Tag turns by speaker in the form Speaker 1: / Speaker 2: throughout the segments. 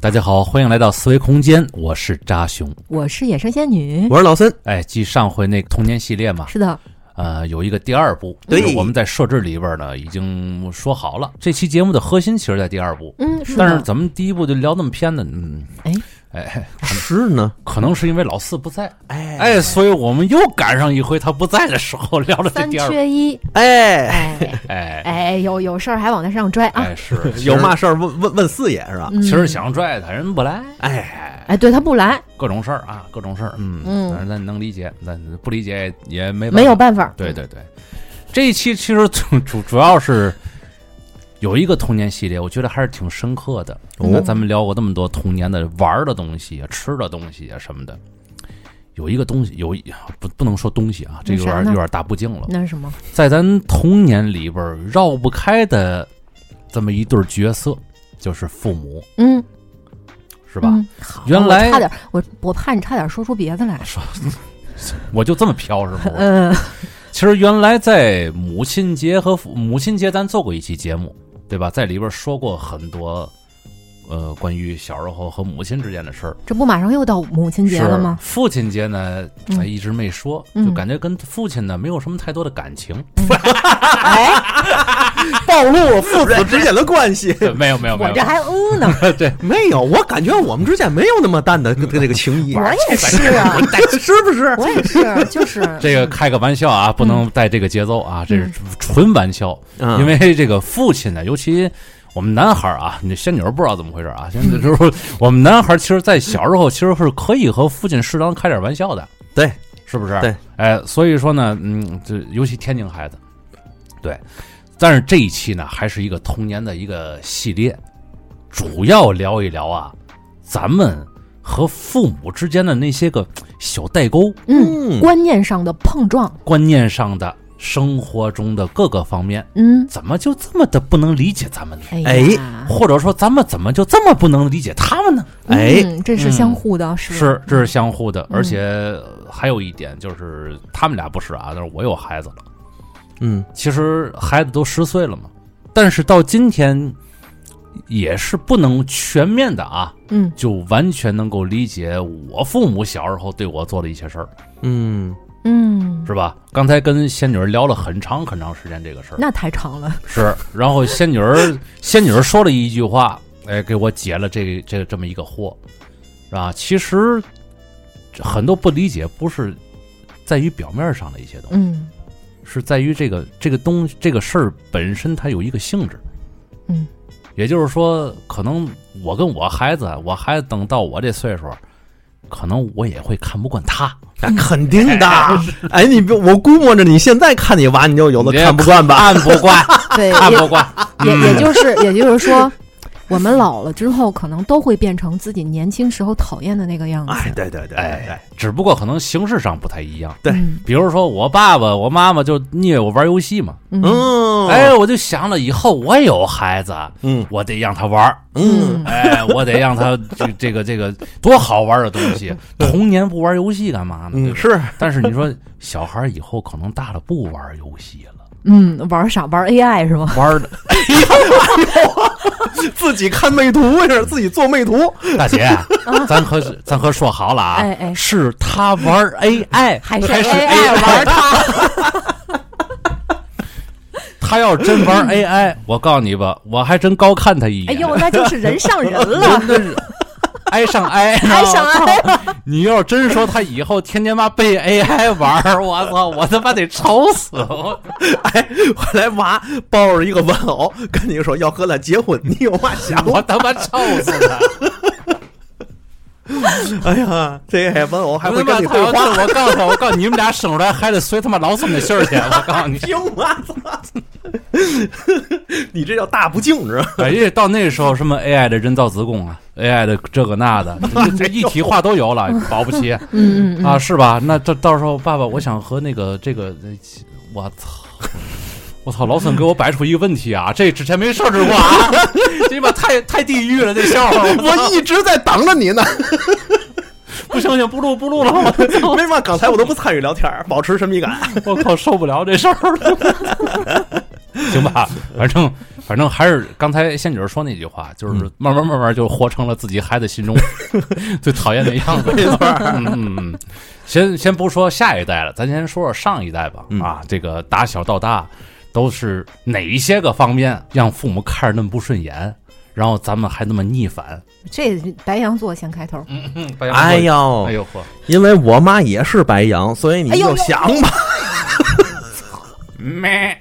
Speaker 1: 大家好，欢迎来到思维空间，我是扎熊。
Speaker 2: 我是野生仙女。
Speaker 3: 我是老森，
Speaker 1: 哎，继上回那个童年系列嘛，
Speaker 2: 是的，
Speaker 1: 呃，有一个第二部，
Speaker 3: 对
Speaker 1: 就是我们在设置里边呢已经说好了，这期节目的核心其实在第二部，
Speaker 2: 嗯，是的。
Speaker 1: 但是咱们第一部就聊那么偏的，嗯，
Speaker 2: 哎
Speaker 1: 哎，
Speaker 3: 是呢，
Speaker 1: 可能是因为老四不在，
Speaker 3: 哎
Speaker 1: 哎，所以我们又赶上一回他不在的时候聊了这
Speaker 2: 三
Speaker 1: 第二部，
Speaker 2: 缺一，
Speaker 3: 哎，
Speaker 2: 哎
Speaker 1: 哎
Speaker 2: 哎，有有事儿还往那上拽啊！
Speaker 1: 哎是
Speaker 3: 有嘛？事儿问问问四爷是吧？
Speaker 1: 其
Speaker 2: 嗯
Speaker 1: 实其实想拽他，人不来，
Speaker 3: 哎，
Speaker 2: 哎，对他不来，
Speaker 1: 各种事儿啊，各种事儿，嗯
Speaker 2: 嗯
Speaker 1: 但是咱能理解，咱不理解也没办法
Speaker 2: 没有办法。
Speaker 1: 对对对，这一期其实主主主要是有一个童年系列，我觉得还是挺深刻的。
Speaker 3: 哦
Speaker 1: 那咱们聊过那么多童年的玩儿的东西啊、吃的东西啊什么的，有一个东西有一不不能说东西啊，这个有
Speaker 2: 那啥
Speaker 1: 点
Speaker 2: 呢
Speaker 1: 有点大不敬了，
Speaker 2: 那是什么？
Speaker 1: 在咱童年里边儿绕不开的这么一对儿角色，就是父母，
Speaker 2: 嗯，
Speaker 1: 是
Speaker 2: 是
Speaker 1: 吧？原
Speaker 2: 我
Speaker 1: 来
Speaker 2: 差点，我我怕你差点说出别的来。
Speaker 1: 我就这么飘是吗？ 我
Speaker 2: 嗯，
Speaker 1: 其实原来在母亲节和父母亲节，咱做过一期节目，对吧？在里边说过很多，呃，关于小时候和母亲之间的事儿。
Speaker 2: 这不马上又到母亲节了吗？
Speaker 1: 是父亲节呢，
Speaker 2: 嗯
Speaker 1: 哎一直没说，
Speaker 2: 嗯
Speaker 1: 就感觉跟父亲呢没有什么太多的感 情。
Speaker 3: 暴露我父子之间的关系
Speaker 1: 对没有，啊没有，没
Speaker 2: 我
Speaker 1: 有
Speaker 2: 这。还嗯 呢，
Speaker 1: 对，
Speaker 3: 没有，我感觉我们之间没有那么淡的这个情谊，
Speaker 2: 我也是 啊，
Speaker 3: 是不是？
Speaker 2: 我也是，就是
Speaker 1: 这个开个玩笑啊，不
Speaker 2: 嗯
Speaker 1: 能带这个节奏啊，这是纯玩笑。
Speaker 3: 嗯
Speaker 1: 因为这个父亲呢，尤其我们男孩儿啊，你仙女儿不知道怎么回事啊，现在就是我们男孩，其实，在小时候其实是可以和父亲适当开点玩笑的，
Speaker 3: 对，
Speaker 1: 是不是？
Speaker 3: 对，
Speaker 1: 哎，所以说呢，嗯，这尤其天津孩子，对，但是这一期呢，还是一个童年的一个系列，主要聊一聊啊，咱们和父母之间的那些个小代沟，
Speaker 2: 嗯，
Speaker 3: 嗯，
Speaker 2: 观念上的碰撞，
Speaker 1: 观念上的、生活中的各个方面，
Speaker 2: 嗯，
Speaker 1: 怎么就这么的不能理解咱们呢？
Speaker 2: 哎
Speaker 3: 哎
Speaker 2: 呀，
Speaker 1: 或者说，咱们怎么就这么不能理解他们呢？
Speaker 3: 哎，
Speaker 2: 嗯，这是相互的，是
Speaker 1: 是，这是相互的，
Speaker 2: 嗯
Speaker 1: 而且呃还有一点就是，他们俩不是啊，但是我有孩子了，
Speaker 3: 嗯，
Speaker 1: 其实孩子都十岁了嘛，但是到今天也是不能全面的啊，
Speaker 2: 嗯，
Speaker 1: 就完全能够理解我父母小时候对我做的一些事儿，
Speaker 3: 嗯，
Speaker 2: 嗯，
Speaker 1: 是吧？刚才跟仙女儿聊了很长很长时间这个事儿，
Speaker 2: 那太长了，
Speaker 1: 是，然后仙女儿仙女儿说了一句话，哎，给我解了这这这么一个惑，啊，其实这很多不理解不是在于表面上的一些东西，
Speaker 2: 嗯
Speaker 1: 是在于这个这个东这个事儿本身它有一个性质，
Speaker 2: 嗯，
Speaker 1: 也就是说，可能我跟我孩子，我孩子等到我这岁数，可能我也会看不惯 他，
Speaker 3: 那肯定的。哎，你别，我估摸着你现在看你娃，你就有的
Speaker 1: 你
Speaker 3: 看不惯吧？
Speaker 1: 看不 惯，
Speaker 2: 对，
Speaker 1: 看
Speaker 2: 也
Speaker 1: 不惯，
Speaker 2: 也也就是也就是说，我们老了之后，可能都会变成自己年轻时候讨厌的那个样子。
Speaker 3: 哎，对对对，
Speaker 1: 哎，只不过可能形式上不太一样。
Speaker 3: 对
Speaker 2: 嗯
Speaker 1: 比如说我爸爸、我妈妈就虐我玩游戏嘛，
Speaker 3: 对，
Speaker 2: 嗯
Speaker 3: 嗯，
Speaker 1: 哎，，我就想了，以后我有孩子，
Speaker 3: 嗯
Speaker 1: 我得让他玩儿，
Speaker 3: 嗯，
Speaker 1: 哎，我得让他这这个这个多好玩的东 西。童年不玩游戏干嘛呢？对
Speaker 3: 嗯，
Speaker 1: 吧
Speaker 3: 是，
Speaker 1: 但是你说小孩以后可能大了不玩游戏了，
Speaker 2: 嗯，玩啥玩 AI 是吗？
Speaker 1: 玩的
Speaker 3: 自己看魅图是自己做魅图，
Speaker 1: 大 姐，咱可咱可说好了啊，
Speaker 2: 哎哎
Speaker 1: 是他玩 AI，
Speaker 2: 还是
Speaker 1: 还是
Speaker 2: AI 玩它？
Speaker 1: 他要真玩 AI，我告诉你吧，我还真高看他一
Speaker 2: 哎
Speaker 1: 眼。
Speaker 2: 呦，那就是人上人了，
Speaker 1: 真的是挨上 挨，
Speaker 2: 还上 AI，
Speaker 1: 你要真说他以后天天妈被 AI 玩儿，我操，我他妈得愁死我！
Speaker 3: 我来娃抱着一个玩偶跟你说要和他结婚，你有嘛想
Speaker 1: 我他妈愁死他！
Speaker 3: 哎呀，这玩偶还会
Speaker 1: 他妈
Speaker 3: 跟你
Speaker 1: 他
Speaker 3: 对
Speaker 1: 要
Speaker 3: 话，
Speaker 1: 是我告诉他，我告诉你们俩生出来还得随他妈老孙的姓儿去！我告诉 你，
Speaker 3: 听我操！你这叫大不敬，知道吗？
Speaker 1: 哎呀，到那时候什么 AI 的人造子宫啊，AI 的这个那的，这这一体化都有了，保不齐
Speaker 2: 嗯嗯嗯，
Speaker 1: 啊，是吧？那这到时候爸爸，我想和那个这个，我操！我操，老孙给我摆出一个问题啊，这之前没设置过 啊，这他妈太太地狱了，这笑话！我操
Speaker 3: 我一直在等着你呢，
Speaker 1: 不行行，不录不录了，我
Speaker 3: 为嘛刚才我都不参与聊天儿，保 持神秘感？
Speaker 1: 我靠，受不了这事儿了。行吧，反正反正还是刚才仙女儿说那句话，就是
Speaker 4: 嗯
Speaker 1: 慢慢慢慢就活成了自己孩子心中 最讨厌的样子。
Speaker 3: 没错儿，
Speaker 1: 嗯嗯，嗯先先不说下一代了，咱先说说上一代吧。
Speaker 4: 嗯
Speaker 1: 啊，这个打小到大都是哪一些个方面让父母看着那么不顺眼，然后咱们还那么逆反？
Speaker 2: 这白羊座先开头，
Speaker 1: 嗯
Speaker 3: 哎，呦
Speaker 1: 哎，呦呵，
Speaker 3: 因为我妈也是白羊，所以你
Speaker 2: 哎呦
Speaker 3: 就想吧，
Speaker 1: 咩，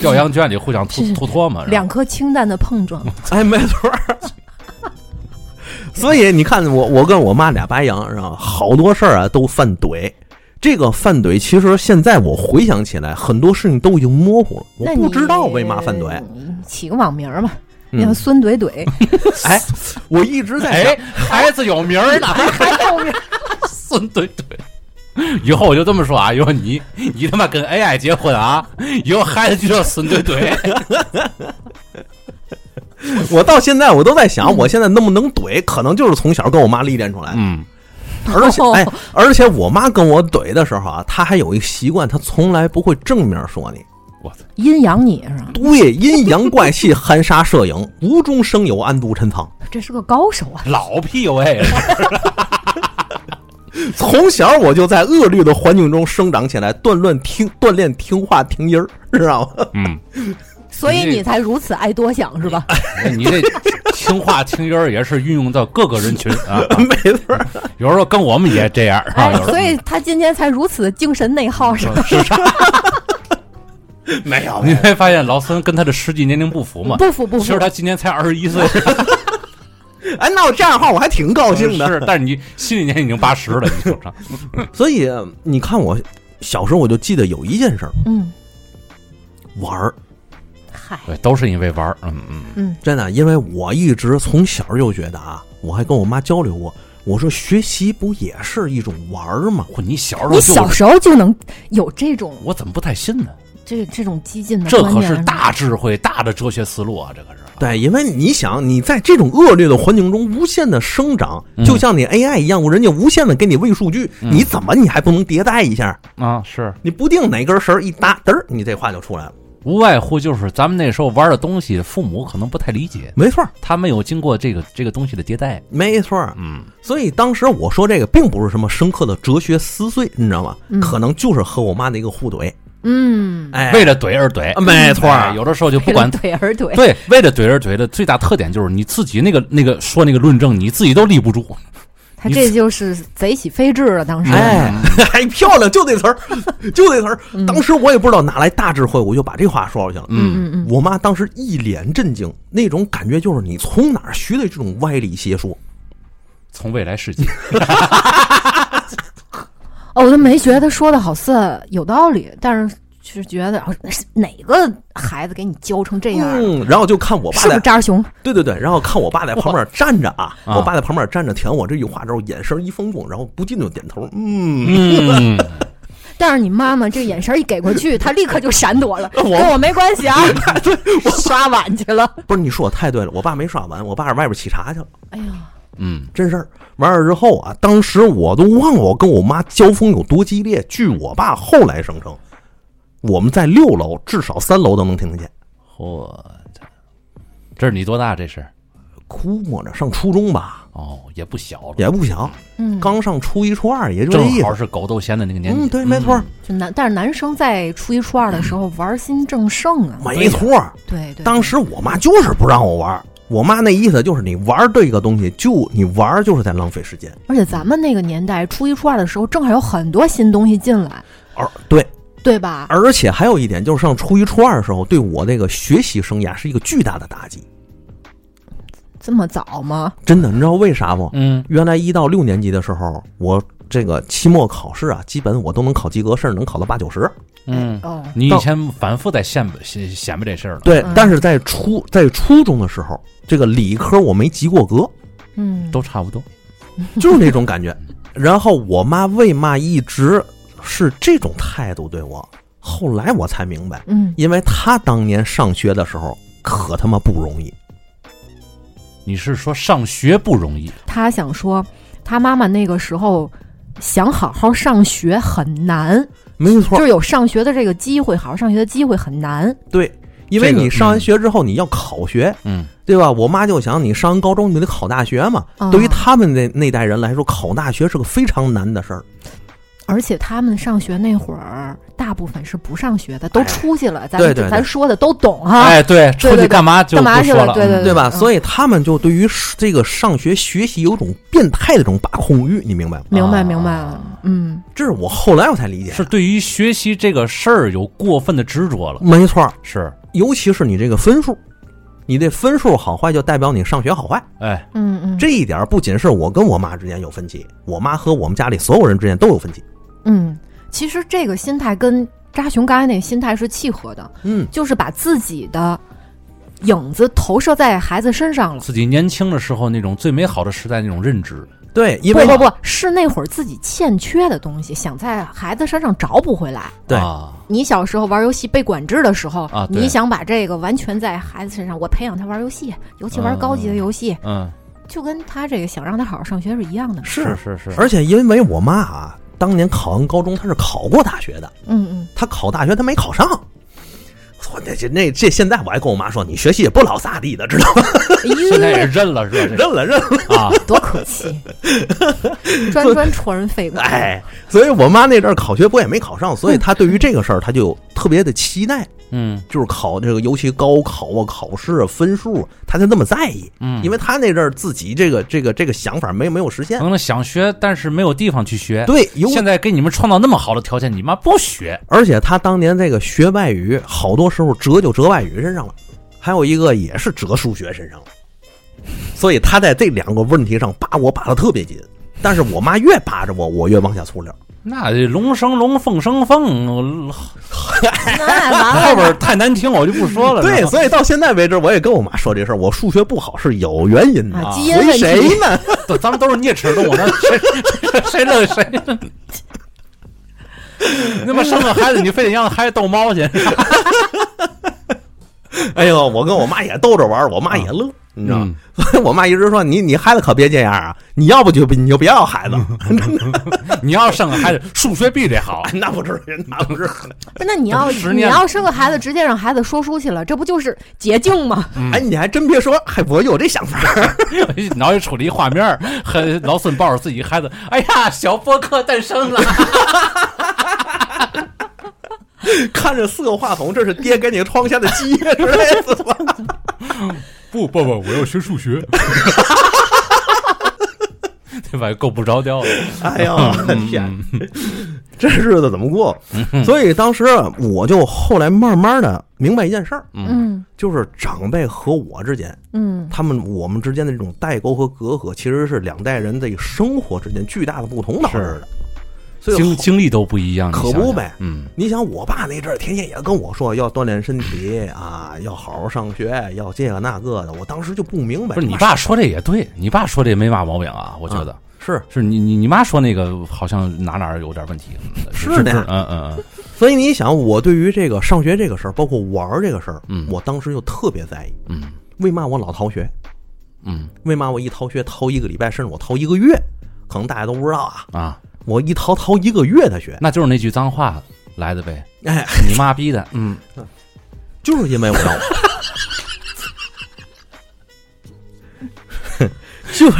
Speaker 1: 掉羊圈里互相吐
Speaker 2: 是
Speaker 1: 吐唾沫，
Speaker 2: 两颗清淡的碰撞，
Speaker 3: 哎，没错儿。所以你看我，我跟我妈俩白羊，然后好多事儿啊都犯怼。这个犯怼，其实现在我回想起来，很多事情都已经模糊了，我
Speaker 2: 那
Speaker 3: 不
Speaker 2: 你
Speaker 3: 知道为嘛犯 怼。
Speaker 2: 你起个网名儿吧，
Speaker 3: 嗯
Speaker 2: 叫孙怼怼，
Speaker 3: 哎，我一直在想
Speaker 1: 哎，孩子有名儿呢，
Speaker 2: 还有名儿
Speaker 1: 孙怼怼。以后我就这么说啊，以后你你他妈跟 AI 结婚啊，以后孩子就叫孙怼怼。
Speaker 3: 我到现在我都在想，我现在能不能怼，可能就是从小跟我妈历练出来的。
Speaker 1: 嗯，
Speaker 3: 而且
Speaker 2: 哦
Speaker 3: 哎，而且我妈跟我怼的时候啊，她还有一个习惯，她从来不会正面说你。
Speaker 1: 我操，
Speaker 2: 阴阳你是吧？
Speaker 3: 对，阴阳怪气， 含沙射影，无中生有，暗度陈仓。
Speaker 2: 这是个高手啊！
Speaker 1: 老 PUA 了。
Speaker 3: 从小我就在恶劣的环境中生长起来，锻炼听锻炼听话听音儿，知道吗？
Speaker 1: 嗯，
Speaker 2: 所以
Speaker 1: 你这
Speaker 2: 你才如此爱多想是吧？哎
Speaker 1: 你这听话听音儿也是运用到各个人群啊，
Speaker 3: 没错儿，
Speaker 1: 有时候跟我们也这样啊，
Speaker 2: 哎
Speaker 1: 有时，候
Speaker 2: 所以他今天才如此的精神内耗是吧？
Speaker 1: 是啥？
Speaker 3: 没有
Speaker 1: 你会发现老孙跟他的实际年龄不符嘛？
Speaker 2: 不服不
Speaker 1: 其
Speaker 2: 服
Speaker 1: 实，他今年才二十一岁，
Speaker 3: 哎，那我这样的话我还挺高兴的。
Speaker 1: 嗯是，但是你心里年已经八十了，你说啥？
Speaker 3: 所以你看我小时候我就记得有一件事儿，
Speaker 2: 嗯，
Speaker 3: 玩儿，
Speaker 2: 嗨，
Speaker 1: 对，都是因为玩儿，嗯嗯，
Speaker 2: 嗯，
Speaker 3: 真的，因为我一直从小就觉得啊，我还跟我妈交流过，我说学习不也是一种玩儿吗？
Speaker 1: 嚯，你小时候
Speaker 2: 你
Speaker 1: 就
Speaker 2: 小时候就能有这种
Speaker 1: 我怎么不太信呢？
Speaker 2: 这这种激进的
Speaker 1: 这
Speaker 2: 观
Speaker 1: 可
Speaker 2: 念，啊
Speaker 1: 是大智慧、大的哲学思路啊！这可是
Speaker 3: 对，因为你想，你在这种恶劣的环境中无限的生长，
Speaker 1: 嗯
Speaker 3: 就像你 AI 一样，人家无限的给你喂数据，你怎么你还不能迭代一下？
Speaker 1: 啊，是
Speaker 3: 你不定哪根绳儿一搭，嘚儿，你这话就出来了。
Speaker 1: 无外乎就是咱们那时候玩的东西，父母可能不太理解，
Speaker 3: 没错儿，
Speaker 1: 他没有经过这个这个东西的迭代。
Speaker 3: 没错儿。
Speaker 1: 嗯，
Speaker 3: 所以当时我说这个并不是什么深刻的哲学思碎，你知道吗？可能就是和我妈的一个互怼。
Speaker 2: 嗯，
Speaker 3: 哎，
Speaker 1: 为了怼而怼，
Speaker 3: 啊没错儿
Speaker 1: 哎有的时候就不 管
Speaker 2: 对了怼而怼，
Speaker 1: 对，为了怼而怼的最大特点就是你自己那个那个说那个论证，你自己都立不住。
Speaker 2: 他这就是贼起飞智了，当时。
Speaker 3: 哎，还漂亮，就这词儿， 就这词儿。
Speaker 2: 嗯
Speaker 3: 当时我也不知道哪来大智慧，我就把这话说出去了。
Speaker 2: 嗯嗯嗯，
Speaker 3: 我妈当时一脸震惊，那种感觉就是你从哪儿学的这种歪理邪说？
Speaker 1: 从未来世界，
Speaker 2: 哦，我都没觉得他说的好似有道理，但是是觉得哦是哪个孩子给你教成这样儿，
Speaker 3: 嗯，然后就看我爸
Speaker 2: 是不
Speaker 3: 在
Speaker 2: 是，扎熊？
Speaker 3: 对对对，然后看我爸在旁边站着啊，
Speaker 1: 啊
Speaker 3: 我爸在旁边站着听我这句话之后，眼神一放纵，然后不禁就点头，嗯，
Speaker 1: 嗯，
Speaker 2: 但是你妈妈这眼神一给过去，她立刻就闪躲了，跟我没关系啊，我刷碗去 了。
Speaker 3: 不是你说我太对了，我爸没刷碗，我爸是外边沏茶去了，
Speaker 2: 哎呀，
Speaker 1: 嗯，
Speaker 3: 真事儿。完了之后啊，当时我都忘了我跟我妈交锋有多激烈。据我爸后来声称，我们在六楼，至少三楼都能听得见。
Speaker 1: 嚯，这是你多大？这是
Speaker 3: 哭摸着上初中吧，
Speaker 1: 哦，也不小了，
Speaker 3: 也不小，
Speaker 2: 嗯，
Speaker 3: 刚上初一初二，也就这
Speaker 1: 正
Speaker 3: 意
Speaker 1: 好
Speaker 3: 思。
Speaker 1: 是狗斗闲的那个年纪。
Speaker 3: 嗯，对，没错，
Speaker 2: 就男，但是男生在初一初二的时候玩心正盛啊，
Speaker 1: 嗯
Speaker 3: 没错。
Speaker 2: 对对，
Speaker 3: 当时我妈就是不让我玩儿，我妈那意思就是你玩儿这个东西，就你玩儿就是在浪费时间。
Speaker 2: 而且咱们那个年代初一初二的时候，正好有很多新东西进来，
Speaker 3: 而对，
Speaker 2: 对吧？
Speaker 3: 而且还有一点就是上初一初二的时候，对我这个学习生涯是一个巨大的打击。
Speaker 2: 这么早吗？
Speaker 3: 真的，你知道为啥不？
Speaker 1: 嗯，
Speaker 3: 原来一到六年级的时候，我这个期末考试啊，基本我都能考及格，甚至能考到八九十。
Speaker 1: 嗯
Speaker 2: 哎哦，
Speaker 1: 你以
Speaker 3: 到
Speaker 1: 前反复在显摆显显摆这事儿了。
Speaker 3: 对，
Speaker 2: 嗯
Speaker 3: 但是在初在初中的时候，这个理科我没及过格，
Speaker 2: 嗯，
Speaker 1: 都差不多，
Speaker 3: 就是那种感觉。然后我妈为嘛一直是这种态度对我？后来我才明白，
Speaker 2: 嗯，
Speaker 3: 因为她当年上学的时候可他妈不容易。
Speaker 1: 你是说上学不容易？
Speaker 2: 他想说，他妈妈那个时候想好好上学很难，
Speaker 3: 没错
Speaker 2: 就，是有上学的这个机会，好好上学的机会很难。
Speaker 3: 对，因为
Speaker 1: 这个
Speaker 3: 你上完学之后你要考学，
Speaker 1: 嗯，
Speaker 3: 对吧？我妈就想你上完高中你得考大学嘛。
Speaker 2: 啊
Speaker 3: 对于他们那那代人来说，考大学是个非常难的事儿。
Speaker 2: 而且他们上学那会儿，大部分是不上学的，都
Speaker 3: 哎
Speaker 2: 出去了。咱
Speaker 3: 对
Speaker 2: 们
Speaker 3: 对对
Speaker 2: 咱说的都懂哈。
Speaker 1: 哎，对，出
Speaker 2: 对
Speaker 1: 去
Speaker 2: 对
Speaker 1: 干嘛就
Speaker 2: 干
Speaker 1: 不
Speaker 2: 嘛去
Speaker 1: 说
Speaker 2: 了对对
Speaker 1: 嗯
Speaker 3: 对吧？
Speaker 2: 嗯
Speaker 3: 所以他们就对于这个上学学习有种变态的这种把控欲，你明白吗？
Speaker 2: 明白
Speaker 1: 啊
Speaker 2: 明白了，嗯，
Speaker 3: 这是我后来我才理解的，
Speaker 1: 是对于学习这个事儿有过分的执着了，
Speaker 3: 没错儿。
Speaker 1: 是，
Speaker 3: 尤其是你这个分数，你这分数好坏就代表你上学好坏。
Speaker 1: 哎，
Speaker 2: 嗯嗯，
Speaker 3: 这一点儿不仅是我跟我妈之间有分歧，我妈和我们家里所有人之间都有分歧。
Speaker 2: 嗯，其实这个心态跟扎熊刚才那个心态是契合的，
Speaker 3: 嗯，
Speaker 2: 就是把自己的影子投射在孩子身上了。
Speaker 1: 自己年轻的时候那种最美好的时代那种认知，
Speaker 3: 对，因为
Speaker 2: 不不不是那会儿自己欠缺的东西，想在孩子身上找补回来。
Speaker 3: 对
Speaker 1: 啊，
Speaker 2: 你小时候玩游戏被管制的时候，
Speaker 1: 啊对
Speaker 2: 你想把这个完全在孩子身上，我培养他玩游戏，尤其玩高级的游戏，
Speaker 1: 嗯，
Speaker 2: 就跟他这个想让他好好上学是一样的嘛。
Speaker 1: 是是是，
Speaker 3: 而且因为我妈啊，当年考完高中，她是考过大学的，
Speaker 2: 嗯嗯，
Speaker 3: 她考大学她没考上。我那这那这现在我还跟我妈说，你学习也不老咋地的，知道吗？
Speaker 2: 哎
Speaker 1: 现在也认了是吧？
Speaker 3: 认了认了，
Speaker 1: 这啊，
Speaker 2: 多可气， 专专戳人肺管。
Speaker 3: 哎，所以我妈那阵儿考学不也没考上，所以她对于这个事儿她就有特别的期待，
Speaker 1: 嗯
Speaker 3: 就是考这个尤其高考啊、考试啊、分数啊，她就那么在意，
Speaker 1: 嗯，
Speaker 3: 因为她那阵儿自己这个这个这个想法没没有实现
Speaker 1: 可。能想学，但是没有地方去学。，
Speaker 3: 对，有
Speaker 1: 现在给你们创造那么好的条件，你妈不学，
Speaker 3: 而且他当年这个学外语，好多时候折就折外语身上了，还有一个也是折数学身上了，所以他在这两个问题上把我把的特别紧。但是我妈越扒着我，我越往下粗溜。
Speaker 1: 那龙生龙，凤生凤，
Speaker 2: 啊那完
Speaker 1: 后
Speaker 2: 了，
Speaker 1: 边太难听，我就不说了。
Speaker 3: 对，
Speaker 1: 然后
Speaker 3: 所以到现在为止，我也跟我妈说这事儿，我数学不好是有原因的。
Speaker 2: 啊，
Speaker 1: 啊
Speaker 2: 基因
Speaker 3: 随
Speaker 2: 问
Speaker 3: 谁
Speaker 2: 题，
Speaker 3: 呢？
Speaker 1: 都咱们都是啮齿动物，那谁谁谁乐谁？那么生个孩子，你非得让孩子逗猫去？
Speaker 3: 哎呦，我跟我妈也逗着玩儿，我妈也乐，你知道吗？
Speaker 1: 嗯
Speaker 3: 所以我妈一直说你你孩子可别这样啊，你要不就你就别要孩子，
Speaker 1: 你要生个孩子，数学必得好。
Speaker 3: 那不至于，那不至于。
Speaker 2: 不是那你要
Speaker 1: 十
Speaker 2: 你
Speaker 1: 年
Speaker 2: 要生个孩子，直接让孩子说书去了，这不就是捷径吗？
Speaker 3: 哎，你还真别说，还我有这想法儿。
Speaker 1: 脑里出了一画面儿，和老孙抱着自己孩子，哎呀，小波克诞生了。
Speaker 3: 看着四个话筒，这是爹给你创下的基业之类的吧？
Speaker 1: 不不不，我要学数学。对吧？够不着调的。
Speaker 3: 哎
Speaker 1: 嗯
Speaker 3: 呀，天，这日子怎么过？所以当时我就后来慢慢的明白一件事儿，
Speaker 2: 嗯
Speaker 3: 就是长辈和我之间，
Speaker 2: 嗯
Speaker 3: 他们我们之间的这种代沟和隔阂，其实是两代人的生活之间巨大的不同导致的。所
Speaker 1: 嗯经
Speaker 3: 以
Speaker 1: 经历都不一样，你
Speaker 3: 可
Speaker 1: 想
Speaker 3: 不
Speaker 1: 想
Speaker 3: 呗
Speaker 1: 嗯，
Speaker 3: 你想，我爸那阵儿天天也跟我说要锻炼身体啊，要好好上学，要这个那个的。我当时就不明白，
Speaker 1: 不是你爸说这也对，你爸说这也没嘛毛病啊，我觉得、
Speaker 3: 是
Speaker 1: 是你你你妈说那个好像哪哪儿有点问题，嗯
Speaker 3: 是的呀
Speaker 1: 嗯嗯嗯，
Speaker 3: 所以你想，我对于这个上学这个事儿，包括玩儿这个事儿，
Speaker 1: 嗯
Speaker 3: 我当时就特别在意。
Speaker 1: 嗯，
Speaker 3: 为嘛我老逃学？
Speaker 1: 嗯
Speaker 3: 为嘛我一逃学逃一个礼拜，甚至我逃一个月？可能大家都不知道啊，
Speaker 1: 啊，
Speaker 3: 我一逃逃一个月的学，
Speaker 1: 那就是那句脏话来的呗，
Speaker 3: 哎，
Speaker 1: 你妈逼的，嗯，
Speaker 3: 就是因为我要，就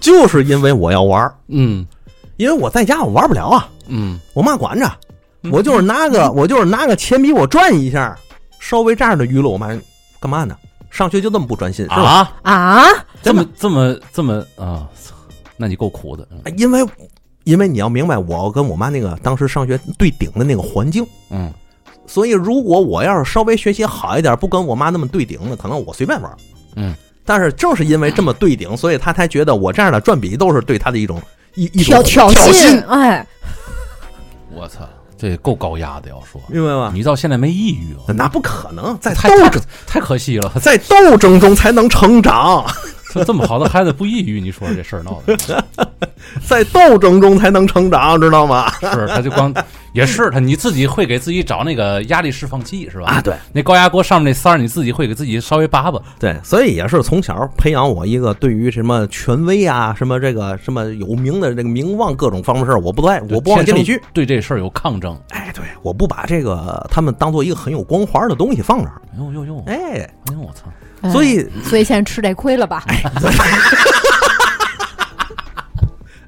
Speaker 3: 就是因为我要玩儿，
Speaker 1: 嗯
Speaker 3: 因为我在家我玩不了啊，
Speaker 1: 嗯，
Speaker 3: 我妈管着，我就是拿个我就是拿个铅笔我转一下，稍微这样的娱乐，我妈干嘛呢？上学就这么不专心是吧？
Speaker 1: 啊，
Speaker 2: 啊，
Speaker 1: 这
Speaker 3: 真的
Speaker 1: 么这么这么啊，操那你够苦的，嗯
Speaker 3: 哎因为因为你要明白，我跟我妈那个当时上学对顶的那个环境，
Speaker 1: 嗯
Speaker 3: 所以如果我要是稍微学习好一点，不跟我妈那么对顶的，可能我随便玩。
Speaker 1: 嗯，
Speaker 3: 但是正是因为这么对顶，所以她才觉得我这样的转笔都是对她的一种一一
Speaker 2: 挑挑
Speaker 3: 种挑，
Speaker 2: 哎，
Speaker 1: 我操，这够高压的，要说
Speaker 3: 明白吗？
Speaker 1: 你到现在没抑郁啊，
Speaker 3: 那不可能，在
Speaker 1: 太
Speaker 3: 斗
Speaker 1: 太
Speaker 3: 争
Speaker 1: 太可惜了，
Speaker 3: 在斗争中才能成长，
Speaker 1: 这这么好的孩子不抑郁，你说这事儿闹的。
Speaker 3: 在斗争中才能成长，知道吗？
Speaker 1: 是，他就光也是他你自己会给自己找那个压力释放器是吧？
Speaker 3: 啊，对
Speaker 1: 那高压锅上面那塞儿，你自己会给自己稍微扒扒。
Speaker 3: 对，所以也是从小培养我一个对于什么权威啊、什么这个什么有名的这个名望各种方面事儿，我不爱，我不往心里去。，
Speaker 1: 对这事儿有抗争。
Speaker 3: 哎，对，我不把这个他们当做一个很有光环的东西放那儿。
Speaker 1: 哎呦呦呦！
Speaker 3: 哎，
Speaker 1: 哎呦我操！
Speaker 2: 哎
Speaker 3: 所以
Speaker 2: 所以现在吃这亏了吧？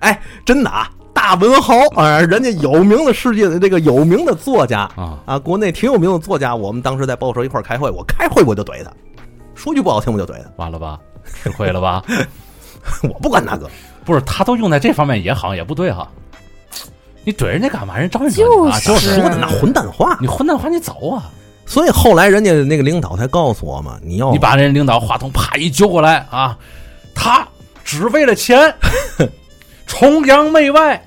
Speaker 3: 哎，真的啊，大文豪啊，人家有名的世界的这个有名的作家
Speaker 1: 啊
Speaker 3: 啊，国内挺有名的作家，我们当时在报社一块儿开会，我开会我就怼他，说句不好听我就怼
Speaker 1: 完了吧，吃亏了吧？
Speaker 3: 他， 我不管大哥，
Speaker 1: 不是，他都用在这方面也好像也不对哈。你怼人家干嘛？人招人惹
Speaker 2: 就
Speaker 1: 你啊！就是
Speaker 2: 是
Speaker 3: 说的那混蛋话。
Speaker 1: 你混蛋话，你走啊！
Speaker 3: 所以后来人家那个领导才告诉我嘛，你要
Speaker 1: 你把人领导话筒啪一揪过来啊，他只为了钱，崇洋媚外。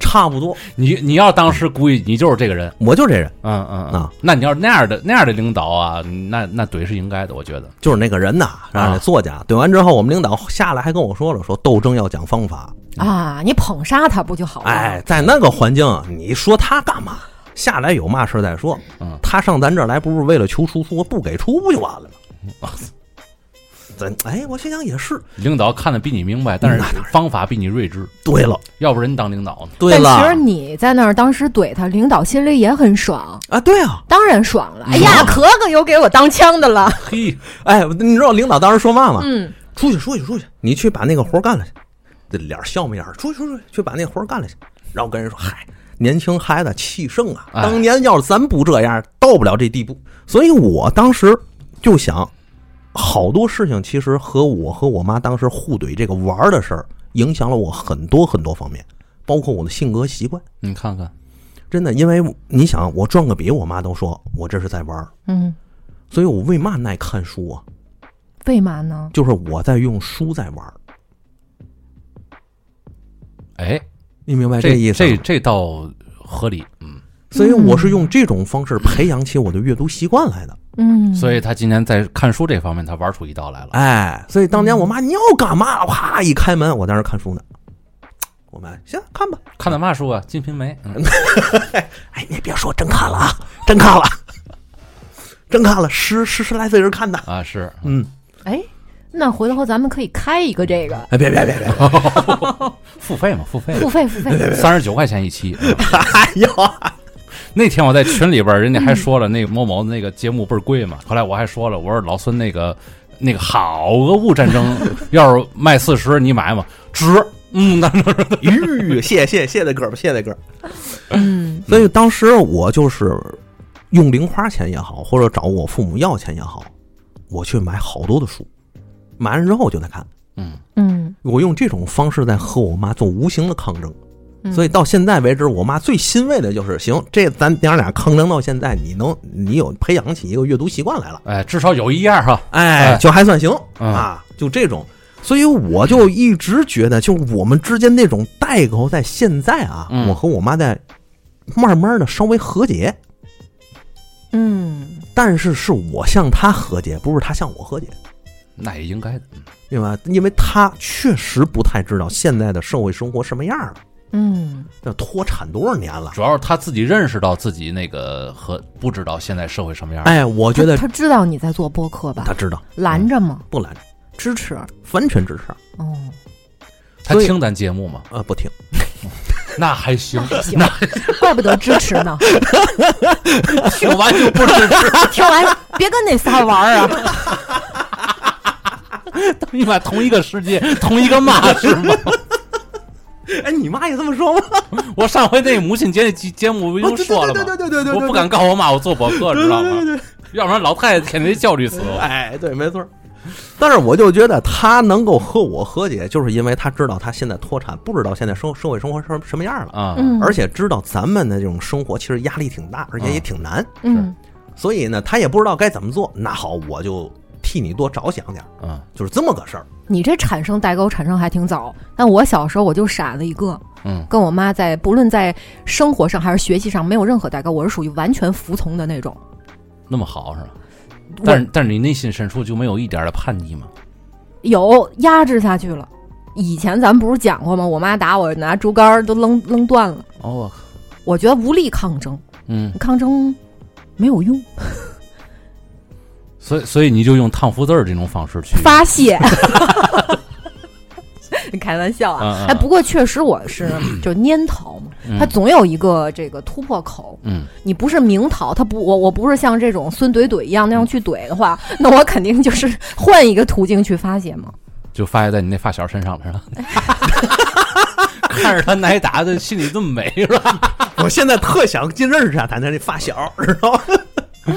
Speaker 3: 差不多，
Speaker 1: 你你要当时估计你就是这个人，
Speaker 3: 我就这人，
Speaker 1: 嗯嗯嗯
Speaker 3: 啊。
Speaker 1: 那你要是那样的那样的领导啊，那那怼是应该的，我觉得。
Speaker 3: 就是那个人呐，啊，
Speaker 1: 啊
Speaker 3: 作家。怼完之后，我们领导下来还跟我说了，说斗争要讲方法。
Speaker 2: 啊，你捧杀他不就好了？
Speaker 3: 哎，，在那个环境，你说他干嘛？下来有嘛事儿再说。
Speaker 1: 嗯
Speaker 3: 他上咱这儿来不是为了求出租，不给出不就完了吗？咱哎，我心想也是。
Speaker 1: 领导看得比你明白，但是方法比你睿智，
Speaker 3: 对了，
Speaker 1: 要不然你当领导呢？
Speaker 3: 对
Speaker 2: 但
Speaker 3: 了
Speaker 2: 其实你在那儿当时怼他，领导心里也很爽，
Speaker 3: 啊，对啊，
Speaker 2: 当然爽了。哎
Speaker 3: 嗯
Speaker 2: 呀，可可有给我当枪的了，
Speaker 1: 嘿，
Speaker 3: 哎，你知道领导当时说嘛吗？
Speaker 2: 嗯，
Speaker 3: 出去，出去，出去，你去把那个活儿干了去。这脸儿笑眯眼儿，出去，出去，去把那活儿干了去。然后跟人说，嗨，年轻孩子气盛啊，
Speaker 1: 哎
Speaker 3: 当年要是咱不这样，到不了这地步。所以我当时就想，好多事情其实和我和我妈当时互怼这个玩儿的事儿，影响了我很多很多方面，包括我的性格习惯。
Speaker 1: 你看看，
Speaker 3: 真的，因为你想，我转个笔，我妈都说我这是在玩儿，
Speaker 2: 嗯，
Speaker 3: 所以我为嘛爱看书啊？
Speaker 2: 为嘛呢？
Speaker 3: 就是我在用书在玩儿，
Speaker 1: 哎，
Speaker 3: 你明白
Speaker 1: 这
Speaker 3: 啊意思吗？
Speaker 1: 这这倒合理，嗯。
Speaker 3: 所以我是用这种方式培养起我的阅读习惯来的。
Speaker 2: 嗯，
Speaker 1: 所以他今年在看书这方面，他玩出一道来了。
Speaker 3: 哎，所以当年我妈你要干嘛？啪一开门，我在那儿看书呢。我妈行看吧。
Speaker 1: 看的嘛书啊，《金瓶梅》嗯。
Speaker 3: 哎，你别说，真看了啊，真看了，真看了，十十十来岁人看的。
Speaker 1: 啊，是，
Speaker 3: 嗯，
Speaker 2: 哎，那回头咱们可以开一个这个
Speaker 3: 哎，别别别别，
Speaker 1: 付费嘛，付费嘛，
Speaker 2: 付费付 费，
Speaker 1: 三十九块钱一期。嗯
Speaker 3: 哎呦，
Speaker 1: 那天我在群里边儿，人家还说了那个某某那个节目倍儿贵嘛。后来我还说了，我说老孙那个那个好俄乌战争， 要是卖四十，你买吗？值。嗯，那
Speaker 3: 吁，谢谢谢谢哥们，谢谢哥。
Speaker 2: 嗯
Speaker 3: 所以当时我就是用零花钱也好，或者找我父母要钱也好，我去买好多的书，买完之后我就在看。
Speaker 1: 嗯，
Speaker 2: 嗯，
Speaker 3: 我用这种方式在和我妈做无形的抗争，
Speaker 2: 嗯
Speaker 3: 所以到现在为止，我妈最欣慰的就是，行，这咱娘俩抗争到现在，你能你有培养起一个阅读习惯来了，
Speaker 1: 哎，至少有一样哈。
Speaker 3: 哎
Speaker 1: 哎
Speaker 3: 就还算行、
Speaker 1: 嗯
Speaker 3: 啊，就这种。所以我就一直觉得，就是我们之间那种代沟，在现在啊，
Speaker 1: 嗯
Speaker 3: 我和我妈在慢慢的稍微和解，
Speaker 2: 嗯，
Speaker 3: 但是是我向她和解，不是她向我和解，
Speaker 1: 那也应该的。
Speaker 3: 对吧？因为她确实不太知道现在的社会生活什么样了，
Speaker 2: 嗯，
Speaker 3: 那脱产多少年了。
Speaker 1: 主要是他自己认识到自己那个和不知道现在社会什么样。，
Speaker 3: 哎，我觉得
Speaker 2: 他他知道你在做播客吧
Speaker 3: 他？知道，
Speaker 2: 拦着吗？
Speaker 3: 不拦，
Speaker 2: 支持？
Speaker 3: 完全支持。
Speaker 2: 哦，
Speaker 1: 他
Speaker 3: 所以
Speaker 1: 听咱节目 吗？
Speaker 3: 啊，不听，
Speaker 1: 那还行，
Speaker 2: 行，怪不得支持呢。
Speaker 1: 听完 就不支持。
Speaker 2: 听完别跟那仨玩儿啊！
Speaker 1: 你妈同一个世 界，同一个妈是吗？
Speaker 3: 哎，你妈也这么说吗？
Speaker 1: 我上回那母亲节那节节目不
Speaker 3: 哦
Speaker 1: 就
Speaker 3: 对
Speaker 1: 说了吗？
Speaker 3: 对对对对对对
Speaker 1: 我不敢告我妈我做博客，知道吗？要不然老太太肯定焦虑死我。
Speaker 3: 哎，对，没错儿。但是我就觉得他能够和我和解，就是因为他知道他现在脱产，不知道现在生社会生活什什么样了，
Speaker 1: 啊，
Speaker 2: 嗯
Speaker 3: 而且知道咱们的这种生活其实压力挺大，而且也挺难，
Speaker 2: 嗯
Speaker 3: 所以呢，他也不知道该怎么做。那好，我就替你多着想点儿，
Speaker 1: 嗯
Speaker 3: 就是这么个事儿。
Speaker 2: 你这产生代沟产生还挺早，但我小时候我就傻子一个，
Speaker 1: 嗯，
Speaker 2: 跟我妈在不论在生活上还是学习上没有任何代沟，我是属于完全服从的那种。
Speaker 1: 那么好是吧？但是但是你内心深处就没有一点儿的叛逆吗？
Speaker 2: 有压制下去了。以前咱们不是讲过吗？我妈打我拿竹竿儿都扔扔断了，
Speaker 1: 哦，
Speaker 2: 我觉得无力抗争，
Speaker 1: 嗯，
Speaker 2: 抗争没有用，
Speaker 1: 所以所以你就用烫福字儿这种方式 去
Speaker 2: 发泄。开玩笑
Speaker 1: 嗯嗯
Speaker 2: 啊！哎，不过确实我 是就蔫逃嘛，
Speaker 1: 嗯
Speaker 2: 它总有一个这个突破口。
Speaker 1: 嗯
Speaker 2: 你不是明逃，他不，我我不是像这种孙怼怼一样那样去怼的话， 那我肯定就是换一个途径去发泄嘛。
Speaker 1: 就发泄在你那发小身上了，是吧？看着他挨打的心里这么美是吧？
Speaker 3: 我现在特想尽认识他，谈谈这发小，知道吗？
Speaker 1: 嗯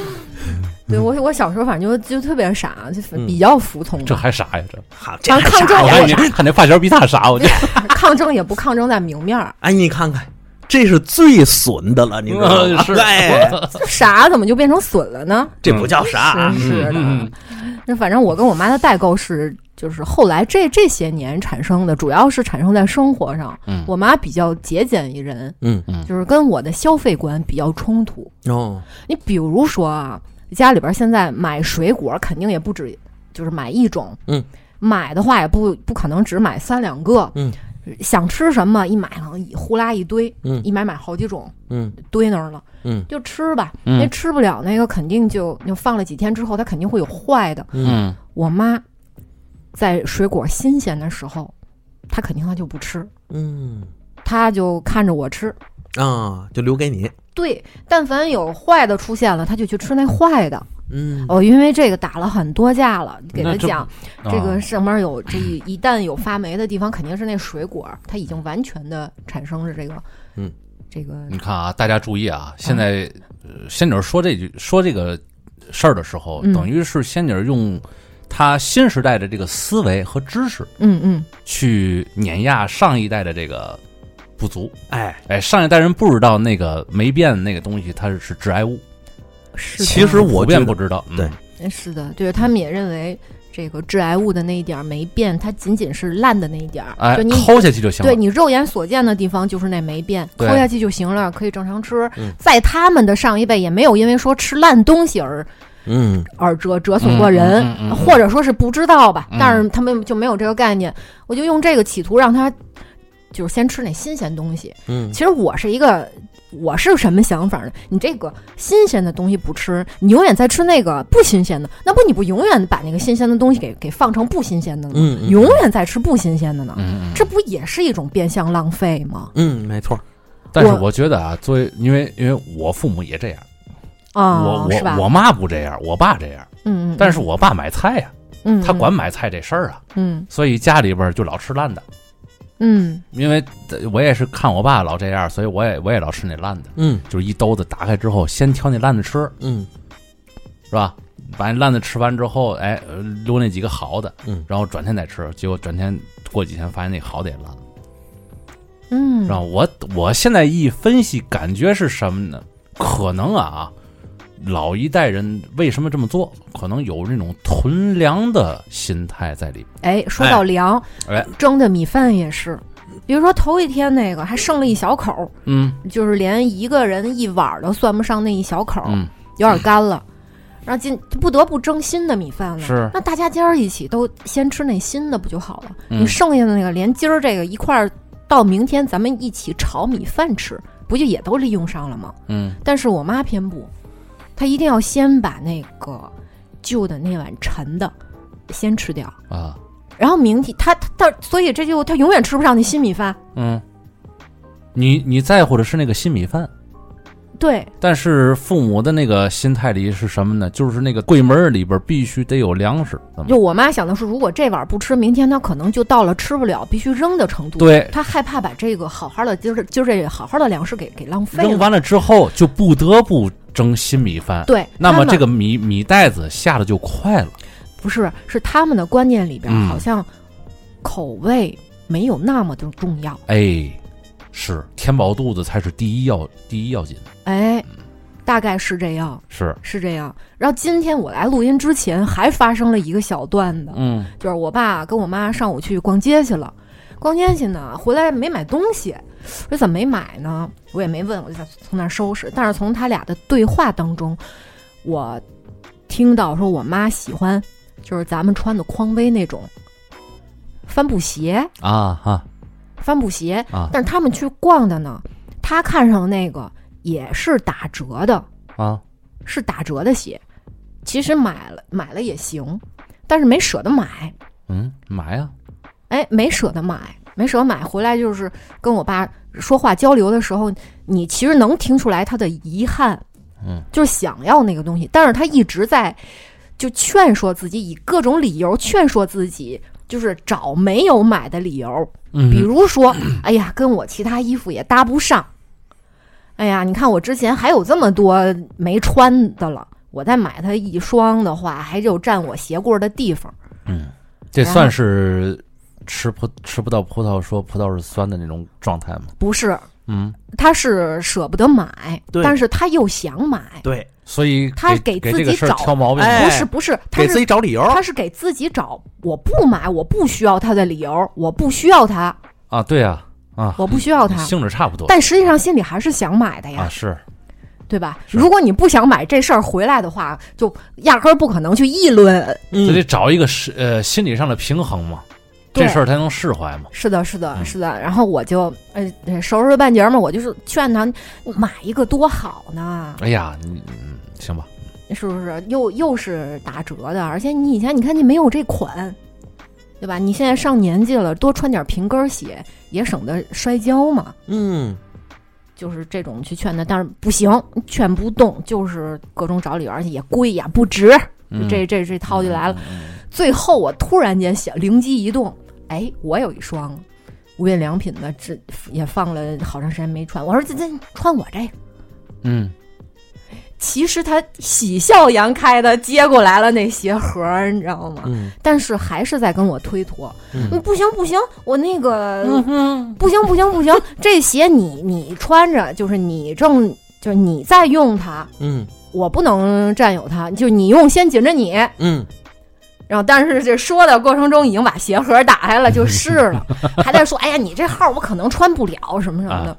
Speaker 2: 对我我小时候反正就就特别傻，就
Speaker 3: 嗯
Speaker 2: 比较服从 嘛，
Speaker 1: 这还傻呀？这
Speaker 3: 好，哎这
Speaker 2: 反正抗争
Speaker 1: 我
Speaker 2: 也
Speaker 1: 看
Speaker 2: 不
Speaker 1: 你看那发小比他傻，我觉得
Speaker 2: 抗争也不抗争在明面儿，
Speaker 3: 哎，你看看，这是最损的了，你知道吗？
Speaker 1: 嗯是
Speaker 3: 哎，
Speaker 2: 这傻怎么就变成损了呢？
Speaker 3: 这不叫啥，啊
Speaker 2: 真是的。
Speaker 1: 嗯嗯
Speaker 2: 那反正我跟我妈的代沟是，就是后来这这些年产生的，主要是产生在生活上。
Speaker 1: 嗯
Speaker 2: 我妈比较节俭一人，
Speaker 3: 嗯
Speaker 1: 嗯
Speaker 2: 就是跟我的消费观比较冲突。
Speaker 3: 哦，
Speaker 2: 你比如说啊，家里边现在买水果肯定也不止，就是买一种，
Speaker 3: 嗯，
Speaker 2: 买的话也不不可能只买三两个，
Speaker 3: 嗯，
Speaker 2: 想吃什么一买可能一呼啦一堆，
Speaker 3: 嗯
Speaker 2: 一买买好几种
Speaker 3: 嗯
Speaker 2: 堆那儿了，
Speaker 3: 嗯
Speaker 2: 就吃吧，
Speaker 1: 嗯
Speaker 2: 那吃不了那个肯定就就放了几天之后，它肯定会有坏的。
Speaker 1: 嗯
Speaker 2: 我妈在水果新鲜的时候，她肯定她就不吃，
Speaker 3: 嗯
Speaker 2: 她就看着我吃。
Speaker 3: 啊，就留给你，
Speaker 2: 对，但凡有坏的出现了，她就去吃那坏的。
Speaker 3: 嗯
Speaker 1: 哦
Speaker 2: 我、因为这个打了很多架了，给
Speaker 1: 那
Speaker 2: 他
Speaker 1: 这
Speaker 2: 讲
Speaker 1: 啊
Speaker 2: 这个上面有这一一旦有发霉的地方，肯定是那水果它已经完全的产生了这个，
Speaker 3: 嗯，
Speaker 2: 这个
Speaker 1: 你看啊，大家注意
Speaker 2: 嗯
Speaker 1: 啊，现在、呃仙女儿说这句说这个事儿的时候，
Speaker 2: 嗯
Speaker 1: 等于是仙女儿用她新时代的这个思维和知识
Speaker 2: 嗯嗯
Speaker 1: 去碾压上一代的这个不足。
Speaker 3: 哎，
Speaker 1: 哎，上一代人不知道那个霉变那个东西它是是致癌物，
Speaker 2: 是的，
Speaker 3: 其实我
Speaker 1: 普
Speaker 3: 觉
Speaker 1: 遍
Speaker 3: 得
Speaker 1: 不知道。嗯
Speaker 3: 对
Speaker 2: 是的，对他们也认为这个致癌物的那一点儿没变，它仅仅是烂的那一点儿，
Speaker 1: 哎
Speaker 2: 就，你
Speaker 1: 抠下去就行了
Speaker 2: 对。你肉眼所见的地方就是那霉变，抠
Speaker 1: 对
Speaker 2: 下去就行了，可以正常吃。
Speaker 3: 嗯
Speaker 2: 在他们的上一辈也没有因为说吃烂东西而
Speaker 3: 嗯
Speaker 2: 而折折损过人，
Speaker 1: 嗯嗯嗯嗯
Speaker 2: 或者说是不知道吧，
Speaker 1: 嗯
Speaker 2: 但是他们就没有这个概念。我就用这个企图让他就是先吃那新鲜东西。
Speaker 3: 嗯
Speaker 2: 其实我是一个。我是什么想法呢？你这个新鲜的东西不吃，你永远在吃那个不新鲜的，那不你不永远把那个新鲜的东西给给放成不新鲜的了吗？
Speaker 3: 嗯
Speaker 2: 永远在吃不新鲜的呢？
Speaker 1: 嗯，嗯
Speaker 2: 这不也是一种变相浪费吗？
Speaker 3: 嗯，没错，
Speaker 1: 但是
Speaker 2: 我
Speaker 1: 我觉得啊，作为因为因为我父母也这样，
Speaker 2: 啊、
Speaker 1: 我
Speaker 2: 是吧？
Speaker 1: 我我妈不这样，我爸这样，
Speaker 2: 嗯，嗯
Speaker 1: 但是我爸买菜呀、
Speaker 2: 嗯，
Speaker 1: 他管买菜这事儿啊，
Speaker 2: 嗯
Speaker 1: 所以家里边儿就老吃烂的。
Speaker 2: 嗯
Speaker 1: 因为呃我也是看我爸老这样，所以我也我也老吃那烂的，
Speaker 3: 嗯
Speaker 1: 就是一兜子打开之后，先挑那烂的吃，
Speaker 3: 嗯
Speaker 1: 是吧？把那烂的吃完之后，哎，呃留那几个好的，
Speaker 3: 嗯
Speaker 1: 然后转天再吃，结果转天过几天发现那好的也烂了。
Speaker 2: 嗯，
Speaker 1: 然后我我现在一分析，感觉是什么呢？可能啊，老一代人为什么这么做？可能有那种囤粮的心态在里
Speaker 2: 哎，说到粮，
Speaker 1: 边。哎，
Speaker 2: 蒸的米饭也是，比如说头一天那个还剩了一小口儿，
Speaker 1: 嗯
Speaker 2: 就是连一个人一碗儿都算不上那一小口儿，
Speaker 1: 嗯，
Speaker 2: 有点干了，然后今不得不蒸新的米饭了。
Speaker 1: 是
Speaker 2: 那大家今儿一起都先吃那新的不就好了？
Speaker 1: 嗯
Speaker 2: 你剩下的那个连今儿这个一块儿到明天咱们一起炒米饭吃，不就也都利用上了吗？
Speaker 1: 嗯
Speaker 2: 但是我妈偏不，她一定要先把那个旧的那碗陈的先吃掉，
Speaker 1: 啊
Speaker 2: 然后明天她她她，所以这就她永远吃不上那新米饭。
Speaker 1: 嗯，你你在乎的是那个新米饭。
Speaker 2: 对，
Speaker 1: 但是父母的那个心态里是什么呢？就是那个柜门儿里边必须得有粮食，怎么
Speaker 2: 就我妈想的是，如果这碗不吃，明天她可能就到了吃不了必须扔的程度。，
Speaker 1: 对？
Speaker 2: 她害怕把这个好好的就是就这好好的粮食给给浪费
Speaker 1: 扔
Speaker 2: 了。
Speaker 1: 完了之后就不得不蒸新米饭，
Speaker 2: 对，
Speaker 1: 那么
Speaker 2: 她们
Speaker 1: 这个米米袋子下的就快了。
Speaker 2: 不是是他们的观念里边
Speaker 1: 嗯
Speaker 2: 好像口味没有那么的重要。
Speaker 1: 哎，是填饱肚子才是第一要第一要紧，嗯
Speaker 2: 哎，大概是这样。
Speaker 1: 是
Speaker 2: 是这样。然后今天我来录音之前还发生了一个小段子，
Speaker 1: 嗯
Speaker 2: 就是我爸跟我妈上午去逛街去了，逛街去呢，回来没买东西，我说怎么没买呢？我也没问，我就在从那儿收拾。但是从他俩的对话当中，我听到说我妈喜欢就是咱们穿的匡威那种帆布鞋，
Speaker 1: 啊哈
Speaker 2: 帆布鞋，
Speaker 1: 啊
Speaker 2: 但是他们去逛的呢。他看上那个也是打折的，
Speaker 1: 啊，
Speaker 2: 是打折的鞋，其实买了买了也行，但是没舍得买，
Speaker 1: 嗯，买呀、
Speaker 2: 哎，没舍得买，没舍得买，回来就是跟我爸说话交流的时候，你其实能听出来他的遗憾，
Speaker 1: 嗯，
Speaker 2: 就是想要那个东西，但是他一直在就劝说自己，以各种理由劝说自己。就是找没有买的理由，
Speaker 1: 嗯，
Speaker 2: 比如说，哎呀，跟我其他衣服也搭不上。哎呀，你看我之前还有这么多没穿的了，我再买它一双的话，还有占我鞋柜儿的地方。
Speaker 1: 这
Speaker 2: 然后
Speaker 1: 算是吃葡吃不到葡萄说葡萄是酸的那种状态吗？
Speaker 2: 不是，
Speaker 1: 嗯，
Speaker 2: 他是舍不得买，
Speaker 3: 对
Speaker 2: 但是他又想买，
Speaker 3: 对，
Speaker 1: 所以给
Speaker 2: 他给
Speaker 1: 给
Speaker 2: 自
Speaker 1: 这个
Speaker 2: 己
Speaker 1: 事儿
Speaker 2: 找
Speaker 1: 挑毛病，
Speaker 3: 哎
Speaker 2: 不是不是，他
Speaker 3: 给自
Speaker 2: 是
Speaker 3: 己找理由。
Speaker 2: 他是给自己找我不买，我不需要他的理由，我不需要他，
Speaker 1: 啊，对呀、啊，啊，
Speaker 2: 我不需要他。
Speaker 1: 性质差不多
Speaker 2: 但实际上心里还是想买的呀，
Speaker 1: 啊，是
Speaker 2: 对吧？如果你不想买这事儿回来的话，就压根儿不可能去议论。
Speaker 3: 嗯
Speaker 1: 就得找一个是呃心理上的平衡嘛，
Speaker 2: 嗯对
Speaker 1: 这事儿才能释怀嘛。
Speaker 2: 是的，是的，
Speaker 1: 嗯
Speaker 2: 是的。然后我就呃收拾半截儿嘛，我就是劝他买一个多好呢，
Speaker 1: 哎呀，你嗯，行吧，
Speaker 2: 是不是？又又是打折的，而且你以前你看你没有这款，对吧？你现在上年纪了，多穿点平跟儿鞋也省得摔跤嘛。
Speaker 3: 嗯，
Speaker 2: 就是这种去劝他，但是不行，劝不动，就是各种找理由，而且也贵呀，不值。
Speaker 1: 嗯、
Speaker 2: 这这这套就来了。
Speaker 1: 嗯，嗯
Speaker 2: 最后我突然间想，灵机一动，哎，我有一双无印良品的，这也放了好长时间没穿。我说这这穿我这个。
Speaker 1: 嗯，
Speaker 2: 其实他喜笑颜开的接过来了那鞋盒儿，你知道吗？
Speaker 3: 嗯
Speaker 2: 但是还是在跟我推脱，
Speaker 3: 嗯
Speaker 2: 嗯不行不行，我那个、
Speaker 1: 嗯
Speaker 2: 不行不行不 行，这鞋你你穿着，就是你正就是你在用它，
Speaker 3: 嗯
Speaker 2: 我不能占有它，就你用先紧着你，
Speaker 3: 嗯，
Speaker 2: 然后，但是这说的过程中已经把鞋盒打开了，就试 了，还在说：“哎呀，你这号我可能穿不了什么什么的。
Speaker 1: 啊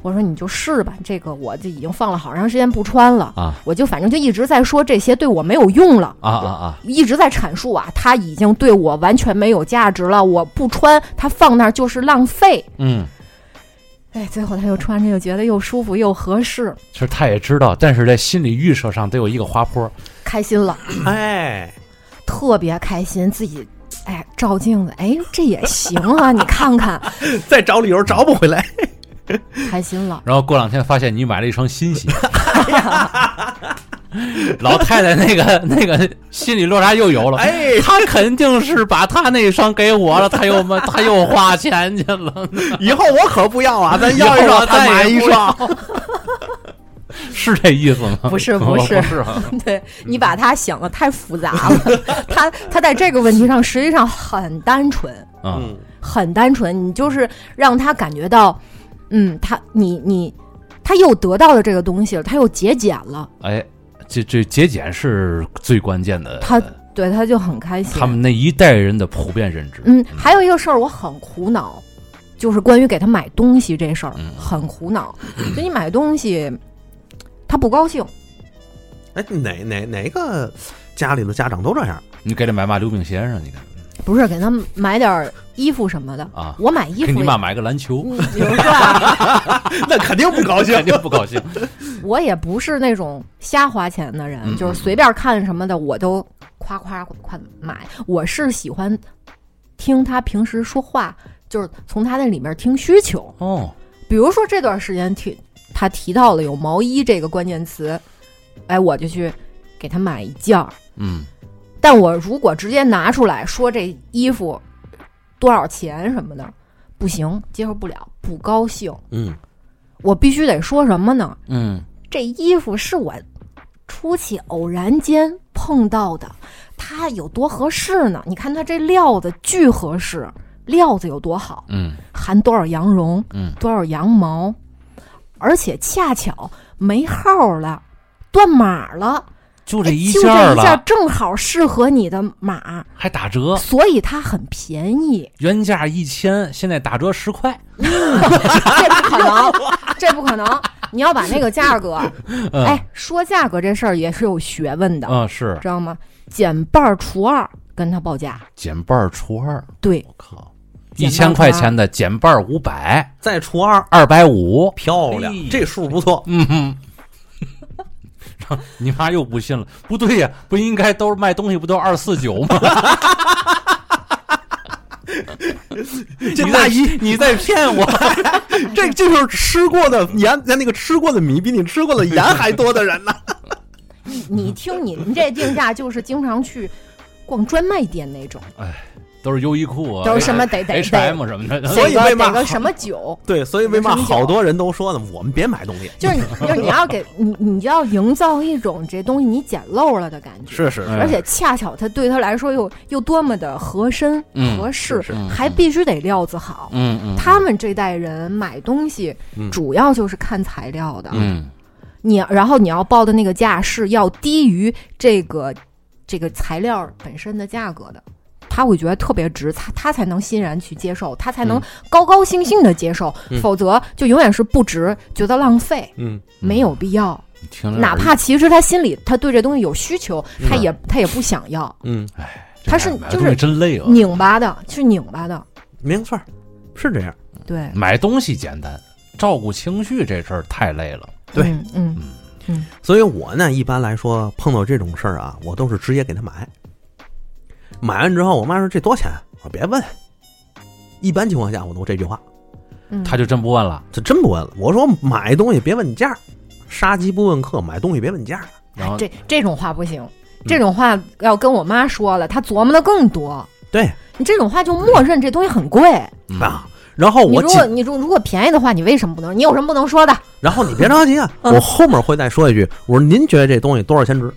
Speaker 2: 我说：“你就试吧，这个我就已经放了好长时间不穿了。
Speaker 1: 啊
Speaker 2: 我就反正就一直在说这些对我没有用了，
Speaker 1: 啊啊啊，
Speaker 2: 一直在阐述啊，它已经对我完全没有价值了，我不穿它放那儿就是浪费。
Speaker 1: 嗯，
Speaker 2: 哎，最后他又穿着，又觉得又舒服又合适，
Speaker 1: 其实他也知道，但是在心理预设上得有一个滑坡。
Speaker 2: 开心了，
Speaker 3: 哎，
Speaker 2: 特别开心，自己哎照镜子，哎这也行啊，你看看，
Speaker 3: 再找理由找不回来。
Speaker 2: 开心了。
Speaker 1: 然后过两天发现你买了一双新 鞋，老太太那个那个心理落差又 有了。
Speaker 3: 哎，
Speaker 1: 她肯定是把她那双给我了，她又 嘛，她又花钱去了，
Speaker 3: 以后我可不要啊， 咱
Speaker 1: 要一
Speaker 3: 要一
Speaker 1: 双
Speaker 3: 双
Speaker 1: 再
Speaker 3: 再
Speaker 1: 买
Speaker 3: 买
Speaker 1: 一
Speaker 3: 一
Speaker 1: 双
Speaker 3: 双。
Speaker 1: 是这意思吗？
Speaker 2: 不是不是
Speaker 1: 不是啊，
Speaker 2: 对你把他想的太复杂了， 他他在这个问题上实际上很单纯，
Speaker 1: 嗯，
Speaker 2: 很单纯，你就是让他感觉到，嗯，他你你他又得到了这个东西了，他又节俭了，
Speaker 1: 哎，这这节俭是最关键的，呃
Speaker 2: 他对他就很开心
Speaker 1: 他。们那一代人的普遍认知。
Speaker 2: 嗯，还有一个事儿我很苦恼，就是关于给他买东西这事儿
Speaker 1: 嗯
Speaker 2: 很苦恼，就你买东西他不高兴，
Speaker 3: 哎，哪哪哪个家里的家长都这样？
Speaker 1: 你给他买嘛溜冰鞋上，你看
Speaker 2: 不是给他买点儿衣服什么的，
Speaker 1: 啊，
Speaker 2: 我买衣服
Speaker 1: 给你
Speaker 2: 也
Speaker 1: 妈买个篮球，
Speaker 2: 嗯，比如说啊。
Speaker 3: 那肯定不高兴
Speaker 1: 肯定不高 兴。
Speaker 2: 我也不是那种瞎花钱的人，
Speaker 1: 嗯
Speaker 2: 就是随便看什么的我都夸夸夸买。我是喜欢听他平时说话，就是从他那里面听需求。
Speaker 1: 哦，
Speaker 2: 比如说这段时间提他提到了有毛衣这个关键词，哎，我就去给他买一件儿。
Speaker 1: 嗯
Speaker 2: 但我如果直接拿出来说这衣服多少钱什么的，不行，接受不了，不高兴。
Speaker 3: 嗯，
Speaker 2: 我必须得说什么呢？
Speaker 1: 嗯，
Speaker 2: 这衣服是我出去偶然间碰到的，它有多合适呢？你看它这料子巨合适，料子有多好，
Speaker 1: 嗯
Speaker 2: 含多少羊绒，
Speaker 1: 嗯，
Speaker 2: 多少羊毛，而且恰巧没号了，断码了，
Speaker 1: 就
Speaker 2: 哎
Speaker 1: 这一
Speaker 2: 就
Speaker 1: 件
Speaker 2: 这
Speaker 1: 儿
Speaker 2: 一件
Speaker 1: 了，
Speaker 2: 正好适合你的码，
Speaker 1: 还打折，
Speaker 2: 所以它很便宜。
Speaker 1: 原价一千，现在打折十块。
Speaker 2: 这 不可能，这不可能！你要把那个价格，
Speaker 1: 嗯
Speaker 2: 哎，说价格这事儿也是有学问的。
Speaker 1: 啊，是
Speaker 2: 知道吗？减半儿除二跟他报价，
Speaker 1: 减半儿除二，
Speaker 2: 对，
Speaker 1: 我靠，一千块钱的减半儿五百，
Speaker 3: 再除二，
Speaker 1: 二百五，
Speaker 3: 漂亮
Speaker 1: 哎，
Speaker 3: 这数不错。
Speaker 1: 嗯哼。然后你妈又不信了，不对呀、不应该都是卖东西不都二四九吗？
Speaker 3: 这
Speaker 1: 你
Speaker 3: 大
Speaker 1: 在
Speaker 3: 姨，
Speaker 1: 你在骗 我！
Speaker 3: 这这就是吃过的盐，咱那个吃过的米比你吃过的盐还多的人呢。
Speaker 2: 你你听你们这定价，就是经常去逛专卖店 那种，
Speaker 1: 都是优衣库啊，
Speaker 2: 都是什么得得
Speaker 1: H M 什么的，嗯
Speaker 3: 所以
Speaker 2: 逮
Speaker 3: 为
Speaker 2: 个
Speaker 3: 嘛
Speaker 2: 逮个什么酒，
Speaker 3: 对，所以为嘛好多人都说呢，我们别买东西。
Speaker 2: 就是你就是你要给你你就要营造一种这东西你捡漏了的感觉。
Speaker 3: 是是
Speaker 1: 哎
Speaker 2: 而且恰巧它对他来说又又多么的合身、
Speaker 1: 嗯
Speaker 2: 合适，
Speaker 3: 是
Speaker 1: 嗯
Speaker 2: 还必须得料子好。
Speaker 1: 嗯嗯，
Speaker 2: 他们这代人买东西
Speaker 3: 嗯
Speaker 2: 主要就是看材料的，
Speaker 1: 嗯
Speaker 2: 你然后你要报的那个价是要低于这个这个材料本身的价格的，他会觉得特别值，他他才能欣然去接受，他才能
Speaker 1: 嗯
Speaker 2: 高高兴兴的接受，
Speaker 3: 嗯
Speaker 2: 否则就永远是不值，觉得浪费，
Speaker 3: 嗯，
Speaker 2: 没有必要。
Speaker 1: 嗯听着
Speaker 2: 哪怕其实他心里他对这东西有需求，他也他也不想要，
Speaker 3: 嗯，
Speaker 1: 这
Speaker 2: 他是
Speaker 1: 买买
Speaker 2: 就是
Speaker 1: 东西真累啊，
Speaker 2: 拧巴的，是拧巴的，
Speaker 3: 没错儿，是这样。
Speaker 2: 对
Speaker 3: 嗯
Speaker 1: 买东西简单，照顾情绪这事儿太累了。
Speaker 3: 对
Speaker 2: 嗯嗯
Speaker 3: 所以我呢，一般来说碰到这种事儿啊，我都是直接给他买。买完之后，我妈说这多少钱？啊我说别问。一般情况下，我都这句话，
Speaker 2: 嗯，
Speaker 1: 他就真不问了，
Speaker 3: 这真不问了。我说买东西别问价儿，杀鸡不问客，买东西别问价儿。
Speaker 1: 然后
Speaker 2: 哎这这种话不行，
Speaker 3: 嗯
Speaker 2: 这种话要跟我妈说了，她琢磨的更多。
Speaker 3: 对
Speaker 2: 你这种话就默认这东西很贵。
Speaker 1: 嗯
Speaker 3: 啊，然后
Speaker 2: 你
Speaker 3: 我
Speaker 2: 如
Speaker 3: 紧
Speaker 2: 果你如如果便宜的话，你为什么不能？你有什么不能说的？
Speaker 3: 然后你别着急啊，
Speaker 2: 嗯
Speaker 3: 我后面会再说一句，我说您觉得这东西多少钱值？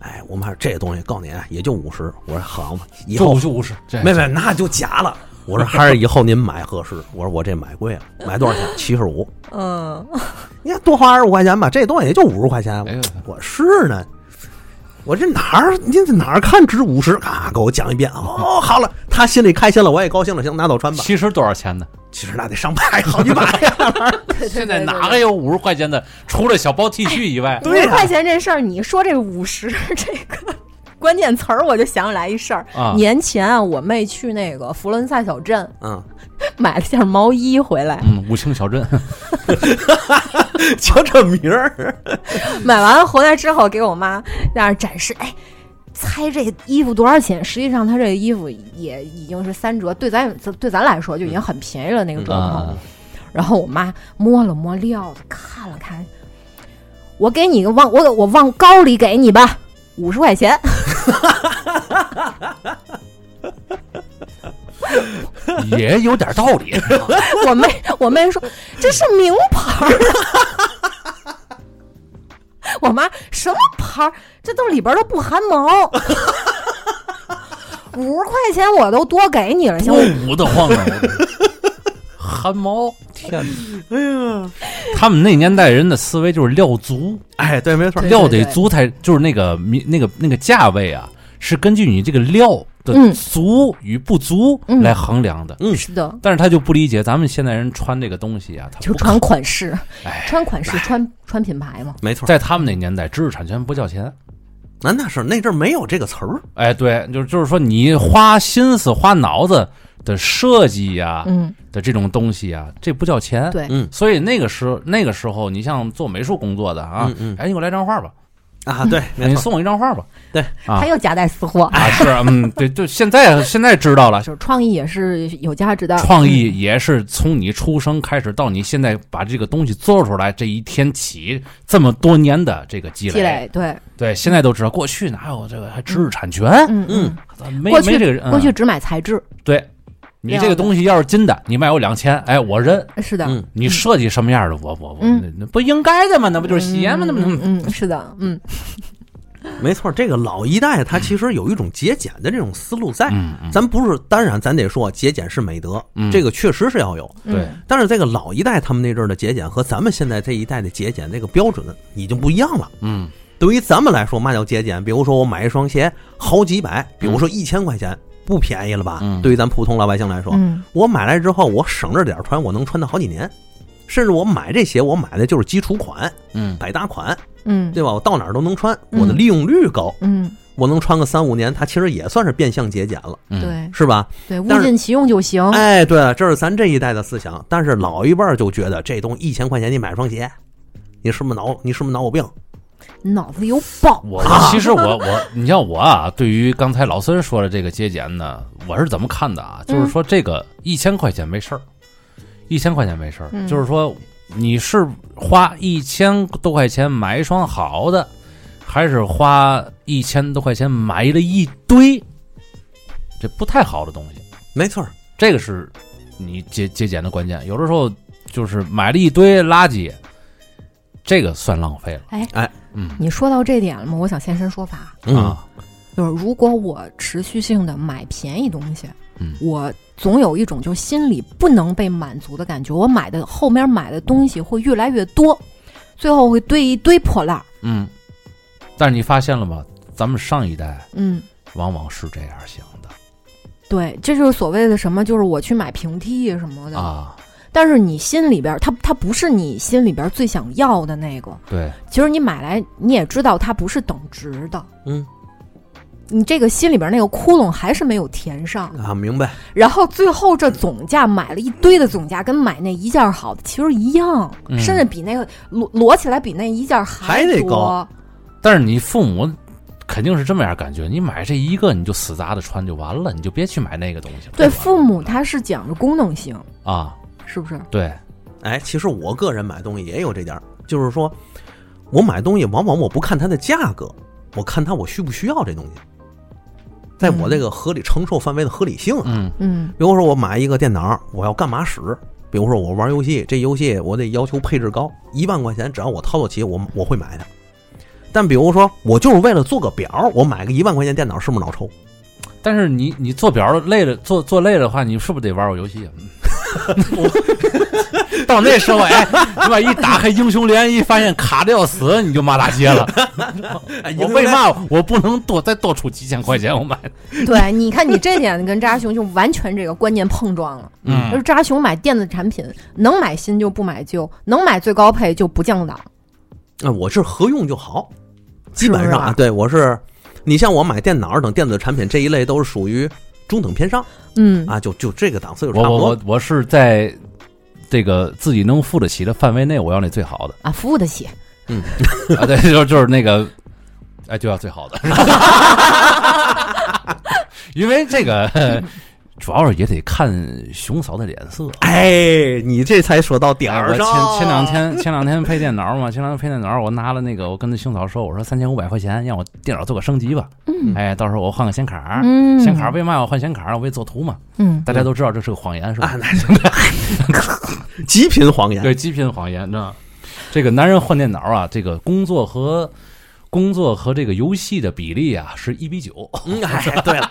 Speaker 3: 哎，我妈说这东西告诉您啊，也就五十。我说好嘛，以
Speaker 1: 就
Speaker 3: 后
Speaker 1: 就不是这
Speaker 3: 没没那就假了。哎我说还是以后您买合适。我说我这买 贵了，买多少钱？七十五。
Speaker 2: 嗯，
Speaker 3: 你看多花二十五块钱吧，这东西也就五十块钱。
Speaker 1: 哎呦
Speaker 3: 我是呢，我这哪儿您这哪儿看值五十？啊，给我讲一遍。哦，好了，他心里开心了，我也高兴了。行，拿走穿吧。
Speaker 1: 其实多少钱 呢？
Speaker 3: 其实那得上百，好几百 呀。
Speaker 1: 现在哪个有五十块钱的？除了小包 T 恤以外，
Speaker 2: 五
Speaker 3: 对啊
Speaker 2: 十
Speaker 3: 呀
Speaker 2: 块钱这事儿，你说这五十 这个关键词儿，我就想起来一事儿。
Speaker 1: 啊，
Speaker 2: 年前啊我妹去那个佛罗伦萨小镇
Speaker 3: 嗯，
Speaker 2: 买了件毛衣回来，
Speaker 1: 嗯，武清小镇，
Speaker 3: 瞧这名儿。
Speaker 2: 买完了回来之后给我妈在那儿展示，哎，猜这衣服多少钱？实际上她这衣服也已经是三折，对咱对咱来说就已经很便宜了那个状况。
Speaker 1: 啊，
Speaker 2: 然后我妈摸了摸料子，看了看，我给你个往我我往高里给你吧，五十块钱。
Speaker 1: 也有点道理。
Speaker 2: 我妹我妹说这是名牌儿啊。我妈什么牌儿？这都里边儿都不含毛。五十块钱我都 多给你了，行
Speaker 1: 多
Speaker 2: 吗？
Speaker 1: 捂得慌啊！汗毛，天哪！哎呀，他们那年代人的思维就是料足，
Speaker 3: 哎，对，没错
Speaker 2: 对。
Speaker 1: 料得足才就是那个米那个那个价位啊，是根据你这个料的
Speaker 2: 嗯
Speaker 1: 足与不足
Speaker 2: 嗯
Speaker 1: 来衡量的。
Speaker 2: 是的，
Speaker 1: 但是他就不理解咱们现代人穿这个东西啊，他
Speaker 2: 就
Speaker 1: 不
Speaker 2: 穿款式
Speaker 1: 哎，
Speaker 2: 穿款式，穿穿品牌嘛。
Speaker 3: 没错，
Speaker 1: 在他们那年代，知识产权不叫钱。
Speaker 3: 那那是那阵儿没有这个词儿，
Speaker 1: 哎，对，就是就是说，你花心思、花脑子的设计呀、
Speaker 2: 嗯，
Speaker 1: 的这种东西啊，这不叫钱。
Speaker 2: 对
Speaker 3: 嗯
Speaker 1: 所以那个时候，那个时候，你像做美术工作的啊，
Speaker 3: 嗯嗯
Speaker 1: 哎，你给我来张画吧，
Speaker 3: 啊，对，
Speaker 1: 你
Speaker 3: 没错，
Speaker 1: 送我一张画吧。啊
Speaker 2: 他又夹带私货，
Speaker 1: 啊，是，嗯，对，就现在现在知道了，
Speaker 2: 就是创意也是有价值的。嗯
Speaker 1: 创意也是从你出生开始到你现在把这个东西做出来这一天起，这么多年的这个积
Speaker 2: 积累，对，
Speaker 1: 对，现在都知道，过去哪有这个还知识产权？
Speaker 2: 嗯
Speaker 3: 嗯，
Speaker 1: 咱没
Speaker 2: 过去
Speaker 1: 没这个人。嗯
Speaker 2: 过去只买材质，
Speaker 1: 对，你这个东西要是金的，你卖我两千，哎，我认。
Speaker 2: 是的，
Speaker 3: 嗯
Speaker 1: 你设计什么样的，我我我，
Speaker 2: 嗯
Speaker 1: 那那不应该的吗？那不就是鞋吗？那不
Speaker 2: 嗯嗯，嗯是的，嗯，
Speaker 3: 没错。这个老一代他其实有一种节俭的这种思路在，
Speaker 1: 嗯嗯，
Speaker 3: 咱不是当然，咱得说节俭是美德，
Speaker 1: 嗯
Speaker 3: 这个确实是要有。
Speaker 1: 对
Speaker 2: 嗯，
Speaker 3: 但是这个老一代他们那阵儿的节俭和咱们现在这一代的节俭这个标准已经不一样了。
Speaker 1: 嗯
Speaker 3: 对于咱们来说，嘛叫节俭？比如说我买一双鞋好几百，比如说一千块钱，不便宜了吧？
Speaker 1: 嗯
Speaker 3: 对于咱普通老百姓来说，
Speaker 2: 嗯，
Speaker 3: 我买来之后，我省着点儿穿，我能穿到好几年。甚至我买这鞋，我买的就是基础款、
Speaker 1: 嗯
Speaker 3: 百搭款，
Speaker 2: 嗯，
Speaker 3: 对吧？我到哪儿都能穿，
Speaker 2: 嗯
Speaker 3: 我的利用率高。
Speaker 2: 嗯，
Speaker 3: 我能穿个三五年，它其实也算是变相节俭了，
Speaker 1: 嗯，
Speaker 2: 对
Speaker 3: 是吧？
Speaker 2: 对，物
Speaker 3: 但是
Speaker 2: 尽其用就行。
Speaker 3: 哎，对了，这是咱这一代的思想，但是老一辈儿就觉得这东西一千块钱你买双鞋，你是不是脑你是不是脑有病？
Speaker 2: 脑子有宝
Speaker 1: 我
Speaker 3: 啊
Speaker 1: 其实我我，你像我啊，对于刚才老孙说的这个节俭呢，我是怎么看的啊？
Speaker 2: 嗯
Speaker 1: 就是说这个一千块钱没事儿，一千块钱没事儿，
Speaker 2: 嗯
Speaker 1: 就是说你是花一千多块钱买一双好的，还是花一千多块钱买了一堆这不太好的东西，
Speaker 3: 没错儿，
Speaker 1: 这个是你节节俭的关键。有的时候就是买了一堆垃圾，这个算浪费了。
Speaker 2: 哎
Speaker 3: 哎，
Speaker 1: 嗯
Speaker 2: 你说到这点了吗？我想现身说法，
Speaker 3: 嗯，
Speaker 1: 啊，
Speaker 2: 就是如果我持续性的买便宜东西，
Speaker 1: 嗯
Speaker 2: 我总有一种就是心里不能被满足的感觉，我买的后面买的东西会越来越多，最后会堆一堆破烂儿。
Speaker 1: 嗯，但是你发现了吗？咱们上一代
Speaker 2: 嗯，
Speaker 1: 往往是这样想的
Speaker 2: 对，这就是所谓的什么，就是我去买平替什么的，
Speaker 1: 啊，
Speaker 2: 但是你心里边儿，它它不是你心里边儿最想要的那个。
Speaker 1: 对，
Speaker 2: 其实你买来你也知道它不是等值的，
Speaker 3: 嗯，
Speaker 2: 你这个心里边儿那个窟窿还是没有填上。
Speaker 3: 啊，明白。
Speaker 2: 然后最后这总价买了一堆的总价，跟买那一件好的其实一样，
Speaker 1: 嗯
Speaker 2: 甚至比那个摞摞起来比那一件
Speaker 3: 还得
Speaker 2: 多。
Speaker 3: 高
Speaker 1: 但是你父母肯定是这么样感觉，你买这一个你就死砸的穿就完了，你就别去买那个东西了。
Speaker 2: 对父母他是讲究功能性，
Speaker 1: 啊，
Speaker 2: 是不是？
Speaker 1: 对，
Speaker 3: 哎，其实我个人买东西也有这点儿，就是说我买东西往往我不看它的价格，我看它我需不需要这东西，在我这个合理承受范围的合理性啊。
Speaker 1: 嗯
Speaker 2: 嗯
Speaker 3: 比如说我买一个电脑，我要干嘛使？比如说我玩游戏，这游戏我得要求配置高，一万块钱只要我掏得起，我我会买的。但比如说我就是为了做个表，我买个一万块钱电脑是不是脑抽？
Speaker 1: 但是你你做表累了，做做累了的话，你是不是得玩会儿游戏？嗯 到那时候，哎，你把一打开英雄联，一发现卡的要死，你就骂大街 了。我为嘛我不能多再多出几千块钱？我买，
Speaker 2: 对，你看你这点跟扎熊就完全这个观念碰撞了。
Speaker 1: 嗯
Speaker 2: 就是扎熊买电子产品，能买新就不买旧，能买最高配就不降档。
Speaker 3: 啊，我是合用就好，基本
Speaker 2: 是
Speaker 3: 上
Speaker 2: 吧
Speaker 3: 啊，对我是，你像我买电脑等电子产品这一类都是属于中等偏上
Speaker 2: 嗯，
Speaker 3: 啊，就就这个档次就
Speaker 1: 我
Speaker 3: 差不
Speaker 1: 我
Speaker 3: 多
Speaker 1: 我。我是在这个自己能付得起的范围内，我要那最好的
Speaker 2: 啊，服务得起。
Speaker 1: 啊，对， 就是就是那个，哎，就要最好的， 因为这个呃主要是也得看熊嫂的脸色。
Speaker 3: 哎，你这才说到点
Speaker 1: 哎
Speaker 3: 儿
Speaker 1: 我
Speaker 3: 上。
Speaker 1: 前前两天前两天配电脑嘛，前两天配电脑，我拿了那个，我跟那熊嫂说，我说三千五百块钱让我电脑做个升级吧，
Speaker 2: 嗯
Speaker 1: 哎，到时候我换个显卡。
Speaker 2: 嗯，
Speaker 1: 显卡为嘛要换显卡？我为做图嘛。
Speaker 2: 嗯
Speaker 1: 大家都知道这是个谎言，是吧？
Speaker 3: 啊，那真的极品谎言。
Speaker 1: 对，极品谎言，知道吗这个男人换电脑啊，这个工作和工作和这个游戏的比例啊，是一比九。
Speaker 3: 嗯， 哎，对了，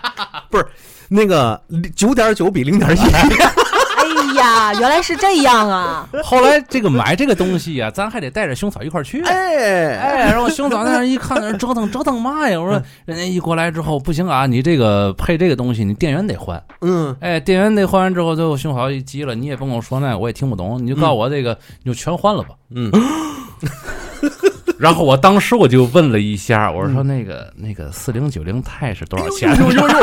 Speaker 3: 不是那个九点九比零点一，
Speaker 2: 哎呀，原来是这 样啊！
Speaker 1: 后来这个买这个东西啊，咱还得带着熊嫂一块儿去。
Speaker 3: 哎，
Speaker 1: 哎，然后熊嫂在那儿一看，那儿折腾折腾嘛呀？我说人家一过来之后不行啊，你这个配这个东西，你电源得换。
Speaker 3: 嗯，
Speaker 1: 哎，电源得换完之后，最后熊嫂一急了，你也甭跟我说那，我也听不懂，你就告诉我这个，你就全换了吧。
Speaker 3: 嗯，
Speaker 1: 然后我当时我就问了一下，我说那个、那个四零九零钛是多少钱？
Speaker 3: 呦呦呦，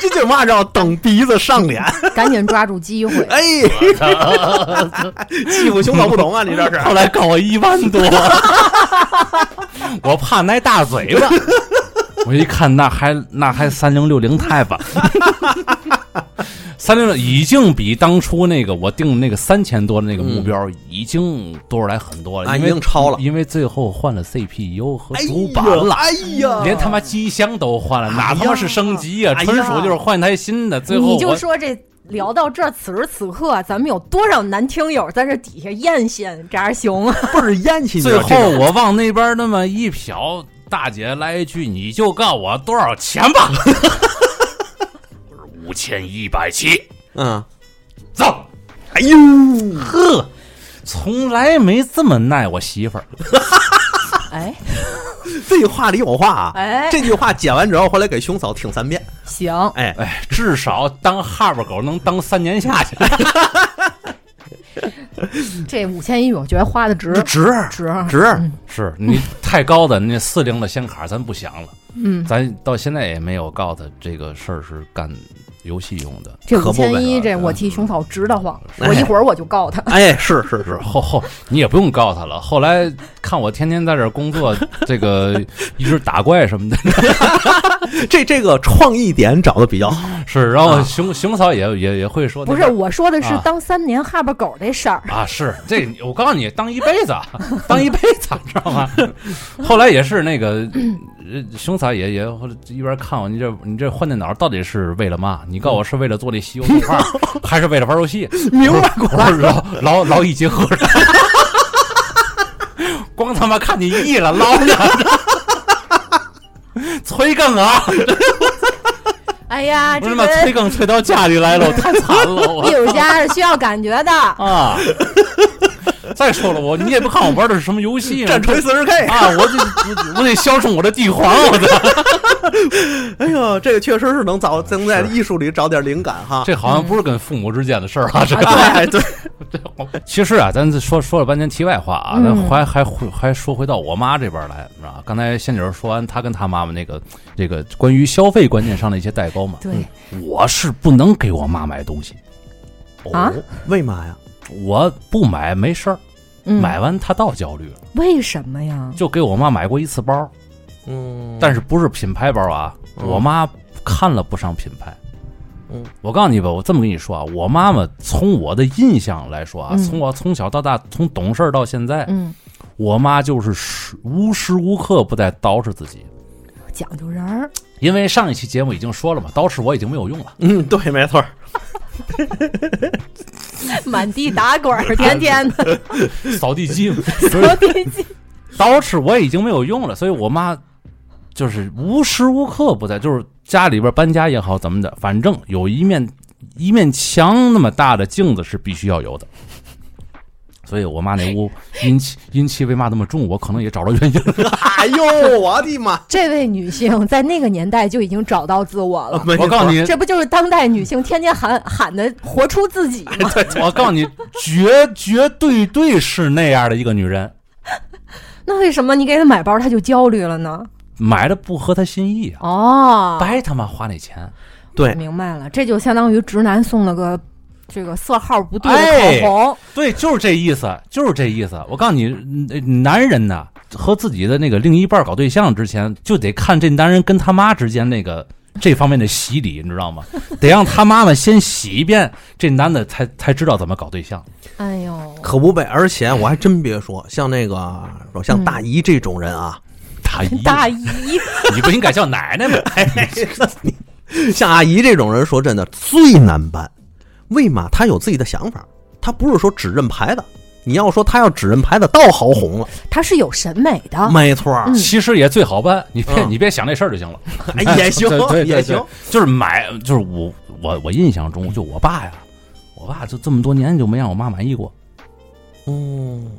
Speaker 3: 这就嘛叫等鼻子上脸，
Speaker 2: 赶紧抓住机会。
Speaker 3: 哎，欺负熊掌不懂啊，你这 是。
Speaker 1: 后来告我一万 多，我怕挨大嘴 巴。我一看，那还那还三零六零钛吧， 三零六已经比当初那个我定的那个三千多的那个目标已经多出来很多了，
Speaker 3: 嗯啊
Speaker 1: 因为
Speaker 3: 已经超了
Speaker 1: 因为最后换了 CPU 和
Speaker 3: 哎
Speaker 1: 主
Speaker 3: 呦
Speaker 1: 板了。
Speaker 3: 哎呀，
Speaker 1: 连他妈机箱都换了，
Speaker 3: 哎呀
Speaker 1: 哪他妈是升级呀、
Speaker 3: 哎呀
Speaker 1: 纯属就是换一台新的。最后
Speaker 2: 你就
Speaker 1: 我
Speaker 2: 说这聊到这儿，此时此刻，咱们有多少男听友在这底下艳羡扎熊啊？
Speaker 3: 倍儿烟气。
Speaker 1: 最后我往那边那么一瞟，大姐来一句：“你就告我多少钱吧。”五千一百七，
Speaker 3: 嗯，
Speaker 1: 走。
Speaker 3: 哎呦，
Speaker 1: 呵，从来没这么耐我媳妇儿。
Speaker 2: 哎
Speaker 3: 这句话里有话啊。
Speaker 2: 哎，
Speaker 3: 这句话剪完之后，回来给熊嫂听三遍。
Speaker 2: 行，
Speaker 3: 哎，
Speaker 1: 哎，至少当哈巴狗能当三年下去。
Speaker 2: 这五千一我觉得花的值
Speaker 3: 值
Speaker 2: 值。
Speaker 3: 值，
Speaker 1: 嗯是你太高的那四零的显卡咱不想了，
Speaker 2: 嗯，
Speaker 1: 咱到现在也没有告诉他这个事儿是干游戏用的。
Speaker 2: 这
Speaker 3: 可
Speaker 2: 五
Speaker 3: 不
Speaker 2: 千
Speaker 3: 呗
Speaker 2: 一，这
Speaker 1: 嗯
Speaker 2: 我替熊嫂直得慌，我
Speaker 3: 哎
Speaker 2: 一会儿我就告他。
Speaker 3: 哎，是是
Speaker 1: 是
Speaker 3: 是，
Speaker 1: 后后，你也不用告他了。后来看我天天在这儿工作，这 个一直打怪什么的，
Speaker 3: 这这个创意点找的比较好，
Speaker 1: 是。然后
Speaker 3: 啊
Speaker 1: 熊熊嫂也也也会说那
Speaker 2: 不
Speaker 1: 个，
Speaker 2: 是，我说的是
Speaker 1: 啊
Speaker 2: 当三年哈巴狗这事儿。
Speaker 1: 啊，是这个，我告诉你，当一辈子，啊 当一辈子，啊你知道吗？后来也是那个，呃熊嫂也也后来一边看我，你这你这换电脑到底是为了嘛？你告诉我是为了做这西游动画，还是为了玩游戏？
Speaker 3: 明白
Speaker 1: 我说劳劳劳逸结合。 光他妈看你腻了， 捞着，催更啊！
Speaker 2: 哎呀，
Speaker 1: 我他
Speaker 2: 这
Speaker 1: 妈
Speaker 2: 个
Speaker 1: 催更催到家里来了，我太惨了，我
Speaker 2: 艺术家是需要感觉 的。
Speaker 1: 啊！再说了，我你也不看我玩的是什么游戏呢，
Speaker 3: 战锤四十 K，
Speaker 1: 啊！我得我我得消除我的帝皇，我操！
Speaker 3: 哎呦，这个确实是能找能在艺术里找点灵感哈。
Speaker 1: 这好像不是跟父母之间的事儿啊，这
Speaker 2: 啊
Speaker 3: 哎对，
Speaker 1: 其实啊，咱说说了半天题外话啊，咱
Speaker 2: 嗯
Speaker 1: 还还回还说回到我妈这边来，是吧？刚才仙女儿说完她跟她妈妈那个这个关于消费观念上的一些代沟嘛，
Speaker 2: 对，
Speaker 1: 我是不能给我妈买东西，
Speaker 2: 啊
Speaker 3: 哦，为嘛呀？
Speaker 1: 我不买没事儿，
Speaker 2: 嗯，
Speaker 1: 买完她倒焦虑了。
Speaker 2: 为什么呀？
Speaker 1: 就给我妈买过一次包，
Speaker 3: 嗯
Speaker 1: 但是不是品牌包啊？
Speaker 3: 嗯
Speaker 1: 我妈看了不上品牌。
Speaker 3: 嗯，
Speaker 1: 我告诉你吧，我这么跟你说啊，我妈妈从我的印象来说啊，
Speaker 2: 嗯
Speaker 1: 从我从小到大，从懂事儿到现在，
Speaker 2: 嗯，
Speaker 1: 我妈就是时无时无刻不在捯饬自己。
Speaker 2: 讲究人儿，
Speaker 1: 因为上一期节目已经说了嘛，捯饬我已经没有用了，
Speaker 3: 嗯，对，没错儿，
Speaker 2: 满地打滚儿，天天的
Speaker 1: 扫地机 嘛，
Speaker 2: 扫地机。
Speaker 1: 捯饬我已经没有用了，所以我妈就是无时无刻不在，就是家里边搬家也好怎么的，反正有一面一面墙那么大的镜子是必须要有的。所以我妈那 屋阴气阴气为嘛那么重，我可能也找着原因了。
Speaker 3: 哎 呦，我的妈！
Speaker 2: 这位女性在那个年代就已经找到自我了。
Speaker 1: 我告诉你，
Speaker 2: 这不就是当代女性天天喊喊的活出自己吗？
Speaker 1: 我告诉你，绝绝对对是那样的一个女人，
Speaker 2: 那为什么你给她买包，她就焦虑了呢？
Speaker 1: 买的不合她心意啊，
Speaker 2: 哦，
Speaker 1: 白他妈花那钱。
Speaker 3: 对
Speaker 2: 明白了，这就相当于直男送了个这个色号不对
Speaker 1: 哎
Speaker 2: 的口红。
Speaker 1: 对，就是这意思，就是这意思。我告诉你，嗯男人呐，和自己的那个另一半搞对象之前，就得看这男人跟他妈之间那个这方面的洗礼，你知道吗？得让他妈妈先洗一遍，这男的才才知道怎么搞对象。
Speaker 2: 哎呦，
Speaker 3: 可不呗。而且我还真别说，像那个像大姨这种人啊，
Speaker 1: 大姨，
Speaker 2: 大姨，
Speaker 1: 你不应该叫奶奶吗？
Speaker 3: 哎像阿姨这种人，说真的最难办。为嘛？她有自己的想法，她不是说只认牌子。你要说她要只认牌子，倒好红了，
Speaker 2: 她是有审美的。
Speaker 3: 没错儿，
Speaker 1: 其实也最好办，你别、
Speaker 3: 嗯
Speaker 1: 你别想这事儿就行了，
Speaker 3: 哎也 行
Speaker 1: 对对对
Speaker 3: 也行
Speaker 1: 对，就是买，就是我我我印象中，就我爸呀，我爸就这么多年就没让我妈满意过。
Speaker 3: 嗯，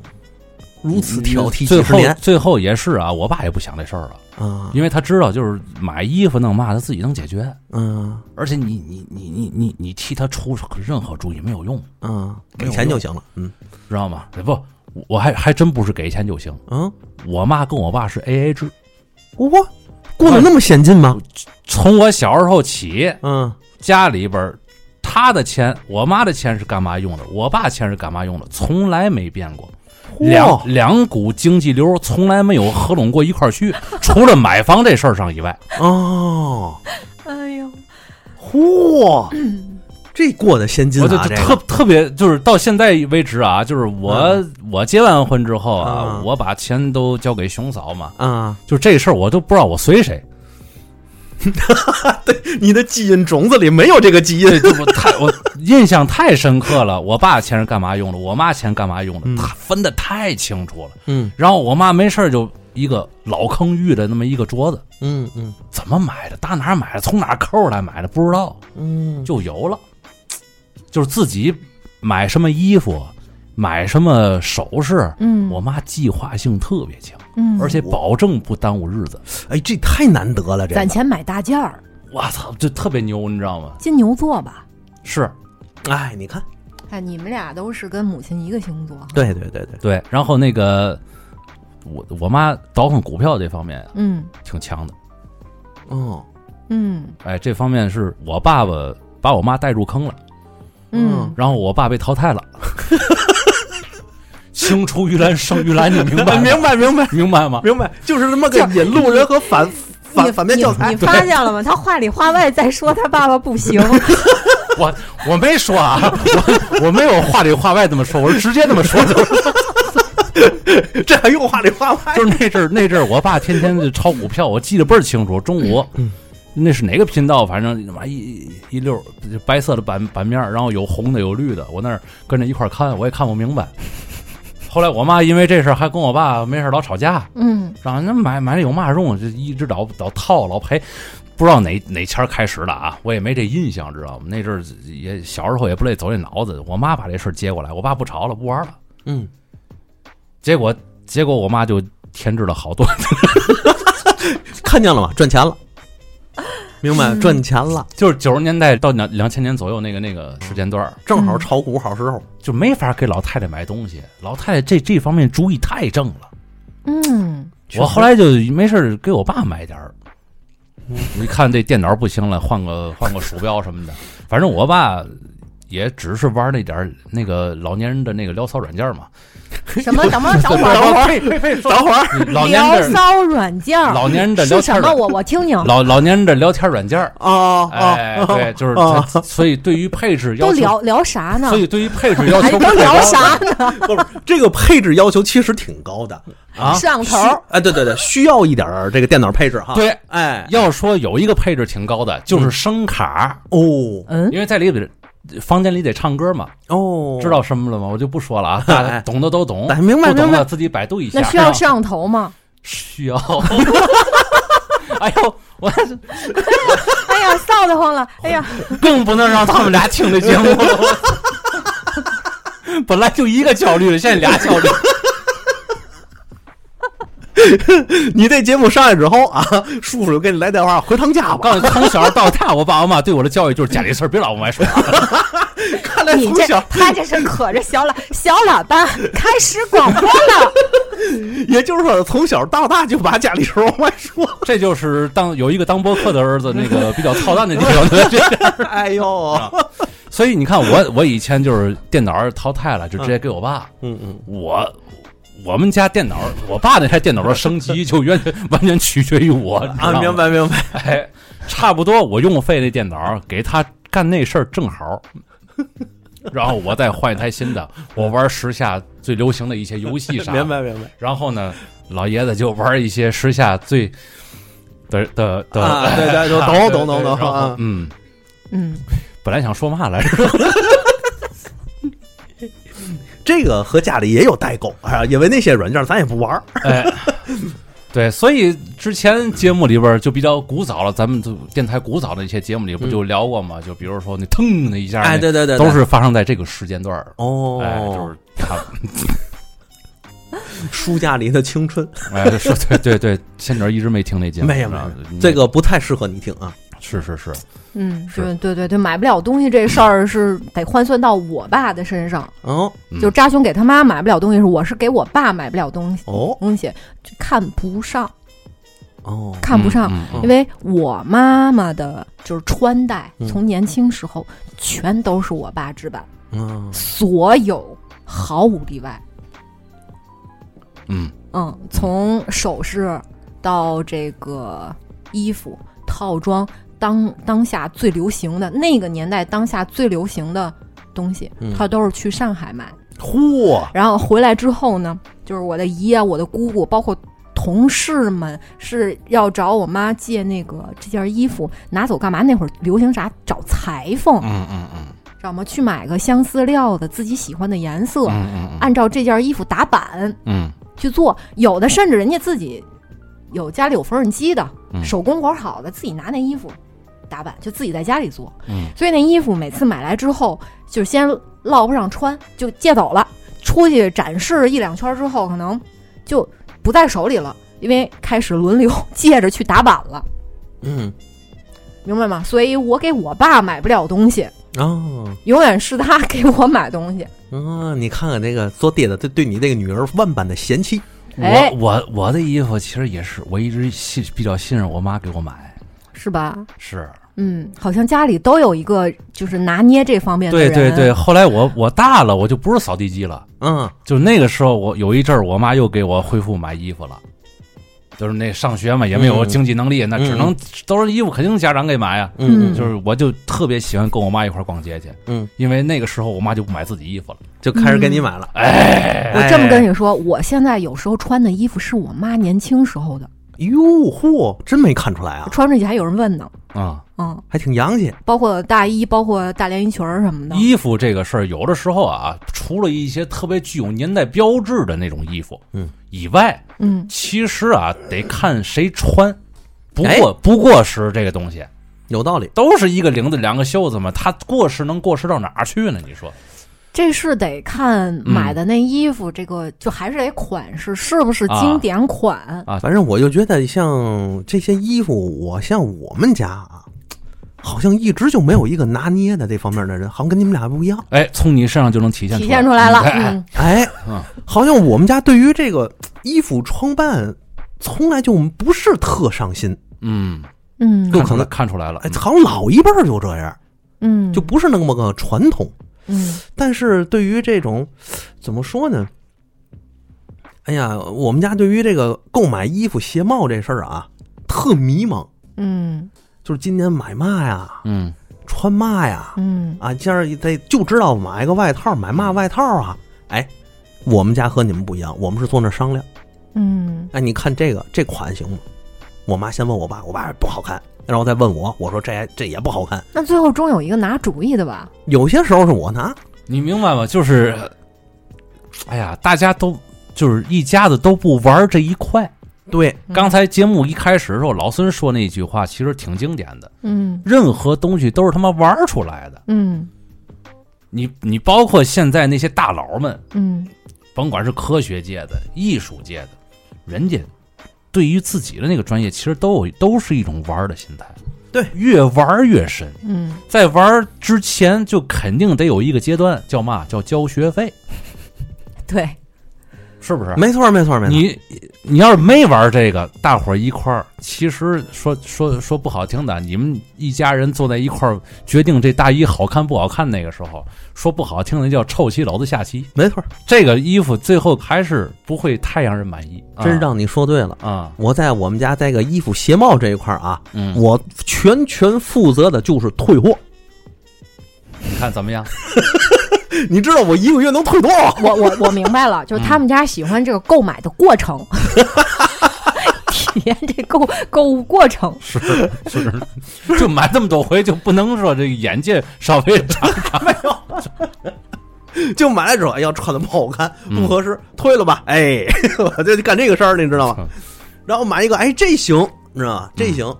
Speaker 3: 如此挑剔
Speaker 1: 嗯最
Speaker 3: 几十
Speaker 1: 后
Speaker 3: 年
Speaker 1: 最后也是啊，我爸也不想这事儿了，
Speaker 3: 啊，
Speaker 1: 因为他知道就是买衣服弄嘛，他自己能解决，
Speaker 3: 嗯
Speaker 1: 而且你你你你你你替他出任何主意没有用，
Speaker 3: 嗯，
Speaker 1: 没
Speaker 3: 给
Speaker 1: 有
Speaker 3: 钱就
Speaker 1: 用
Speaker 3: 行了，嗯
Speaker 1: 知道吗？哎不，我我还还真不是给钱就行，
Speaker 3: 嗯，
Speaker 1: 我妈跟我爸是 A A 制，
Speaker 3: 哇，过得那么先进吗？
Speaker 1: 从我小时候起，
Speaker 3: 嗯，
Speaker 1: 家里边儿他的钱，我妈的钱是干嘛用的，我爸钱是干嘛用的，从来没变过。两
Speaker 3: 嚯，
Speaker 1: 两股经济流从来没有合拢过一块儿去，除了买房这事儿上以外，
Speaker 3: 哦，
Speaker 2: 哎呦，
Speaker 3: 嚯，这过得先进
Speaker 1: 我
Speaker 3: 啊，
Speaker 1: 就
Speaker 3: 这
Speaker 1: 就
Speaker 3: 个
Speaker 1: 特特别，就是到现在为止啊，就是我、我结完婚之后啊，
Speaker 3: 嗯
Speaker 1: 我把钱都交给熊嫂嘛，
Speaker 3: 啊，
Speaker 1: 就这事儿我都不知道我随谁，
Speaker 3: 你的基因种子里没有这个基因
Speaker 1: 这我太 我印象太深刻了。我爸钱是干嘛用的，我妈钱干嘛用的，
Speaker 3: 嗯
Speaker 1: 他分的太清楚了。
Speaker 3: 嗯
Speaker 1: 然后我妈没事儿就一个老坑玉的那么一个镯子，
Speaker 3: 嗯嗯
Speaker 1: 怎么买的，打哪儿买的，从哪儿扣来买的，不知道。
Speaker 3: 嗯，
Speaker 1: 就有了，就是自己买什么衣服，买什么首饰，
Speaker 2: 嗯，
Speaker 1: 我妈计划性特别强，
Speaker 2: 嗯，
Speaker 1: 而且保证不耽误日子。
Speaker 3: 哎，这太难得了，这
Speaker 2: 攒
Speaker 3: 个
Speaker 2: 钱买大件儿，
Speaker 1: 我操，这特别牛，你知道吗？
Speaker 2: 金牛座吧？
Speaker 1: 是
Speaker 3: 哎，你看，
Speaker 2: 哎，你们俩都是跟母亲一个星座。
Speaker 3: 对对对对，
Speaker 1: 对。然后那个我我妈倒腾股票这方面
Speaker 2: 嗯，
Speaker 1: 挺强的，
Speaker 3: 哦，
Speaker 2: 嗯
Speaker 1: 哎，这方面是我爸爸把我妈带入坑了，
Speaker 2: 嗯，
Speaker 1: 然后我爸被淘汰了。 青出于蓝胜于蓝，你明白吗
Speaker 3: 哎明白明白
Speaker 1: 明白吗？
Speaker 3: 明白，就是这么个引路人和 反
Speaker 2: 你
Speaker 3: 反反面教材
Speaker 2: 你。你发现了吗？他话里话外在说他爸爸不行，
Speaker 1: 我我没说啊，我我没有话里话外这么说，我是直接这么说 的。
Speaker 3: 这还用话里话外？
Speaker 1: 就是那阵儿，那阵儿我爸天天就炒股票，我记得倍儿清楚。中午，
Speaker 3: 嗯
Speaker 1: 那是哪个频道？反正他妈一一一溜儿就白色的版版面儿，然后有红的有绿的，我那儿跟着一块儿看，我也看不明白。后来我妈因为这事儿还跟我爸没事儿老吵架，
Speaker 2: 嗯
Speaker 1: 然后那买买了有嘛用？就一直老老套老赔，不知道哪哪前儿开始的啊，我也没这印象，知道吗？那阵儿也小时候也不累走这脑子，我妈把这事儿接过来，我爸不吵了，不玩了。
Speaker 3: 嗯，
Speaker 1: 结果结果我妈就添置了好多，
Speaker 3: 看见了吗？赚钱了，明白？
Speaker 2: 嗯
Speaker 3: 赚钱了，
Speaker 1: 就是九十年代到两两千年左右那个那个时间段儿，
Speaker 3: 正好炒股好时候。
Speaker 1: 就没法给老太太买东西，老太太这这方面主意太正了。
Speaker 2: 嗯，
Speaker 1: 我后来就没事儿给我爸买点儿。
Speaker 3: 嗯
Speaker 1: 我一看这电脑不行了，换个换个鼠标什么的。反正我爸也只是玩那点儿那个老年人的那个聊骚软件嘛。
Speaker 2: 什么？等会儿，等会 儿，
Speaker 3: 等会儿，等会儿
Speaker 1: 老年
Speaker 2: 聊
Speaker 1: 人的
Speaker 2: 骚软件儿
Speaker 1: 老年人的聊
Speaker 2: 是什
Speaker 1: 天
Speaker 2: 么？
Speaker 1: 软
Speaker 2: 我我听听，
Speaker 1: 老老年人的聊天软件儿。
Speaker 3: 啊
Speaker 1: 哎，
Speaker 3: 啊！
Speaker 1: 对，就是
Speaker 3: 啊
Speaker 1: 他，所以对于配置
Speaker 2: 都
Speaker 1: 要求，
Speaker 2: 聊聊啥呢
Speaker 1: 所？以对于配置要
Speaker 2: 哎，
Speaker 1: 求
Speaker 2: 都
Speaker 1: 不太
Speaker 2: 聊
Speaker 1: 高
Speaker 2: 啥呢？
Speaker 3: 不是这个配置要求其实挺高的，
Speaker 1: 啊？
Speaker 2: 摄像头
Speaker 3: 需
Speaker 2: 儿，
Speaker 3: 哎，对对对，需要一点儿这个电脑配置哈。
Speaker 1: 对
Speaker 3: 哎，
Speaker 1: 要说有一个配置挺高的，
Speaker 3: 嗯
Speaker 1: 就是声卡，
Speaker 3: 哦
Speaker 2: 嗯
Speaker 1: 因为在里边房间里得唱歌嘛，
Speaker 3: 哦，
Speaker 1: 知道什么了吗？我就不说了啊，大家懂的都懂，
Speaker 3: 哎明白
Speaker 1: 不懂
Speaker 3: 明白
Speaker 1: 的自己百度一下。哎
Speaker 2: 那需要摄像头吗？
Speaker 1: 需要。 哎呦，我
Speaker 2: 哎呀，臊得慌了！ 哎呀，
Speaker 1: 更不能让他们俩听这节目 了。本来就一个焦虑了，现在俩焦 虑。
Speaker 3: 你这节目上来之后啊，叔叔就给你来电话，回趟家
Speaker 1: 我
Speaker 3: 吧。
Speaker 1: 告诉你，从小到大，我爸我妈对我的教育就是家里事儿别老往外说。
Speaker 3: 看来
Speaker 2: 你
Speaker 3: 从
Speaker 2: 这
Speaker 3: 小
Speaker 2: 他这是可着小喇小喇叭开始广播了，
Speaker 3: 也就是说，从小到大就把家里事儿往外说。
Speaker 1: 这就是当有一个当播客的儿子那个比较操蛋的地方。 对这
Speaker 3: 哎呦，
Speaker 1: 所以你看， 我我以前就是电脑淘汰了，就直接给我爸。
Speaker 3: 嗯嗯，
Speaker 1: 我我们家电脑，我爸那台电脑的升级就完全 完全取决于我你知道
Speaker 3: 啊，
Speaker 1: 吗
Speaker 3: 明白明白。
Speaker 1: 哎，差不多我用废那电脑，给他干那事儿正 好，然后我再换一台新的，我玩时下最流行的一些游戏啥的，
Speaker 3: 明白明白
Speaker 1: 然后呢，老爷子就玩一些时下最的的的，
Speaker 3: 啊，对对，对
Speaker 1: 对
Speaker 3: 懂懂懂
Speaker 1: 对
Speaker 3: 懂
Speaker 1: 然后
Speaker 3: 啊，
Speaker 1: 嗯，
Speaker 2: 嗯，
Speaker 1: 本来想说嘛来着，
Speaker 3: 这个和家里也有代沟啊，因为那些软件咱也不玩儿。
Speaker 1: 哎。对，所以之前节目里边儿就比较古早了，咱们就电台古早的一些节目里不就聊过吗？就比如说那腾的一下，
Speaker 3: 哎，对对对，
Speaker 1: 都是发生在这个时间段儿。
Speaker 3: 哦，
Speaker 1: 哎，就是看，
Speaker 3: 书架里的青春，
Speaker 1: 哎，就是对对对，仙女儿一直没听那节目，
Speaker 3: 没有没
Speaker 1: 啊
Speaker 3: 有，
Speaker 1: 你
Speaker 3: 这个不太适合你听啊。
Speaker 1: 是是是，
Speaker 2: 嗯，
Speaker 1: 是
Speaker 2: 对对对对，买不了东西这事儿是得换算到我爸的身上。
Speaker 3: 哦
Speaker 1: 嗯
Speaker 2: 就扎熊给他妈买不了东西，是我是给我爸买不了东西，
Speaker 3: 哦
Speaker 2: 东西就看不上，
Speaker 3: 哦，
Speaker 2: 看不上，
Speaker 1: 嗯嗯嗯
Speaker 2: 因为我妈妈的就是穿戴，
Speaker 3: 嗯
Speaker 2: 从年轻时候全都是我爸置办，
Speaker 3: 嗯
Speaker 2: 所有毫无例外。
Speaker 1: 嗯，
Speaker 2: 嗯，从首饰到这个衣服套装，当当下最流行的那个年代，当下最流行的东西
Speaker 3: 嗯，
Speaker 2: 他都是去上海买。
Speaker 3: 嚯，
Speaker 2: 然后回来之后呢，就是我的姨啊、我的姑姑，包括同事们是要找我妈借那个这件衣服拿走干嘛？那会儿流行啥？找裁缝，
Speaker 1: 嗯嗯嗯
Speaker 2: 知道吗？去买个相似料的自己喜欢的颜色，
Speaker 1: 嗯嗯
Speaker 2: 按照这件衣服打版
Speaker 1: 嗯
Speaker 2: 去做。有的甚至人家自己有家里有缝纫机的，
Speaker 1: 嗯
Speaker 2: 手工活好的，自己拿那衣服打版，就自己在家里做。
Speaker 1: 嗯
Speaker 2: 所以那衣服每次买来之后，就先落不上穿，就借走了。出去展示一两圈之后，可能就不在手里了，因为开始轮流 借着去打板了，
Speaker 3: 嗯
Speaker 2: 明白吗？所以我给我爸买不了东西，
Speaker 3: 啊
Speaker 2: 永远是他 给我买东西。
Speaker 3: 啊，你看看这个做爹的对对你这个女儿万般的嫌弃。
Speaker 1: 嗯，
Speaker 2: 哎
Speaker 1: 我我我的衣服其实也是，我一直信比较信任我妈给我买，
Speaker 2: 是吧？
Speaker 1: 是
Speaker 2: 嗯，好像家里都有一个就是拿捏这方面的
Speaker 1: 对
Speaker 2: 人。
Speaker 1: 对对。后来我我大了，我就不是扫地机了。
Speaker 3: 嗯，
Speaker 1: 就那个时候，我有一阵儿，我妈又给我恢复买衣服了。就是那上学嘛，也没有
Speaker 3: 嗯
Speaker 1: 经济能力，那只能都是衣服，肯定家长给买呀。
Speaker 2: 嗯
Speaker 1: 就是我就特别喜欢跟我妈一块儿逛街去，
Speaker 3: 嗯，
Speaker 1: 因为那个时候我妈就不买自己衣服了。
Speaker 3: 就开始给你买了。哎
Speaker 2: 我这么跟你说，我现在有时候穿的衣服是我妈年轻时候的，
Speaker 3: 哟嚯，真没看出来啊，
Speaker 2: 穿出去还有人问呢。
Speaker 1: 啊、
Speaker 2: 嗯，
Speaker 3: 还挺洋气。
Speaker 2: 包括大衣，包括大连衣裙儿什么的。
Speaker 1: 衣服这个事儿，有的时候啊，除了一些特别具有年代标志的那种衣服，
Speaker 3: 嗯，
Speaker 1: 以外，
Speaker 2: 嗯，
Speaker 1: 其实啊，得看谁穿。不
Speaker 3: 哎
Speaker 1: 过不过时这个东西，
Speaker 3: 有道理，
Speaker 1: 都是一个领子两个袖子嘛，它过时能过时到哪儿去呢？你说
Speaker 2: 这是得看买的那衣服，这个就还是得款式是不是经典款。
Speaker 3: 反正我就觉得像这些衣服，我像我们家啊，好像一直就没有一个拿捏的这方面的人，好像跟你们俩不一样。
Speaker 1: 哎，从你身上就能体现
Speaker 2: 体现
Speaker 1: 出
Speaker 2: 出
Speaker 1: 来
Speaker 2: 来了，
Speaker 1: 哎
Speaker 2: 嗯，
Speaker 3: 哎
Speaker 1: 嗯，
Speaker 3: 好像我们家对于这个衣服装扮，从来就不是特上心。
Speaker 1: 嗯，
Speaker 2: 嗯
Speaker 3: 就可能
Speaker 1: 看出来了
Speaker 3: 哎，，好像老一辈儿就这样，
Speaker 2: 嗯，
Speaker 3: 就不是那么个传统。
Speaker 2: 嗯
Speaker 3: 但是对于这种怎么说呢？哎呀，我们家对于这个购买衣服、鞋帽这事儿啊，特迷茫。
Speaker 2: 嗯
Speaker 3: 就是今年买嘛呀，
Speaker 1: 嗯
Speaker 3: 穿嘛呀，
Speaker 2: 嗯
Speaker 3: 啊，今儿得就知道买个外套，买嘛外套啊。哎，我们家和你们不一样，我们是坐那儿商量。
Speaker 2: 嗯
Speaker 3: 哎，你看这个这款行吗？我妈先问我爸，我爸不好看，然后再问我，我说这这也不好看。
Speaker 2: 那最后终有一个拿主意的吧？
Speaker 3: 有些时候是我拿，
Speaker 1: 你明白吗？就是，哎呀，大家都就是一家子都不玩这一块。
Speaker 3: 对，
Speaker 2: 嗯
Speaker 1: 刚才节目一开始的时候，老孙说那句话其实挺经典的：
Speaker 2: 嗯
Speaker 1: 任何东西都是他妈玩出来的。
Speaker 2: 嗯
Speaker 1: 你你包括现在那些大佬们，
Speaker 2: 嗯
Speaker 1: 甭管是科学界的、艺术界的，人家对于自己的那个专业，其实都有都是一种玩儿的心态。
Speaker 3: 对，
Speaker 1: 越玩儿越深，
Speaker 2: 嗯
Speaker 1: 在玩儿之前就肯定得有一个阶段，叫嘛？叫交学费，
Speaker 2: 对，
Speaker 1: 是不是？
Speaker 3: 没错，没错，没错。
Speaker 1: 你你要是没玩儿这个，大伙儿一块儿，其实说说说不好听的，你们一家人坐在一块儿决定这大衣好看不好看，那个时候说不好听的叫臭棋篓子下棋，
Speaker 3: 没错，
Speaker 1: 这个衣服最后还是不会太让人满意，啊
Speaker 3: 真让你说对了。
Speaker 1: 啊，
Speaker 3: 我在我们家这个衣服、鞋帽这一块儿啊，
Speaker 1: 嗯，
Speaker 3: 我全权负责的就是退货。
Speaker 1: 你看怎么样？
Speaker 3: 你知道我一个月能退多少？
Speaker 2: 我我我明白了，就是他们家喜欢这个购买的 过程，体验这购购物过程。
Speaker 1: 是是，就买这么多回，就不能说这眼界稍微长。
Speaker 3: 就买来之后，哎呀，穿的不好看，
Speaker 1: 嗯
Speaker 3: 不合适，退了吧。哎， 我就干这个事儿，你知道吗？然后买一个，哎，这行，你知道吗？这行，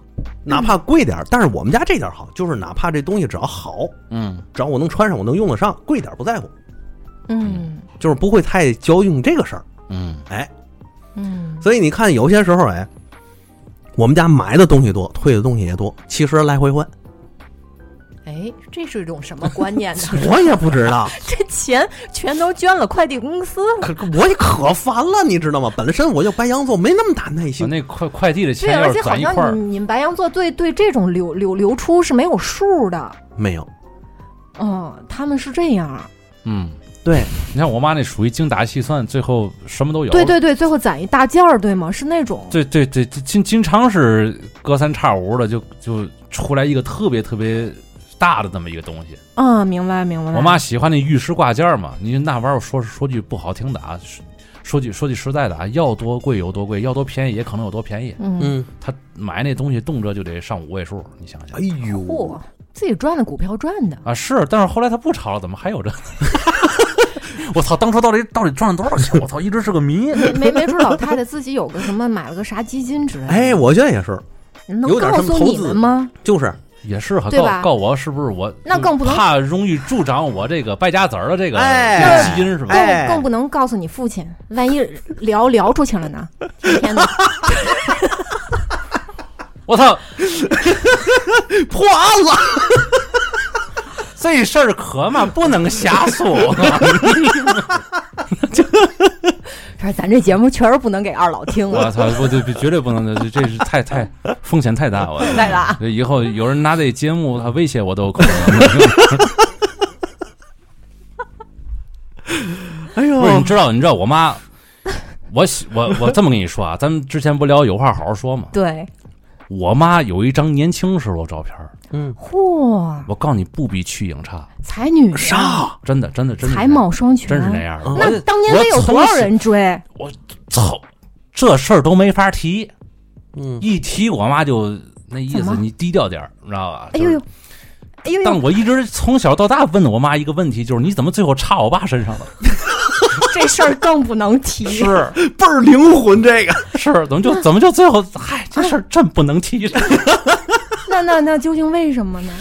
Speaker 3: 哪怕贵点儿，但是我们家这点儿好，就是哪怕这东西只要好，
Speaker 1: 嗯，
Speaker 3: 只要我能穿上，我能用得上，贵点儿不在乎，
Speaker 2: 嗯
Speaker 3: 就是不会太矫用这个事儿。
Speaker 1: 嗯
Speaker 3: 哎，
Speaker 2: 嗯
Speaker 3: 所以你看，有些时候，哎，我们家买的东西多，退的东西也多，其实来回换，
Speaker 2: 哎，这是一种什么 观念呢？
Speaker 3: 我也不知 道，
Speaker 2: 这钱全都捐了快递公司了。
Speaker 3: 可我也可烦了，你知道吗？本身我就白羊座，没那么大耐
Speaker 1: 我
Speaker 3: 心。
Speaker 1: 那快快递的
Speaker 2: 对，
Speaker 1: 钱
Speaker 2: 而
Speaker 1: 要
Speaker 2: 且
Speaker 1: 是
Speaker 2: 好
Speaker 1: 攒一
Speaker 2: 像
Speaker 1: 块儿
Speaker 2: 你，你们白羊座对对这种流流流出是没有数的，
Speaker 3: 没有，
Speaker 2: 嗯，他们是这样，
Speaker 1: 嗯，
Speaker 3: 对，
Speaker 1: 你看我妈那属于精打细算，最后什么都有。
Speaker 2: 对对对，最后攒一大件儿，对吗？是那种，
Speaker 1: 对对对，这经经常是隔三差五的就就出来一个特别特别大的那么一个东西。
Speaker 2: 嗯，明白明白。
Speaker 1: 我妈喜欢那玉石挂件儿嘛，你那玩意儿说说句不好听的啊，说说句说句实在的啊，要多贵有多贵，要多便宜也可能有多便宜。
Speaker 2: 嗯，
Speaker 3: 嗯，
Speaker 1: 她买那东西动辄就得上五位数，你想想
Speaker 3: 哎呦，
Speaker 2: 嚯、自己赚的股票赚的，
Speaker 1: 啊是，但是后来她不炒了，怎么还有这？ 我操，当初到底到底赚了多少钱？我操，一直是个谜。
Speaker 2: 没没没准老太太自己有个什么买了个啥基金之类的，
Speaker 3: 哎，我现在也是，
Speaker 2: 能
Speaker 3: 有点
Speaker 2: 告
Speaker 3: 什么
Speaker 2: 诉
Speaker 3: 投
Speaker 2: 你
Speaker 3: 资
Speaker 2: 们吗？
Speaker 3: 就是
Speaker 1: 也是哈，
Speaker 2: 对
Speaker 1: 告
Speaker 2: 吧
Speaker 1: 告我是不是我？
Speaker 2: 那更不能
Speaker 1: 怕容易助长我这个败家子儿的这个
Speaker 3: 哎
Speaker 1: 基因是吧？
Speaker 2: 更、
Speaker 3: 哎
Speaker 2: 更不能告诉你父亲，万一聊聊出去了呢？天哪！
Speaker 1: 我操，
Speaker 3: 破案了。
Speaker 1: 这事 儿可嘛不能瞎说。
Speaker 2: 这说咱这节目确实不能给二老听
Speaker 1: 我
Speaker 2: 了，
Speaker 1: 操，我就绝对不能，这这是太太风险太大，我
Speaker 2: 对吧？
Speaker 1: 这以后有人拿这节目他威胁我都有可能。
Speaker 3: 哎呦
Speaker 1: 不是，你知道，你知道我妈，我喜我我这么跟你说啊，咱们之前不聊有话好好说嘛。
Speaker 2: 对，
Speaker 1: 我妈有一张年轻时候照片儿，
Speaker 2: 嚯，
Speaker 1: 我告诉你不比曲颖差，
Speaker 2: 才女呀
Speaker 3: 上
Speaker 1: 真的真的真的
Speaker 2: 才貌双全，
Speaker 1: 真是那样的。
Speaker 3: 嗯
Speaker 2: 那当年得有多少人追？哎
Speaker 1: 操，这事儿都没法提，
Speaker 3: 嗯
Speaker 1: 一提我妈就那意
Speaker 2: 怎么
Speaker 1: 思，你低调点儿，你知道吧？
Speaker 2: 哎
Speaker 1: 就
Speaker 2: 呦
Speaker 1: 是
Speaker 2: 呦，哎呦
Speaker 1: 但
Speaker 2: 呦，
Speaker 1: 我一直从小到大问我妈一个问题，就是你怎么最后插我爸身 上了？
Speaker 2: 这事儿更不能提。
Speaker 1: 是
Speaker 3: 倍儿灵魂这个，
Speaker 1: 是，怎么就怎么就最后，嗨，这事儿真不能提，
Speaker 2: 那那那究竟为什么呢？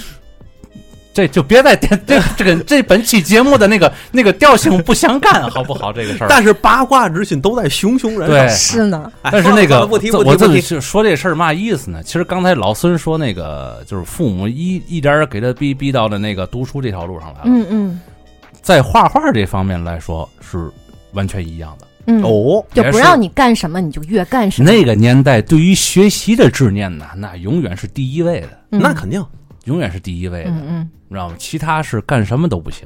Speaker 1: 这就别在这这这个这本期节目的那个那个调性不相干，好不好？这个事儿。
Speaker 3: 但是八卦之心都在熊熊燃烧。
Speaker 1: 对，
Speaker 2: 是呢，
Speaker 3: 哎
Speaker 1: 但是那
Speaker 3: 算
Speaker 1: 个
Speaker 3: 了不提
Speaker 1: 这
Speaker 3: 不提
Speaker 1: 我
Speaker 3: 不
Speaker 1: 这么
Speaker 3: 提，
Speaker 1: 是说这事儿嘛意思呢？其实刚才老孙说那个，就是父母一一点儿给他逼逼到了那个读书这条路上来了。
Speaker 2: 嗯嗯
Speaker 1: 在画画这方面来说是完全一样的。
Speaker 2: 嗯，
Speaker 3: 哦，
Speaker 2: 就
Speaker 1: 也
Speaker 2: 不
Speaker 1: 是
Speaker 2: 让你干什么你就越干什么。
Speaker 1: 那个年代对于学习的执念呢，那永远是第一位的，
Speaker 2: 嗯
Speaker 3: 那肯定
Speaker 1: 永远是第一位的，
Speaker 2: 嗯嗯，
Speaker 1: 你知道吗？其他是干什么都不行。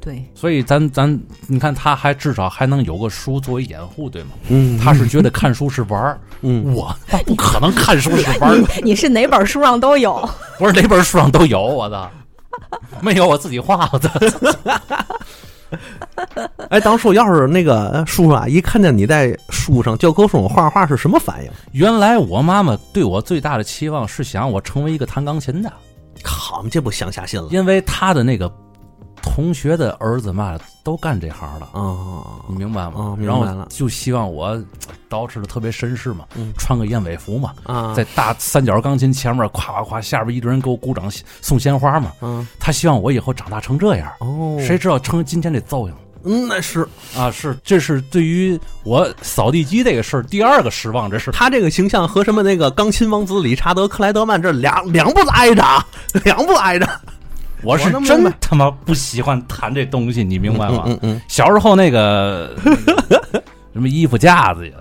Speaker 2: 对，
Speaker 1: 所以咱咱你看，他还至少还能有个书作为掩护，对吗？
Speaker 3: 嗯
Speaker 1: 他是觉得看书是玩儿，
Speaker 3: 嗯
Speaker 1: 我他不可能看书是玩儿，
Speaker 2: 你是哪本书上都有。
Speaker 1: 不是哪本书上都有我的，没有我自己画的。
Speaker 3: 哎，当初要是那个叔叔阿姨看见你在书上教科书上画画是什么反应？
Speaker 1: 原来我妈妈对我最大的期望是想让我成为一个弹钢琴的，
Speaker 3: 好，这不乡下心了
Speaker 1: 因为他的那个同学的儿子嘛，都干这行了，
Speaker 3: 啊！
Speaker 1: 你明白吗？
Speaker 3: 哦明
Speaker 1: 然
Speaker 3: 白了
Speaker 1: 后就希望我呃捯饬的特别绅士嘛，
Speaker 3: 嗯
Speaker 1: 穿个燕尾服嘛，
Speaker 3: 啊，
Speaker 1: 在大三角钢琴前面夸夸夸，下边一堆人给我鼓掌送鲜花嘛。
Speaker 3: 嗯
Speaker 1: 他希望我以后长大成这样，
Speaker 3: 哦，
Speaker 1: 谁知道成今天这造型
Speaker 3: 嗯那是
Speaker 1: 啊！是，这是对于我扫地机这个事儿第二个失望，这是。
Speaker 3: 他这个形象和什么那个钢琴王子理查德克莱德曼这俩两不挨着，啊，两不挨着，
Speaker 1: 我是
Speaker 3: 我能明
Speaker 1: 真
Speaker 3: 白
Speaker 1: 他妈不喜欢弹这东西，你明白吗？
Speaker 3: 嗯嗯
Speaker 1: 小时候那个 什么衣服架子呀，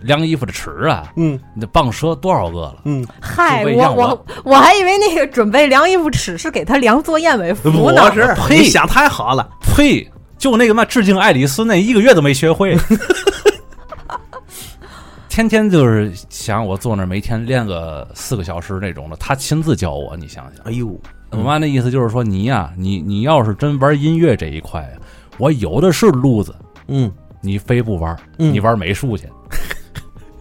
Speaker 1: 量衣服的尺啊，
Speaker 3: 嗯
Speaker 1: 那棒舌多少个了？
Speaker 3: 嗯，
Speaker 2: 嗨，
Speaker 1: 就为
Speaker 2: 我
Speaker 1: 让
Speaker 2: 我我还以为那个准备量衣服尺是给他量做燕尾服
Speaker 3: 不
Speaker 2: 呢。
Speaker 3: 嗯是，
Speaker 1: 呸
Speaker 3: 你想太好了，
Speaker 1: 呸！就那个嘛，致敬爱丽丝那一个月都没学会， 天天就是想我坐那儿每天练个四个小时那种的，他亲自教我，你想想，
Speaker 3: 哎呦，
Speaker 1: 我妈那意思就是说你呀、你你要是真玩音乐这一块呀，我有的是路子，
Speaker 3: 嗯，
Speaker 1: 你非不玩，
Speaker 3: 嗯
Speaker 1: 你玩美术去，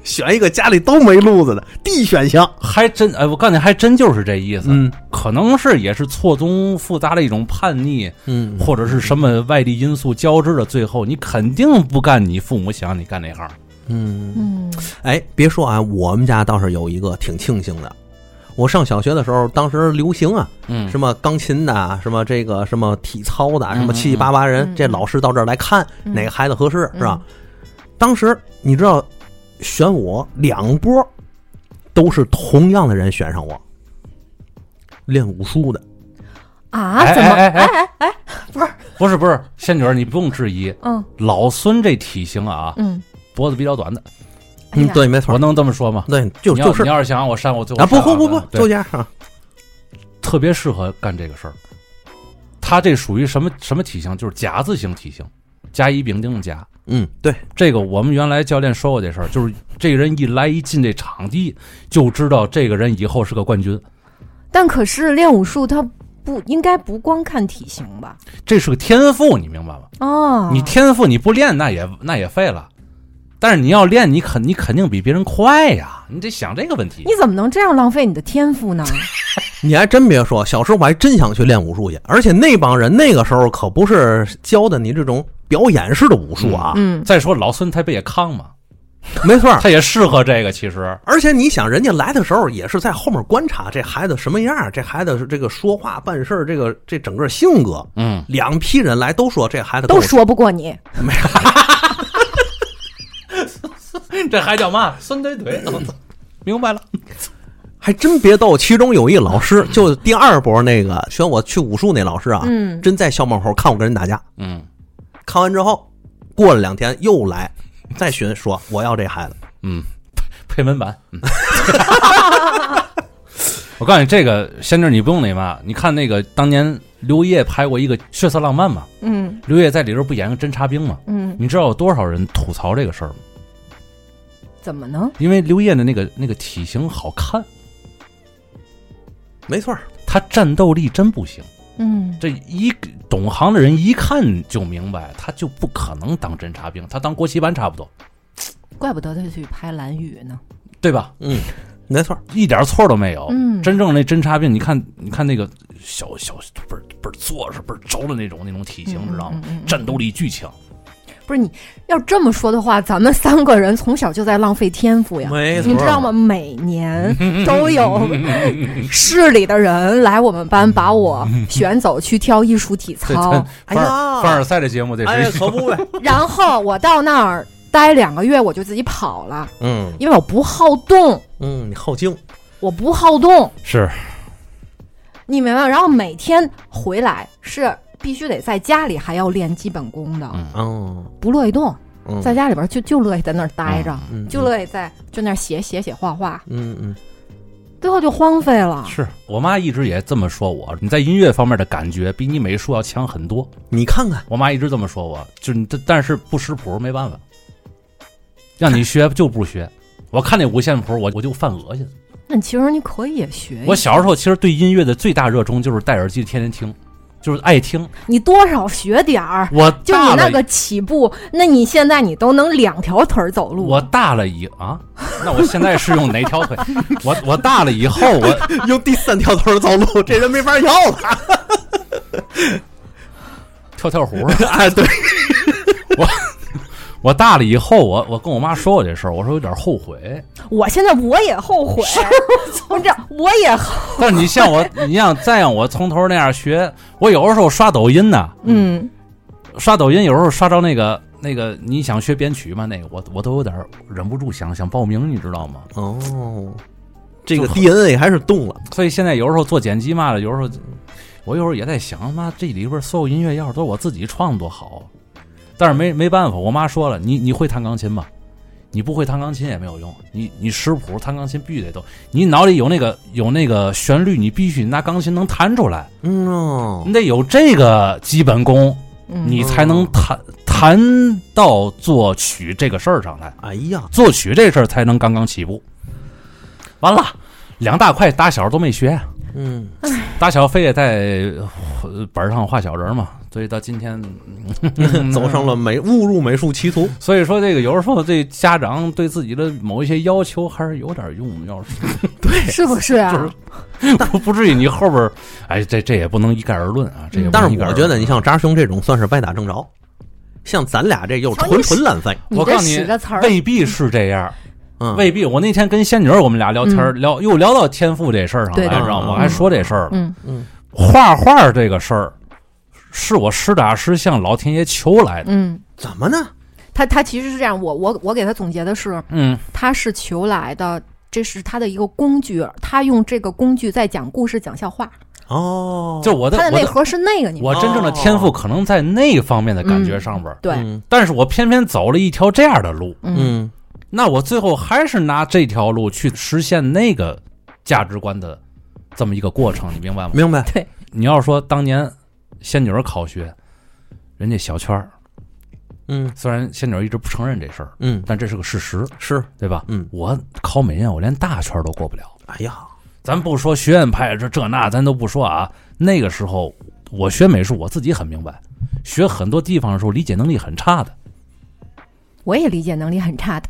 Speaker 3: 选一个家里都没路子的 D 选项，
Speaker 1: 还真哎，我告诉你，还真就是这意思，
Speaker 3: 嗯
Speaker 1: 可能是也是错综复杂的一种叛逆，
Speaker 3: 嗯
Speaker 1: 或者是什么外力因素交织的，最后你肯定不干你父母想让你干那行。
Speaker 3: 嗯，
Speaker 2: 嗯，
Speaker 3: 哎，别说啊，我们家倒是有一个挺庆幸的。我上小学的时候，当时流行啊，
Speaker 1: 嗯
Speaker 3: 什么钢琴的啊，什么这个什么体操的啊，
Speaker 1: 嗯
Speaker 3: 什么七七八八人，
Speaker 2: 嗯
Speaker 3: 这老师到这儿来看
Speaker 2: 嗯
Speaker 3: 哪个孩子合适，
Speaker 2: 嗯
Speaker 3: 是吧？当时你知道，选我两波都是同样的人选上我，练武术的，
Speaker 2: 啊？
Speaker 1: 哎
Speaker 2: 怎么？
Speaker 1: 哎哎
Speaker 2: 哎哎，
Speaker 1: 不是不是，仙女儿你不用质疑，
Speaker 2: 嗯
Speaker 1: 老孙这体型啊，
Speaker 2: 嗯，
Speaker 1: 脖子比较短的，
Speaker 2: 哎呀
Speaker 3: 嗯，，对，没
Speaker 1: 我
Speaker 3: 错，
Speaker 1: 能这么说吗？
Speaker 3: 对，就
Speaker 1: 你要
Speaker 3: 就是
Speaker 1: 你要是想让我删，我最后
Speaker 3: 啊，不
Speaker 1: 删
Speaker 3: 不不
Speaker 1: 完
Speaker 3: 不
Speaker 1: 了，对
Speaker 3: 就这样啊，
Speaker 1: 特别适合干这个事儿。他这属于什么什么体型？就是夹子型体型，甲乙丙丁的甲。
Speaker 3: 嗯，对，
Speaker 1: 这个我们原来教练说过这事儿，就是这个人一来一进这场地，就知道这个人以后是个冠军。
Speaker 2: 但可是练武术它不应该不光看体型吧？
Speaker 1: 这是个天赋，你明白吗？
Speaker 2: 哦，
Speaker 1: 你天赋你不练，那也那也废了。但是你要练，你肯你肯定比别人快呀，你得想这个问题
Speaker 2: 你。怎么能这样浪费你的天赋 呢？
Speaker 3: 你还真别说，小时候我还真想去练武术去，而且那帮人那个时候可不是教的你这种表演式的武术啊，
Speaker 2: 嗯，
Speaker 1: 再说老孙他不也康吗？
Speaker 3: 没错儿。
Speaker 1: 他也适合这个，其实
Speaker 3: 而且你想，人家来的时候也是在后面观察这孩子什么样儿，这孩子是这个说话办事儿，这个这整个性格，
Speaker 1: 嗯，
Speaker 3: 两批人来都说这孩子跟
Speaker 2: 都
Speaker 3: 我
Speaker 2: 说不过你。
Speaker 1: 这还叫嘛？孙怼怼，明白了。
Speaker 3: 还真别逗。其中有一老师，就第二波那个选我去武术那老师啊，
Speaker 2: 嗯
Speaker 3: 真在校门口看我跟人打架，
Speaker 1: 嗯，
Speaker 3: 看完之后，过了两天又来，再寻说我要这孩子，
Speaker 1: 嗯，配配文版。嗯， 我告诉你，这个先知你不用那嘛，你看那个当年刘烨拍过一个《血色浪漫》嘛，
Speaker 2: 嗯
Speaker 1: 刘烨在里边不演个侦察兵嘛？
Speaker 2: 嗯，
Speaker 1: 你知道有多少人吐槽这个事儿吗？
Speaker 2: 怎么呢？
Speaker 1: 因为刘烨的那个那个体型好看，
Speaker 3: 没错儿，
Speaker 1: 他战斗力真不行。
Speaker 2: 嗯
Speaker 1: 这一懂行的人一看就明白，他就不可能当侦察兵，他当国旗班差不多，
Speaker 2: 怪不得他去拍蓝雨呢。
Speaker 1: 对吧？
Speaker 3: 嗯，没错儿，
Speaker 1: 一点错都没有。
Speaker 2: 嗯
Speaker 1: 真正那侦察兵，你看，你看那个小小倍儿倍儿坐着倍儿轴的那种那种体型，知道吗？
Speaker 2: 嗯嗯嗯
Speaker 1: 战斗力巨强。
Speaker 2: 不是你要这么说的话，咱们三个人从小就在浪费天赋呀。
Speaker 1: 哎
Speaker 3: 没错，
Speaker 2: 啊你知道吗？？每年嗯都 有市里的人来我们班把我选走去跳艺术体
Speaker 1: 对，
Speaker 2: 操，
Speaker 3: 哎
Speaker 1: 凡尔
Speaker 3: 呀
Speaker 1: 凡尔赛的节目，这
Speaker 3: 哎，
Speaker 1: 是
Speaker 3: 可不呗，
Speaker 2: 然后我到那儿待两个月，我就自己跑了，
Speaker 3: 嗯
Speaker 2: 因为我不好动，
Speaker 3: 嗯，你好静，
Speaker 2: 我不好动，
Speaker 1: 是
Speaker 3: 啊
Speaker 2: 你明白吗？然后每天回来是必须得在家里还要练基本功的，
Speaker 1: 嗯
Speaker 3: 嗯
Speaker 2: 不乐意动，
Speaker 3: 嗯，
Speaker 2: 在家里边就就乐意在那儿待着，
Speaker 3: 嗯
Speaker 2: 就乐意在就那儿写写写画画，
Speaker 3: 嗯嗯
Speaker 2: 最后就荒废了。
Speaker 1: 是我妈一直也这么说我，你在音乐方面的感觉比你美术要强很多。
Speaker 3: 嗯，你看看，
Speaker 1: 我妈一直这么说我，就是你这但是不识谱没办法，让你学就不学。我看那五线谱，我我就犯恶心。
Speaker 2: 那其实你可以也学
Speaker 3: 哎
Speaker 2: 一
Speaker 1: 我
Speaker 2: 下，
Speaker 1: 小时候其实对音乐的最大热衷就是戴耳机天天听，就是爱听。
Speaker 2: 你多少学点儿。
Speaker 1: 我
Speaker 2: 就你
Speaker 1: 大
Speaker 2: 那
Speaker 1: 了，
Speaker 2: 个起步，那你现在你都能两条腿儿走路，
Speaker 1: 我大了以啊，那我现在是用哪条 腿？我我大了以后，我
Speaker 3: 用第三条腿儿走路，这人没法要了，
Speaker 1: 跳跳虎。
Speaker 3: 哎，对，
Speaker 1: 我大了以后，我我跟我妈说过这事儿，我说有点后悔。
Speaker 2: 我现在我也后悔，啊 我这我也后
Speaker 1: 但是你像我，你像再让我从头那样学，我有的时候刷抖音呢，
Speaker 2: 嗯，
Speaker 1: 刷抖音有时候刷着那个那个，你想学编曲吗？那个我我都有点儿忍不住想想报名，你知道吗？
Speaker 3: 哦，这个 DNA 还是动了，
Speaker 1: 所以现在有时候做剪辑嘛的，有时候我有时候也在想，妈这里边所有音乐要是都是我自己创多好啊，但是没没办法，我妈说了，你你会弹钢琴吗？你不会弹钢琴也没有用，你你识谱弹钢琴必须得懂，你脑里有那个有那个旋律，你必须拿钢琴能弹出来，
Speaker 3: 嗯哦
Speaker 1: 你，得有这个基本功，
Speaker 2: 嗯
Speaker 1: 你才能谈谈到作曲这个事儿上来，
Speaker 3: 哎呀，
Speaker 1: 作曲这事儿才能刚刚起步。完了，两大块打小都没学，
Speaker 3: 嗯，
Speaker 1: 打小非得在呃本儿上画小人儿嘛，所以到今天，
Speaker 3: 走上了美误入美术歧途，
Speaker 1: 所以说这个有时候对家长对自己的某一些要求还是有点用，要是
Speaker 2: 是不是
Speaker 1: 就是
Speaker 2: 啊？
Speaker 1: 不不至于你后边儿，哎，这这也不能一概而论啊，这也不
Speaker 3: 嗯但
Speaker 1: 能
Speaker 3: 是
Speaker 1: 一概而
Speaker 3: 我
Speaker 1: 论
Speaker 3: 觉得你像扎兄这种算是歪打正着，像咱俩这又
Speaker 2: 瞧你
Speaker 3: 纯纯烂费，
Speaker 1: 我告
Speaker 2: 这
Speaker 1: 诉你
Speaker 2: 使的词儿，
Speaker 1: 未必是这样，
Speaker 3: 嗯，
Speaker 1: 未必。我那天跟仙女儿我们俩聊天儿，
Speaker 2: 嗯
Speaker 1: 聊又聊到天赋这事儿上来，
Speaker 2: 对的
Speaker 1: 知道吗？
Speaker 3: 嗯
Speaker 1: 我还说这事儿了，
Speaker 2: 嗯，
Speaker 3: 嗯
Speaker 1: 画画这个事儿。是我实打实向老天爷求来的，
Speaker 2: 嗯，
Speaker 3: 怎么呢？
Speaker 2: 他他其实是这样，我我我给他总结的是，
Speaker 1: 嗯，
Speaker 2: 他是求来的，这是他的一个工具，他用这个工具在讲故事、讲笑话，
Speaker 3: 哦，
Speaker 1: 就我的
Speaker 2: 他的
Speaker 1: 我
Speaker 2: 内
Speaker 1: 的
Speaker 2: 核是那个，你
Speaker 1: 我真正的天赋可能在那方面的感觉上边儿，
Speaker 2: 对，
Speaker 3: 嗯
Speaker 1: 但是我偏偏走了一条这样的路，
Speaker 2: 嗯
Speaker 3: 嗯
Speaker 1: 那我最后还是拿这条路去实现那个价值观的这么一个过程，你明白吗？
Speaker 3: 明白，
Speaker 1: 你要说当年仙女儿考学，人家小圈儿
Speaker 3: 嗯
Speaker 1: 虽然仙女儿一直不承认这事儿，
Speaker 3: 嗯
Speaker 1: 但这是个事实，
Speaker 3: 是，
Speaker 1: 对吧？
Speaker 3: 嗯，
Speaker 1: 我考美院，我连大圈儿都过不了。
Speaker 3: 哎呀，
Speaker 1: 咱不说学院派这这那，咱都不说啊。那个时候我学美术，我自己很明白，学很多地方的时候理解能力很差的，
Speaker 2: 我也理解能力很差的，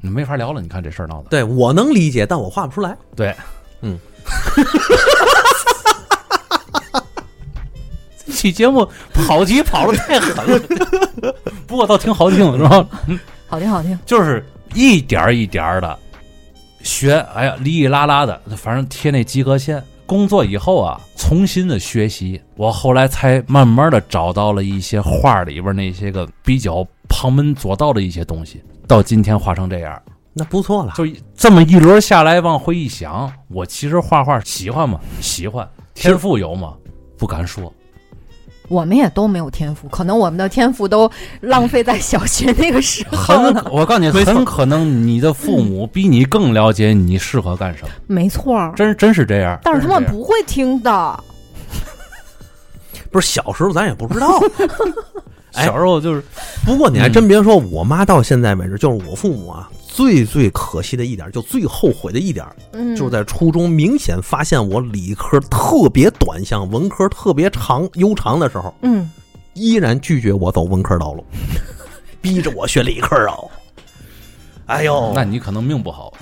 Speaker 1: 你没法聊了。你看这事儿闹的，
Speaker 3: 对我能理解，但我画不出来，
Speaker 1: 对，
Speaker 3: 嗯。
Speaker 1: 这期节目跑题跑的太狠了，不过倒挺好听，是吧？
Speaker 2: 好听好听，
Speaker 1: 就是一点儿一点儿的学，哎呀，哩哩啦啦的，反正贴那及格线。工作以后啊，重新的学习，我后来才慢慢的找到了一些画里边那些个比较旁门左道的一些东西，到今天画成这样，
Speaker 3: 那不错了。
Speaker 1: 就一这么一轮下来，往回一想，我其实画画喜欢吗？喜欢，天赋有吗？不敢说，
Speaker 2: 我们也都没有天赋，可能我们的天赋都浪费在小学那个时候
Speaker 1: 很
Speaker 2: 了。
Speaker 1: 可，我告诉你，
Speaker 3: 没错
Speaker 1: 很可能你的父母比你更了解你适合干什么，
Speaker 2: 没错儿，
Speaker 1: 真真是这样。
Speaker 2: 但是他们
Speaker 1: 真这样，
Speaker 2: 不会听的。
Speaker 3: 不是小时候咱也不知道。哎
Speaker 1: 小时候就是
Speaker 3: 不过你
Speaker 1: 嗯
Speaker 3: 还真别说，我妈到现在为止，就是我父母啊，最最可惜的一点，就最后悔的一点，
Speaker 2: 嗯，
Speaker 3: 就是在初中明显发现我理科特别短项，文科特别长悠长的时候，
Speaker 2: 嗯，
Speaker 3: 依然拒绝我走文科 道路，逼着我学理科啊！哎呦，
Speaker 1: 那你可能命不 好。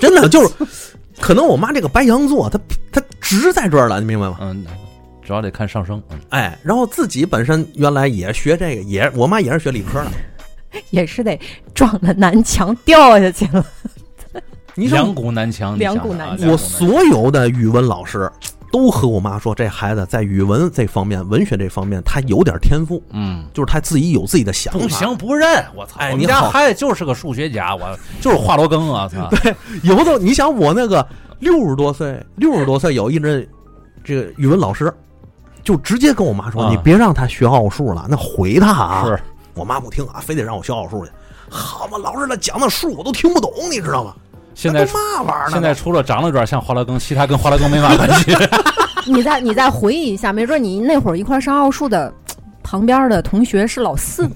Speaker 3: 真的就是，可能我妈这个白羊座，她她直在这儿了，你明白吗？
Speaker 1: 嗯，主要得看上升。嗯
Speaker 3: 哎，然后自己本身原来也学这个，也我妈也是学理科的。
Speaker 2: 也是得撞着南墙掉下去了。
Speaker 3: 你
Speaker 1: 嗯
Speaker 3: 说
Speaker 1: 两股南墙，你
Speaker 2: 两
Speaker 1: 想
Speaker 2: 股
Speaker 1: 想
Speaker 2: 南
Speaker 1: 啊
Speaker 2: 墙
Speaker 1: 两
Speaker 3: 我
Speaker 1: 股南墙
Speaker 3: 所有的语文老师都和我妈说，这孩子在语文这方面、文学这方面，他有点天赋，
Speaker 1: 嗯。
Speaker 3: 就是他自己有自己的想法。
Speaker 1: 不行，不认！我操！
Speaker 3: 哎
Speaker 1: 我
Speaker 3: 你
Speaker 1: 们家
Speaker 3: 好
Speaker 1: 孩子就是个数学家，我就是华罗庚啊！操！
Speaker 3: 有的你想我那个六十多岁，六十多岁有一阵，这个语文老师就直接跟我妈说：“
Speaker 1: 啊
Speaker 3: 你别让他学奥数了，那毁他啊！”
Speaker 1: 是
Speaker 3: 我妈不听啊，非得让我学奥数去。好嘛，老师那讲的数我都听不懂，你知道吗？
Speaker 1: 现在
Speaker 3: 那都嘛玩意儿呢？
Speaker 1: 现在除了长得有点像华罗庚，其他跟华罗庚没嘛关 系。
Speaker 2: 你再你再回忆一下，没准你那会儿一块儿上奥数的旁边的同学是老四，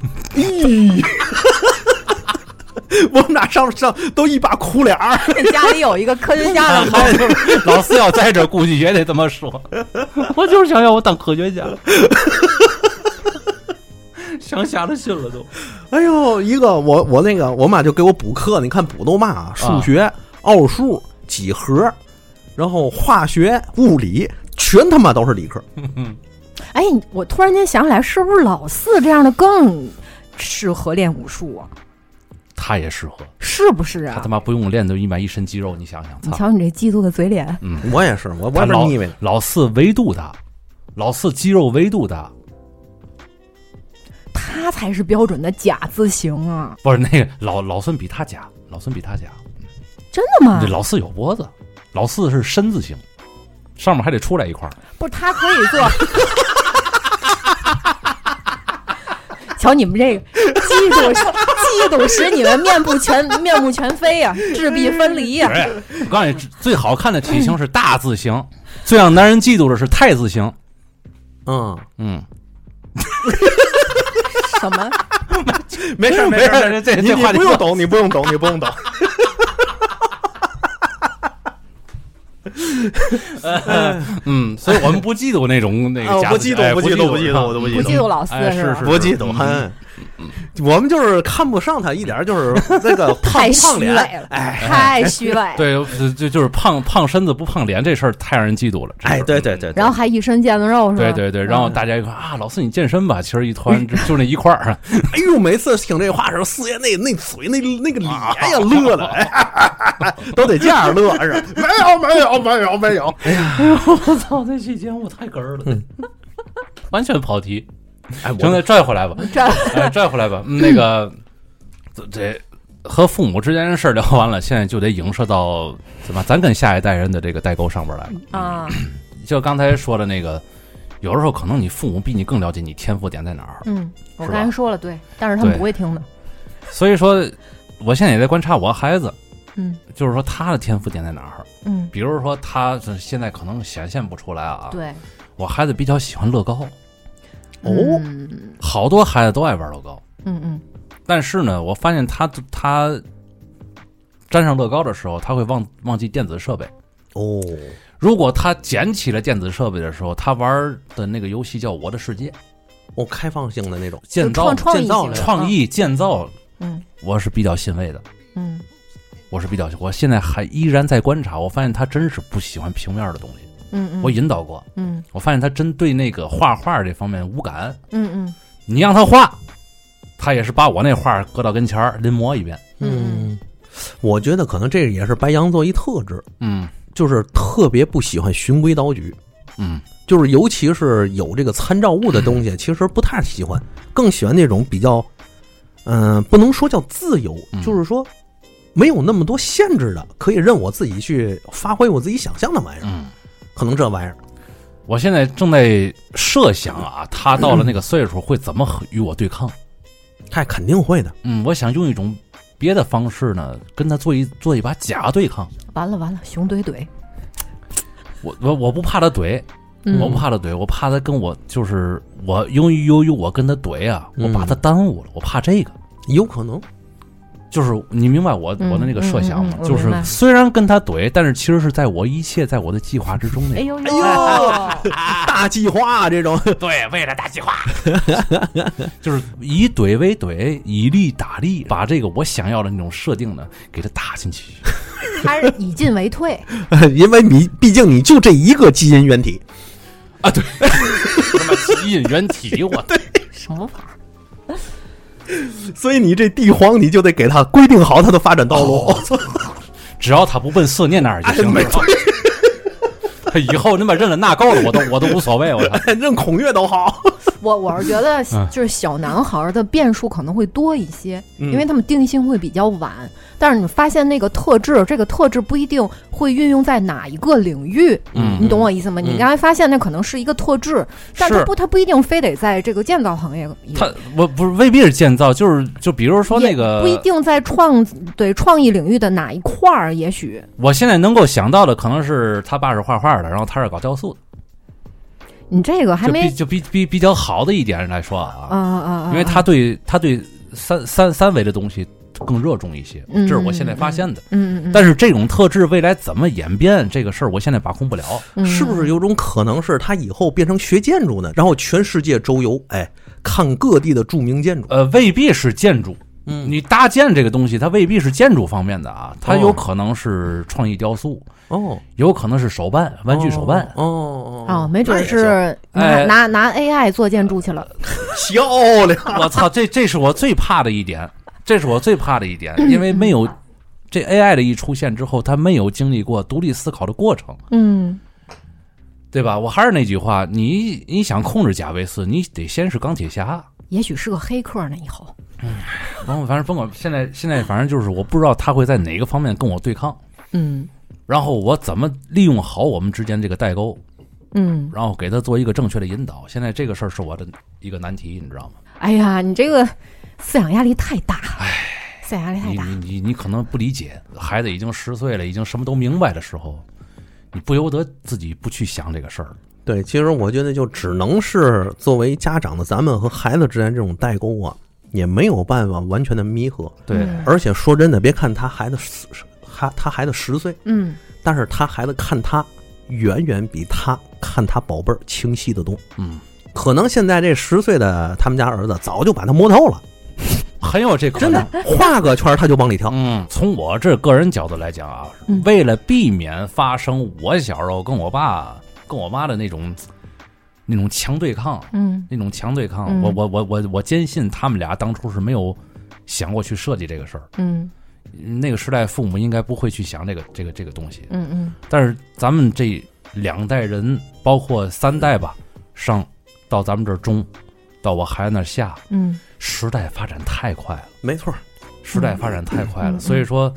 Speaker 3: 我们俩上上都一把苦脸儿。
Speaker 2: 家里有一个科学家 的。
Speaker 1: 老四要在这儿，估计也得这么说。 我就是想要我当科学家， 想瞎了心了都。
Speaker 3: 哎呦，一个我我那个我妈就给我补课，你看补都嘛啊，数学、奥数、几何，然后化学、物理，全他妈都是理科。
Speaker 2: 哎，我突然间想起来，是不是老四这样的更适合练武术啊？
Speaker 1: 他也适合，
Speaker 2: 是不是
Speaker 1: 他
Speaker 2: 啊
Speaker 1: 他？妈不用练都一买一身肌肉，你想想，
Speaker 2: 你
Speaker 1: 操！
Speaker 2: 瞧你这嫉妒的嘴脸，
Speaker 3: 我也是，我我
Speaker 1: 他
Speaker 3: 也是
Speaker 1: 老
Speaker 3: 腻歪。
Speaker 1: 老四维度大，老四肌肉维度大，
Speaker 2: 他才是标准的假字形啊！
Speaker 1: 不是那个老老孙比他假，老孙比他假。
Speaker 2: 真的吗
Speaker 3: 啊
Speaker 1: 这？老四有脖子，老四是身字形，上面还得出来一 块儿。
Speaker 2: 不是，他可以 做。瞧你们这个嫉妒，嫉妒使你们面目全面目全非呀、质壁分离啊呀、
Speaker 1: 不是，哎我告诉你，最好看的体型是大字形，最让男人嫉妒的是太字形。
Speaker 3: 嗯，
Speaker 1: 嗯，
Speaker 2: 什么？
Speaker 3: 没事儿
Speaker 1: 没
Speaker 3: 嗯没
Speaker 1: 事
Speaker 3: 事
Speaker 1: 儿
Speaker 3: 儿，
Speaker 1: 这
Speaker 3: 你
Speaker 1: 这话题
Speaker 3: 你不用懂，你不用懂，你不用 懂。
Speaker 1: 嗯，所以我们不嫉妒那种那
Speaker 3: 啊
Speaker 1: 个假
Speaker 3: 我
Speaker 1: 字
Speaker 3: 不
Speaker 1: 形，
Speaker 3: 嫉妒
Speaker 1: 哎
Speaker 3: 不
Speaker 1: 不
Speaker 3: 嫉妒不
Speaker 1: 嫉
Speaker 3: 嫉妒我都不
Speaker 2: 不
Speaker 3: 嫉
Speaker 2: 嫉妒老四
Speaker 1: 哎是
Speaker 2: 吧？
Speaker 1: 是
Speaker 3: 不嫉妒，嗯，我们就是看不上他一点儿，就是 那个胖
Speaker 2: 太
Speaker 3: 不
Speaker 2: 虚
Speaker 3: 胖
Speaker 2: 伪
Speaker 3: 脸。
Speaker 2: 了，太虚伪了。
Speaker 1: 哎对，就就就是胖胖身子不胖脸这事儿太让人嫉妒了。真是嗯
Speaker 3: 哎，对对。嗯对，对
Speaker 2: 然后还一身腱子肉是吧？
Speaker 1: 对对对，然后大家一块儿啊，老四你健身吧，其实一 团就就那一块儿，
Speaker 3: 哎呦，每次听这话的时候，四爷那那嘴那那个脸呀，乐的，哎哈哈哈 都得这样乐是吧？没有没有没有没有，
Speaker 1: 哎
Speaker 3: 哎
Speaker 1: 我操，这期节目太哏儿了，嗯完全跑题。
Speaker 3: 哎，我
Speaker 1: 行，再拽回 来吧，
Speaker 2: 这
Speaker 1: 哎，拽回来吧。嗯那个，这这和父母之间的事儿聊完了，现在就得影射到怎么咱跟下一代人的这个代沟上边来了。
Speaker 2: 啊，
Speaker 1: 就刚才说的那个，有的时候可能你父母比你更了解你天赋点在哪儿，
Speaker 2: 嗯，我
Speaker 1: 是吧
Speaker 2: 刚才说了，对，但是他们
Speaker 1: 对
Speaker 2: 不会听的。
Speaker 1: 所以说，我现在也在观察我孩子，
Speaker 2: 嗯
Speaker 1: 就是说他的天赋点在哪儿。
Speaker 2: 嗯，
Speaker 1: 比如说，他是现在可能显现不出来啊。
Speaker 2: 对。
Speaker 1: 我孩子比较喜欢乐高，
Speaker 3: 哦
Speaker 2: 嗯
Speaker 1: 好多孩子都爱玩乐高，
Speaker 2: 嗯嗯，
Speaker 1: 但是呢，我发现他他沾上乐高的时候，他会忘忘记电子设备。
Speaker 3: 哦，
Speaker 1: 如果他捡起了电子设备的时候，他玩的那个游戏叫《我的世界》，
Speaker 3: 哦，开放性的那种，
Speaker 1: 建造
Speaker 2: 就创创意
Speaker 3: 建造
Speaker 2: 型的
Speaker 1: 创，意建造，
Speaker 2: 嗯
Speaker 1: 我是比较欣慰的。
Speaker 2: 嗯
Speaker 1: 我是比较，我现在还依然在观察，我发现他真是不喜欢平面的东西。
Speaker 2: 嗯嗯，
Speaker 1: 我引导过，
Speaker 2: 嗯
Speaker 1: 我发现他真对那个画画这方面无感。
Speaker 2: 嗯嗯
Speaker 1: 你让他画，他也是把我那画搁到跟前儿临摹一遍。
Speaker 2: 嗯，
Speaker 3: 我觉得可能这也是白羊座一特质，
Speaker 1: 嗯
Speaker 3: 就是特别不喜欢循规蹈矩，
Speaker 1: 嗯，
Speaker 3: 就是尤其是有这个参照物的东西，其实不太喜欢，更喜欢那种比较，嗯、不能说叫自由
Speaker 1: 嗯，
Speaker 3: 就是说没有那么多限制的，可以任我自己去发挥我自己想象的玩意儿，
Speaker 1: 嗯，
Speaker 3: 可能这玩意儿。
Speaker 1: 我现在正在设想啊，他到了那个岁数会怎么和与我对抗。
Speaker 3: 他肯定会的。
Speaker 1: 嗯，我想用一种别的方式呢，跟他做一做一把假对抗。
Speaker 2: 完了完了，熊怼怼，
Speaker 1: 我我我不怕他怼，
Speaker 2: 嗯，
Speaker 1: 我不怕他怼，我怕他跟我就是我由于由于我跟他怼啊，我
Speaker 3: 嗯
Speaker 1: 把他耽误了，我怕这个。
Speaker 3: 有可能，
Speaker 1: 就是你明白我
Speaker 2: 嗯
Speaker 1: 我的那个设想吗
Speaker 2: 嗯嗯嗯？我
Speaker 1: 就是
Speaker 2: 明白
Speaker 1: 虽然跟他怼，但是其实是在我一切在我的计划之中
Speaker 2: 哎
Speaker 1: 的。
Speaker 2: 呦哎
Speaker 3: 呦大计划啊这种，
Speaker 1: 对，为了大计划， 就是以怼为怼，以力打力，把这个我想要的那种设定呢，给他打进去。
Speaker 2: 他是以进为退，
Speaker 3: 呃因为你毕竟你就这一个基因原体，
Speaker 1: 他妈吸引原体， 我
Speaker 2: 什么玩意儿？
Speaker 3: 所以你这帝皇你就得给他规定好他的发展道路。
Speaker 1: 只要他不奔色念那儿就行了。 他以后他妈认了纳够了，我都我都无所谓，我操！
Speaker 3: 认孔岳都好，
Speaker 2: 我我是觉得
Speaker 1: 嗯
Speaker 2: 就是小男孩儿的变数可能会多一些，
Speaker 3: 嗯
Speaker 2: 因为他们定性会比较晚。但是你发现那个特质，这个特质不一定会运用在哪一个领域，
Speaker 1: 嗯
Speaker 2: 你懂我意思吗？你刚才发现那可能是一个特质，但它
Speaker 1: 是
Speaker 2: 不，它不一定非得在这个建造行业，
Speaker 3: 嗯
Speaker 1: 他我不是未必是建造，就是就比如说那个
Speaker 2: 不一定在创对创意领域的哪一块儿，也许
Speaker 1: 我现在能够想到的可能是他爸是画画的，然后他是搞雕塑的，
Speaker 2: 你这个还
Speaker 1: 就比
Speaker 2: 没
Speaker 1: 就比比比较好的一点来说啊，
Speaker 2: 啊啊啊，
Speaker 1: 因为他对他对三三三维的东西更热衷一些，
Speaker 2: 嗯
Speaker 1: 这是我现在发现的。
Speaker 2: 嗯嗯嗯，
Speaker 1: 但是这种特质未来怎么演变这个事儿，我现在把控不了。
Speaker 2: 嗯
Speaker 3: 是不是有种可能是他以后变成学建筑呢？然后全世界周游，哎，看各地的著名建筑。
Speaker 1: 呃，未必是建筑，
Speaker 3: 嗯
Speaker 1: 你搭建这个东西，它未必是建筑方面的啊，它
Speaker 3: 哦
Speaker 1: 有可能是创意雕塑，
Speaker 3: 哦，
Speaker 1: 有可能是手办、玩具手办。
Speaker 3: 哦哦
Speaker 2: 哦，没准
Speaker 3: 那也
Speaker 2: 是拿
Speaker 1: 哎
Speaker 2: 拿拿 AI 做建筑去了。
Speaker 3: 行 漂亮。
Speaker 1: 我操，这这是我最怕的一点，这是我最怕的一点，因为没有这 AI 的一出现之后，它没有经历过独立思考的过程，
Speaker 2: 嗯，
Speaker 1: 对吧？我还是那句话，你你想控制贾维斯，你得先是钢铁侠。
Speaker 2: 也许是个黑客呢，以后。
Speaker 1: 甭反正甭管，现在现在反正就是我不知道他会在哪个方面跟我对抗，
Speaker 2: 嗯
Speaker 1: 然后我怎么利用好我们之间这个代沟，
Speaker 2: 嗯，
Speaker 1: 然后给他做一个正确的引导。现在这个事儿是我的一个难题，你知道吗？
Speaker 2: 哎呀，你这个思想压力太大，思想压力太
Speaker 1: 你
Speaker 2: 大
Speaker 1: 你。你你可能不理解，孩子已经十岁了，已经什么都明白的时候，你不由得自己不去想这个事儿。
Speaker 3: 对，其实我觉得就只能是作为家长的咱们和孩子之间这种代沟啊，也没有办法完全的弥合。
Speaker 1: 对，
Speaker 2: 嗯
Speaker 3: 而且说真的，别看他孩子十，他他孩子十岁，
Speaker 2: 嗯，
Speaker 3: 但是他孩子看他远远比他看他宝贝儿清晰的多。
Speaker 1: 嗯，
Speaker 3: 可能现在这十岁的他们家儿子早就把他摸透 了，
Speaker 1: 很有这可
Speaker 3: 真
Speaker 1: 能
Speaker 3: 的。画个圈儿他就往里跳。
Speaker 1: 嗯，从我这个人角度来讲啊，
Speaker 2: 嗯
Speaker 1: 为了避免发生我小时候跟我爸、跟我妈的那种那种强对抗，
Speaker 2: 嗯
Speaker 1: 那种强对抗，
Speaker 2: 嗯
Speaker 1: 我我我我我坚信他们俩当初是没有想过去设计这个事儿。
Speaker 2: 嗯
Speaker 1: 那个时代，父母应该不会去想这个这个这个东西。
Speaker 2: 嗯嗯
Speaker 1: 但是咱们这两代人，包括三代吧，上到咱们这儿中，到我孩子那儿下，
Speaker 2: 嗯
Speaker 1: 时代发展太快了，
Speaker 3: 没错儿，
Speaker 1: 时代发展太快了。
Speaker 2: 嗯嗯
Speaker 1: 所以说，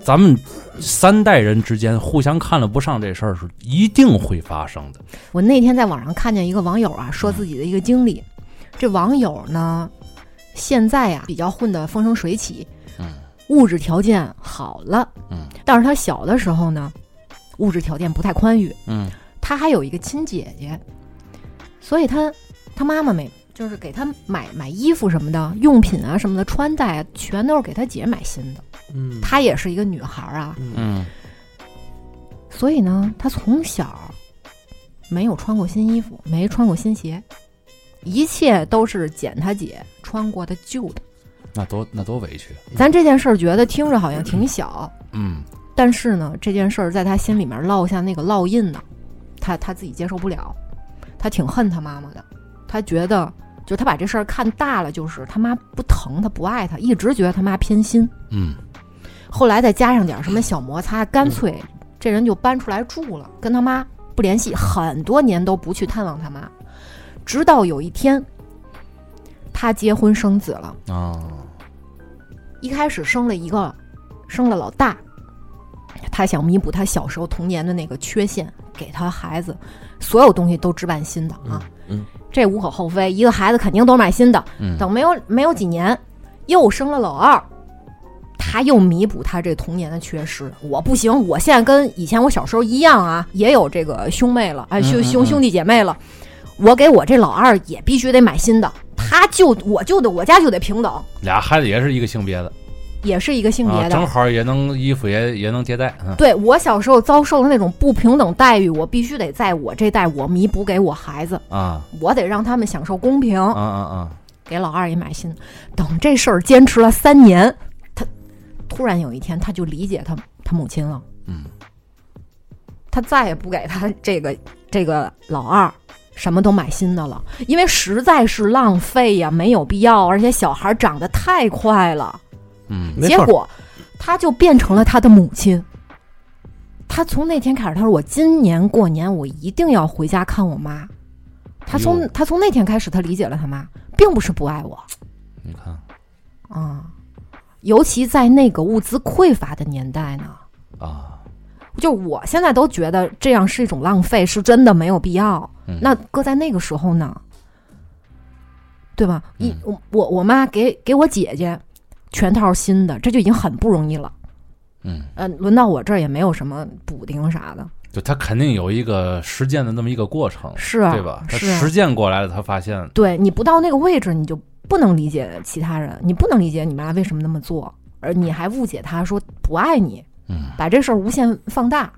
Speaker 1: 咱们三代人之间互相看了不上这事儿是一定会发生的。
Speaker 2: 嗯。我那天在网上看见一个网友
Speaker 1: 嗯
Speaker 2: 啊，说自己的一个经历。这网友呢，现在呀、比较混得风生水起，
Speaker 1: 嗯，
Speaker 2: 物质条件好了，
Speaker 1: 嗯，
Speaker 2: 但是他小的时候呢，物质条件不太宽裕，
Speaker 1: 嗯
Speaker 2: 他还有一个亲姐姐，所以他他妈妈没就是给他买买衣服什么的，用品啊什么的，穿戴啊，全都是给他姐买新的。
Speaker 3: 嗯
Speaker 2: 她也是一个女孩儿啊，
Speaker 3: 嗯
Speaker 1: 嗯
Speaker 2: 所以呢，她从小没有穿过新衣服，没穿过新鞋，一切都是捡她姐穿过的旧的。
Speaker 1: 那多那多委屈。
Speaker 2: 咱这件事儿觉得听着好像挺小，
Speaker 1: 嗯。
Speaker 2: 但是呢，这件事儿在他心里面烙下那个烙印呢，他他自己接受不了，他挺恨他妈妈的，他觉得就他把这事儿看大了，就是他妈不疼他不爱他，一直觉得他妈偏心。
Speaker 1: 嗯
Speaker 2: 后来再加上点什么小摩擦，干脆这人就搬出来住了，跟他妈不联系，很多年都不去探望他妈，直到有一天，他结婚生子了。
Speaker 1: 啊，
Speaker 2: 一开始生了一个，生了老大，他想弥补他小时候童年的那个缺陷，给他孩子所有东西都置办新的啊，
Speaker 3: 嗯嗯
Speaker 2: 这无可厚非，一个孩子肯定都买新的。
Speaker 1: 嗯
Speaker 2: 等没有没有几年，又生了老二，他又弥补他这童年的缺失。我不行，我现在跟以前我小时候一样啊，也有这个兄妹了，哎，
Speaker 1: 嗯
Speaker 2: 兄
Speaker 1: 嗯
Speaker 2: 兄
Speaker 1: 嗯
Speaker 2: 兄弟姐妹了，我给我这老二也必须得买新的，他就我就得我家就得平等，
Speaker 1: 俩孩子也是一个性别的，
Speaker 2: 也是一个性
Speaker 1: 啊，
Speaker 2: 别的。
Speaker 1: 正好也能衣服也也能迭代，嗯
Speaker 2: 对我小时候遭受的那种不平等待遇，我必须得在我这代我弥补给我孩子，
Speaker 1: 啊
Speaker 2: 我得让他们享受公平。
Speaker 1: 啊啊啊，
Speaker 2: 给老二也买新的。等这事儿坚持了三年，他突然有一天他就理解他他母亲了，
Speaker 1: 嗯，
Speaker 2: 他再也不给他这个这个老二什么都买新的了，因为实在是浪费呀，没有必要，而且小孩长得太快了，
Speaker 1: 嗯
Speaker 3: 没
Speaker 2: 结
Speaker 3: 错儿，
Speaker 2: 果他就变成了他的母亲。他从那天开始，他说：“我今年过年我一定要回家看我妈。”他
Speaker 1: 哎
Speaker 2: 从
Speaker 1: 呦
Speaker 2: 他从那天开始，他理解了他妈，并不是不爱我，
Speaker 1: 你看
Speaker 2: 啊、尤其在那个物资匮乏的年代呢，
Speaker 1: 啊，
Speaker 2: 就我现在都觉得这样是一种浪费，是真的没有必要。
Speaker 1: 嗯
Speaker 2: 那搁在那个时候呢，对吧？一
Speaker 1: 嗯
Speaker 2: 我我我妈给给我姐姐全套新的，这就已经很不容易了。
Speaker 1: 嗯，
Speaker 2: 呃，轮到我这儿也没有什么补丁啥的，
Speaker 1: 就他肯定有一个实践的那么一个过程，
Speaker 2: 是啊，
Speaker 1: 对吧？他
Speaker 2: 是啊
Speaker 1: 实践过来了，他发现
Speaker 2: 对你不到那个位置，你就不能理解其他人，你不能理解你妈为什么那么做，而你还误解她说不爱你，
Speaker 1: 嗯，
Speaker 2: 把这事儿无限放大，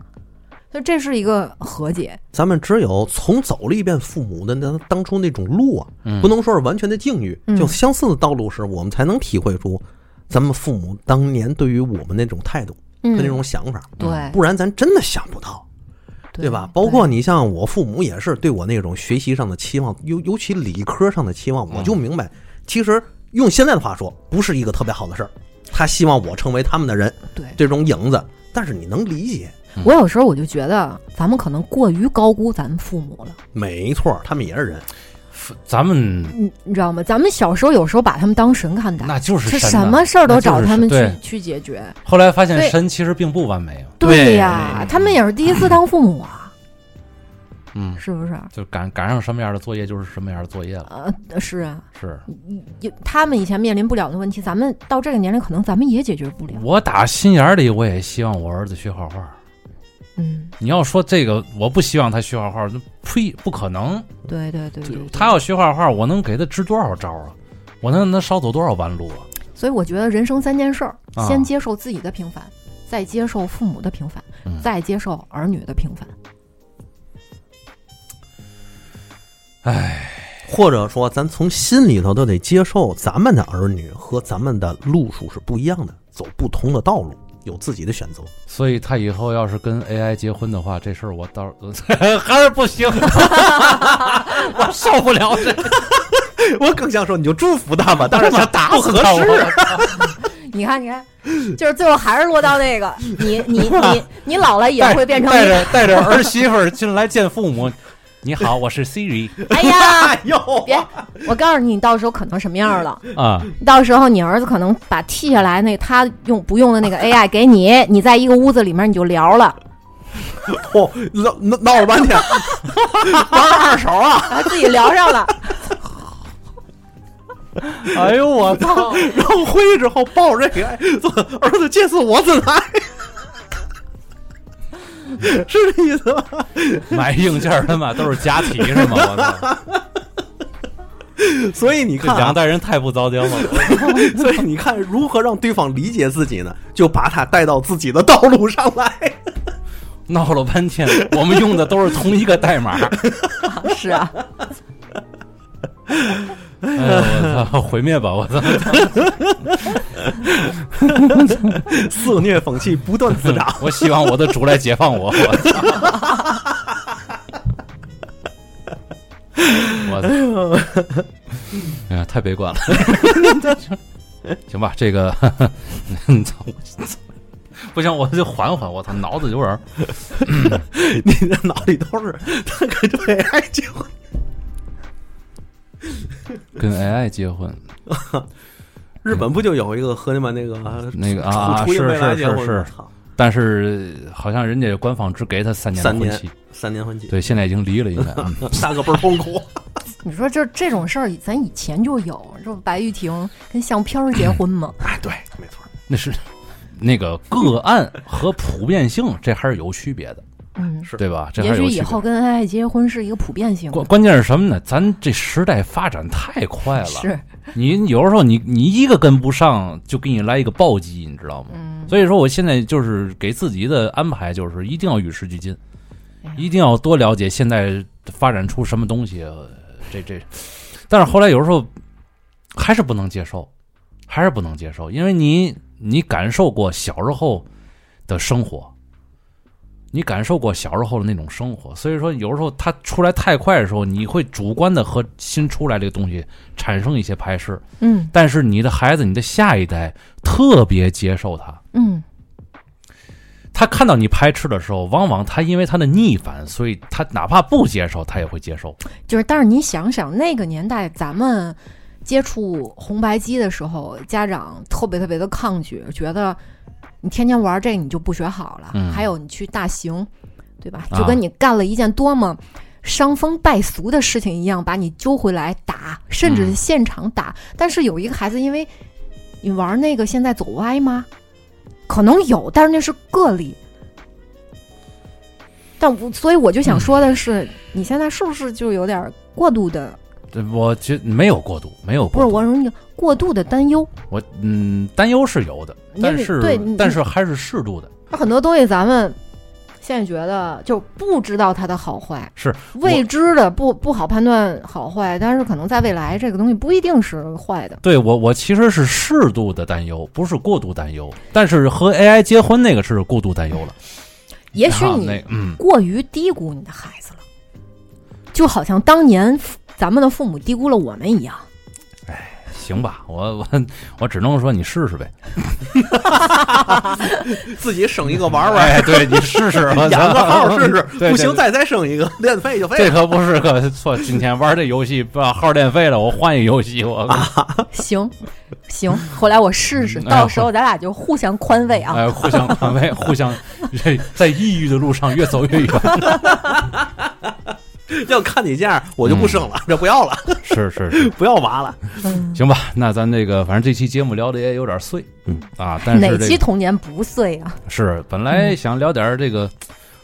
Speaker 2: 所以这是一个和解，
Speaker 3: 咱们只有重走了一遍父母的那当初那种路啊，
Speaker 1: 嗯
Speaker 3: 不能说是完全的境遇，
Speaker 2: 嗯
Speaker 3: 就相似的道路时，我们才能体会出咱们父母当年对于我们那种态度
Speaker 2: 嗯
Speaker 3: 和那种想法，
Speaker 2: 对
Speaker 1: 嗯
Speaker 3: 不然咱真的想不到。对吧？包括你像我父母也是对我那种学习上的期望，尤尤其理科上的期望，我就明白，其实用现在的话说，不是一个特别好的事儿。他希望我成为他们的人，
Speaker 2: 对
Speaker 3: 这种影子，但是你能理解，
Speaker 2: 我有时候我就觉得咱们可能过于高估咱们父母了，
Speaker 3: 没错，他们也是人，
Speaker 1: 咱们
Speaker 2: 你你知道吗？咱们小时候有时候把他们当神看待，
Speaker 1: 那就是
Speaker 2: 是
Speaker 1: 神
Speaker 2: 什
Speaker 1: 呐
Speaker 2: 么事儿都找他们去、
Speaker 1: 那就是神
Speaker 2: 去解决，
Speaker 1: 后来发现
Speaker 2: 对
Speaker 1: 神其实并不完美啊，
Speaker 3: 对
Speaker 2: 呀，他们也是第一次当父母啊，
Speaker 1: 嗯，
Speaker 2: 是不是？
Speaker 1: 就赶赶上什么样的作业就是什么样的作业了，
Speaker 2: 呃，是啊，
Speaker 1: 是
Speaker 2: 有他们以前面临不了的问题，咱们到这个年龄可能咱们也解决不了。
Speaker 1: 我打心眼儿里我也希望我儿子学画画。
Speaker 2: 嗯，
Speaker 1: 你要说这个，我不希望他学画画，那呸，不可能。
Speaker 2: 对对对对对
Speaker 1: 他要学画画，我能给他支多少招啊？我能让他少走多少弯路啊？
Speaker 2: 所以我觉得人生三件事儿：
Speaker 1: 啊
Speaker 2: 先接受自己的平凡，再接受父母的平凡，
Speaker 1: 嗯
Speaker 2: 再接受儿女的平凡。
Speaker 3: 或者说咱从心里头都得接受，咱们的儿女和咱们的路数是不一样的，走不同的道路，有自己的选择。
Speaker 1: 所以他以后要是跟 AI 结婚的话，这事儿我到 还是不行，我受不了这，
Speaker 3: 我更想说，你就祝福他吧，但是
Speaker 1: 他妈
Speaker 3: 想
Speaker 1: 打
Speaker 3: 不
Speaker 1: 死
Speaker 3: 合
Speaker 1: 他
Speaker 3: 适。啊
Speaker 1: 我
Speaker 2: 你看，你看，就是最后还是落到那个，你你你你老了也
Speaker 1: 带
Speaker 2: 会变成
Speaker 1: 带
Speaker 2: 一个，
Speaker 1: 着带着儿媳妇儿进来见父 母。你好，我是 Siri
Speaker 2: 哎呀，
Speaker 3: 哎呦，
Speaker 2: 别！我告诉你，你到时候可能什么样了。
Speaker 1: 啊，
Speaker 2: 到时候你儿子可能把剃下来那他用不用的那个 AI 给你，你在一个屋子里面你就聊了，
Speaker 3: 嚯，哦闹闹闹了半天， 玩二手 啊！
Speaker 2: 然后自己聊上 了。
Speaker 1: 哎呦我
Speaker 2: 哦
Speaker 1: 操！
Speaker 3: 然后回去之后抱着这个，哎说儿子，这次我自来，是这意思吧？
Speaker 1: 买硬件儿他妈都是假体是吗？我 操！
Speaker 3: 所以你
Speaker 1: 这
Speaker 3: 看、
Speaker 1: 两
Speaker 3: 啊，
Speaker 1: 代人太不着调了。
Speaker 3: 所以你看，如何让对方理解自己呢？就把他带到自己的道路上来。
Speaker 1: 闹了半天，我们用的都是同一个代码。
Speaker 2: 是啊，
Speaker 1: 哎呦我操！毁灭吧！我操！
Speaker 3: 肆虐风气不断滋长，
Speaker 1: 我希望我的主来解放我。 我操！我操！哎呀，太悲观了。 行吧，这个， 你操！我操不行，我就缓缓。我操，脑子有点儿
Speaker 3: 你的脑里都是他可就 AI 结婚。
Speaker 1: 跟 AI 结婚
Speaker 3: 日本不就有一个和你们那个
Speaker 1: 那个啊，
Speaker 3: 出
Speaker 1: 是
Speaker 3: 一未来
Speaker 1: 是
Speaker 3: 结婚
Speaker 1: 是
Speaker 3: 吗？
Speaker 1: 是，
Speaker 3: 操
Speaker 1: 但是好像人家官方只给他三年的
Speaker 3: 三
Speaker 1: 婚
Speaker 3: 年
Speaker 1: 期，
Speaker 3: 三年婚期，
Speaker 1: 对，现在已经离了，应该。嗯
Speaker 3: 大哥倍儿痛苦。
Speaker 2: 你说这这种事儿，咱以前就有，这不白玉婷跟项飘儿结婚吗？
Speaker 3: 哎，对，没错。
Speaker 1: 那是那个个案和普遍性，这还是有区别的，
Speaker 2: 嗯，
Speaker 3: 是
Speaker 1: 对吧？这还
Speaker 2: 也
Speaker 1: 是
Speaker 2: 许
Speaker 1: 有
Speaker 2: 以
Speaker 1: 区
Speaker 2: 后
Speaker 1: 别。
Speaker 2: 跟恩爱结婚是一个普遍性的。
Speaker 1: 关关键是什么呢？咱这时代发展太快了，
Speaker 2: 是，
Speaker 1: 你有时候你你一个跟不上，就给你来一个暴击，你知道吗？
Speaker 2: 嗯，
Speaker 1: 所以说，我现在就是给自己的安排就是一定要与时俱进
Speaker 2: 哎呀，
Speaker 1: 一定要多了解现在发展出什么东西。呃这这，但是后来有时候还是不能接受，还是不能接受，因为你你感受过小时候的生活，你感受过小时候的那种生活，所以说有时候它出来太快的时候，你会主观的和新出来这个东西产生一些排斥，
Speaker 2: 嗯
Speaker 1: 但是你的孩子，你的下一代特别接受它。
Speaker 2: 嗯，
Speaker 1: 他看到你排斥的时候，往往他因为他的逆反，所以他哪怕不接受，他也会接受。
Speaker 2: 就是，但是你想想，那个年代咱们接触红白机的时候，家长特别特别的抗拒，觉得你天天玩这个你就不学好了，
Speaker 1: 嗯
Speaker 2: 还有你去大型，对吧？
Speaker 1: 啊
Speaker 2: 就跟你干了一件多么。伤风败俗的事情一样，把你揪回来打，甚至是
Speaker 1: 嗯
Speaker 2: 现场打。但是有一个孩子，因为你玩那个，现在走歪吗？可能有，但是那是个例。但我所以我就想说的是，你现在是不是就有点儿过度的？
Speaker 1: 这我觉得没有过度，没有
Speaker 2: 不
Speaker 1: 过
Speaker 2: 是，
Speaker 1: 度。
Speaker 2: 我说你过度的担忧。
Speaker 1: 我嗯，担忧是有的，
Speaker 2: 因为
Speaker 1: 但是
Speaker 2: 对你
Speaker 1: 但是还是适度的。
Speaker 2: 那很多东西咱们现在觉得就不知道它的好坏，
Speaker 1: 是
Speaker 2: 未知的不不好判断好坏，但是可能在未来这个东西不一定是坏的。
Speaker 1: 对我我其实是适度的担忧，不是过度担忧。但是和 AI 结婚那个是过度担忧了。
Speaker 2: 也许
Speaker 1: 啊那
Speaker 2: 你
Speaker 1: 嗯，
Speaker 2: 过于低估你的孩子了，就好像当年咱们的父母低估了我 们一样。
Speaker 1: 行吧，我 我我只能说你试试呗。
Speaker 3: 自己生一个玩玩，
Speaker 1: 哎，对你试试，我
Speaker 3: 养个号试试，
Speaker 1: 对对
Speaker 3: 不行再再生一个， 练废就废
Speaker 1: 这
Speaker 3: 了。
Speaker 1: 可不是个错。今天玩这游戏把号练废了，我换一游 戏，我
Speaker 2: 行，行，后来我试试，
Speaker 1: 嗯哎
Speaker 2: 到时候咱俩就互相宽慰啊。
Speaker 1: 哎，互相宽慰，互 相这在抑郁的路上越走越远。
Speaker 3: 要看你这样，我就不生了，这 不要了，
Speaker 1: 是是是，
Speaker 3: 不要娃了。
Speaker 2: 嗯
Speaker 1: 行吧，那咱这个反正这期节目聊的也有点碎，
Speaker 3: 嗯
Speaker 1: 啊，但
Speaker 2: 哪
Speaker 1: 是
Speaker 2: 期
Speaker 1: 这个
Speaker 2: 童年不碎啊？
Speaker 1: 是本来想聊点儿这个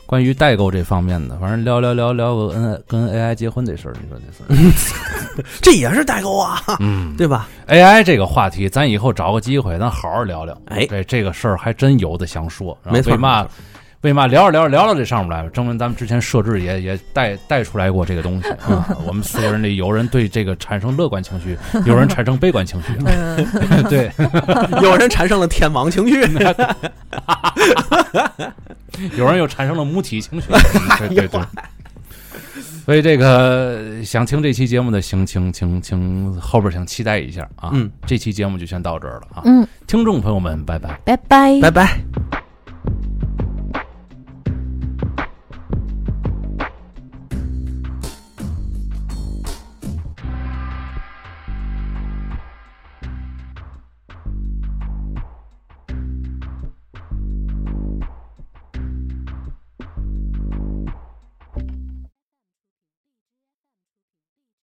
Speaker 1: 关于代购这方面的，反正聊聊聊聊个 N 跟 AI 结婚这事儿，你说这事儿，
Speaker 3: 这也是代沟啊，
Speaker 1: 嗯
Speaker 3: 对吧？
Speaker 1: ，AI 这个话题，咱以后找个机会，咱好好聊聊。
Speaker 3: 哎
Speaker 1: 这这个事儿还真有的想说，然后
Speaker 3: 没错
Speaker 1: 为嘛
Speaker 3: 没？
Speaker 1: 为嘛聊着聊着聊到这上面来了？证明咱们之前设置也也带带出来过这个东 西啊。我们四个人里有人对这个产生乐观情绪，有人产生悲观情绪。
Speaker 2: 嗯，
Speaker 1: 对，
Speaker 3: 有人产生了天王情绪，
Speaker 1: 有人又产生了母体 情绪，对对
Speaker 3: 啊
Speaker 1: 对。所以这个想听这期节目的，请请请请后边请期待一下啊！
Speaker 3: 嗯，
Speaker 1: 这期节目就先到这儿了啊！
Speaker 2: 嗯，
Speaker 1: 听众朋友们，拜拜。
Speaker 2: 拜拜。
Speaker 3: 拜拜。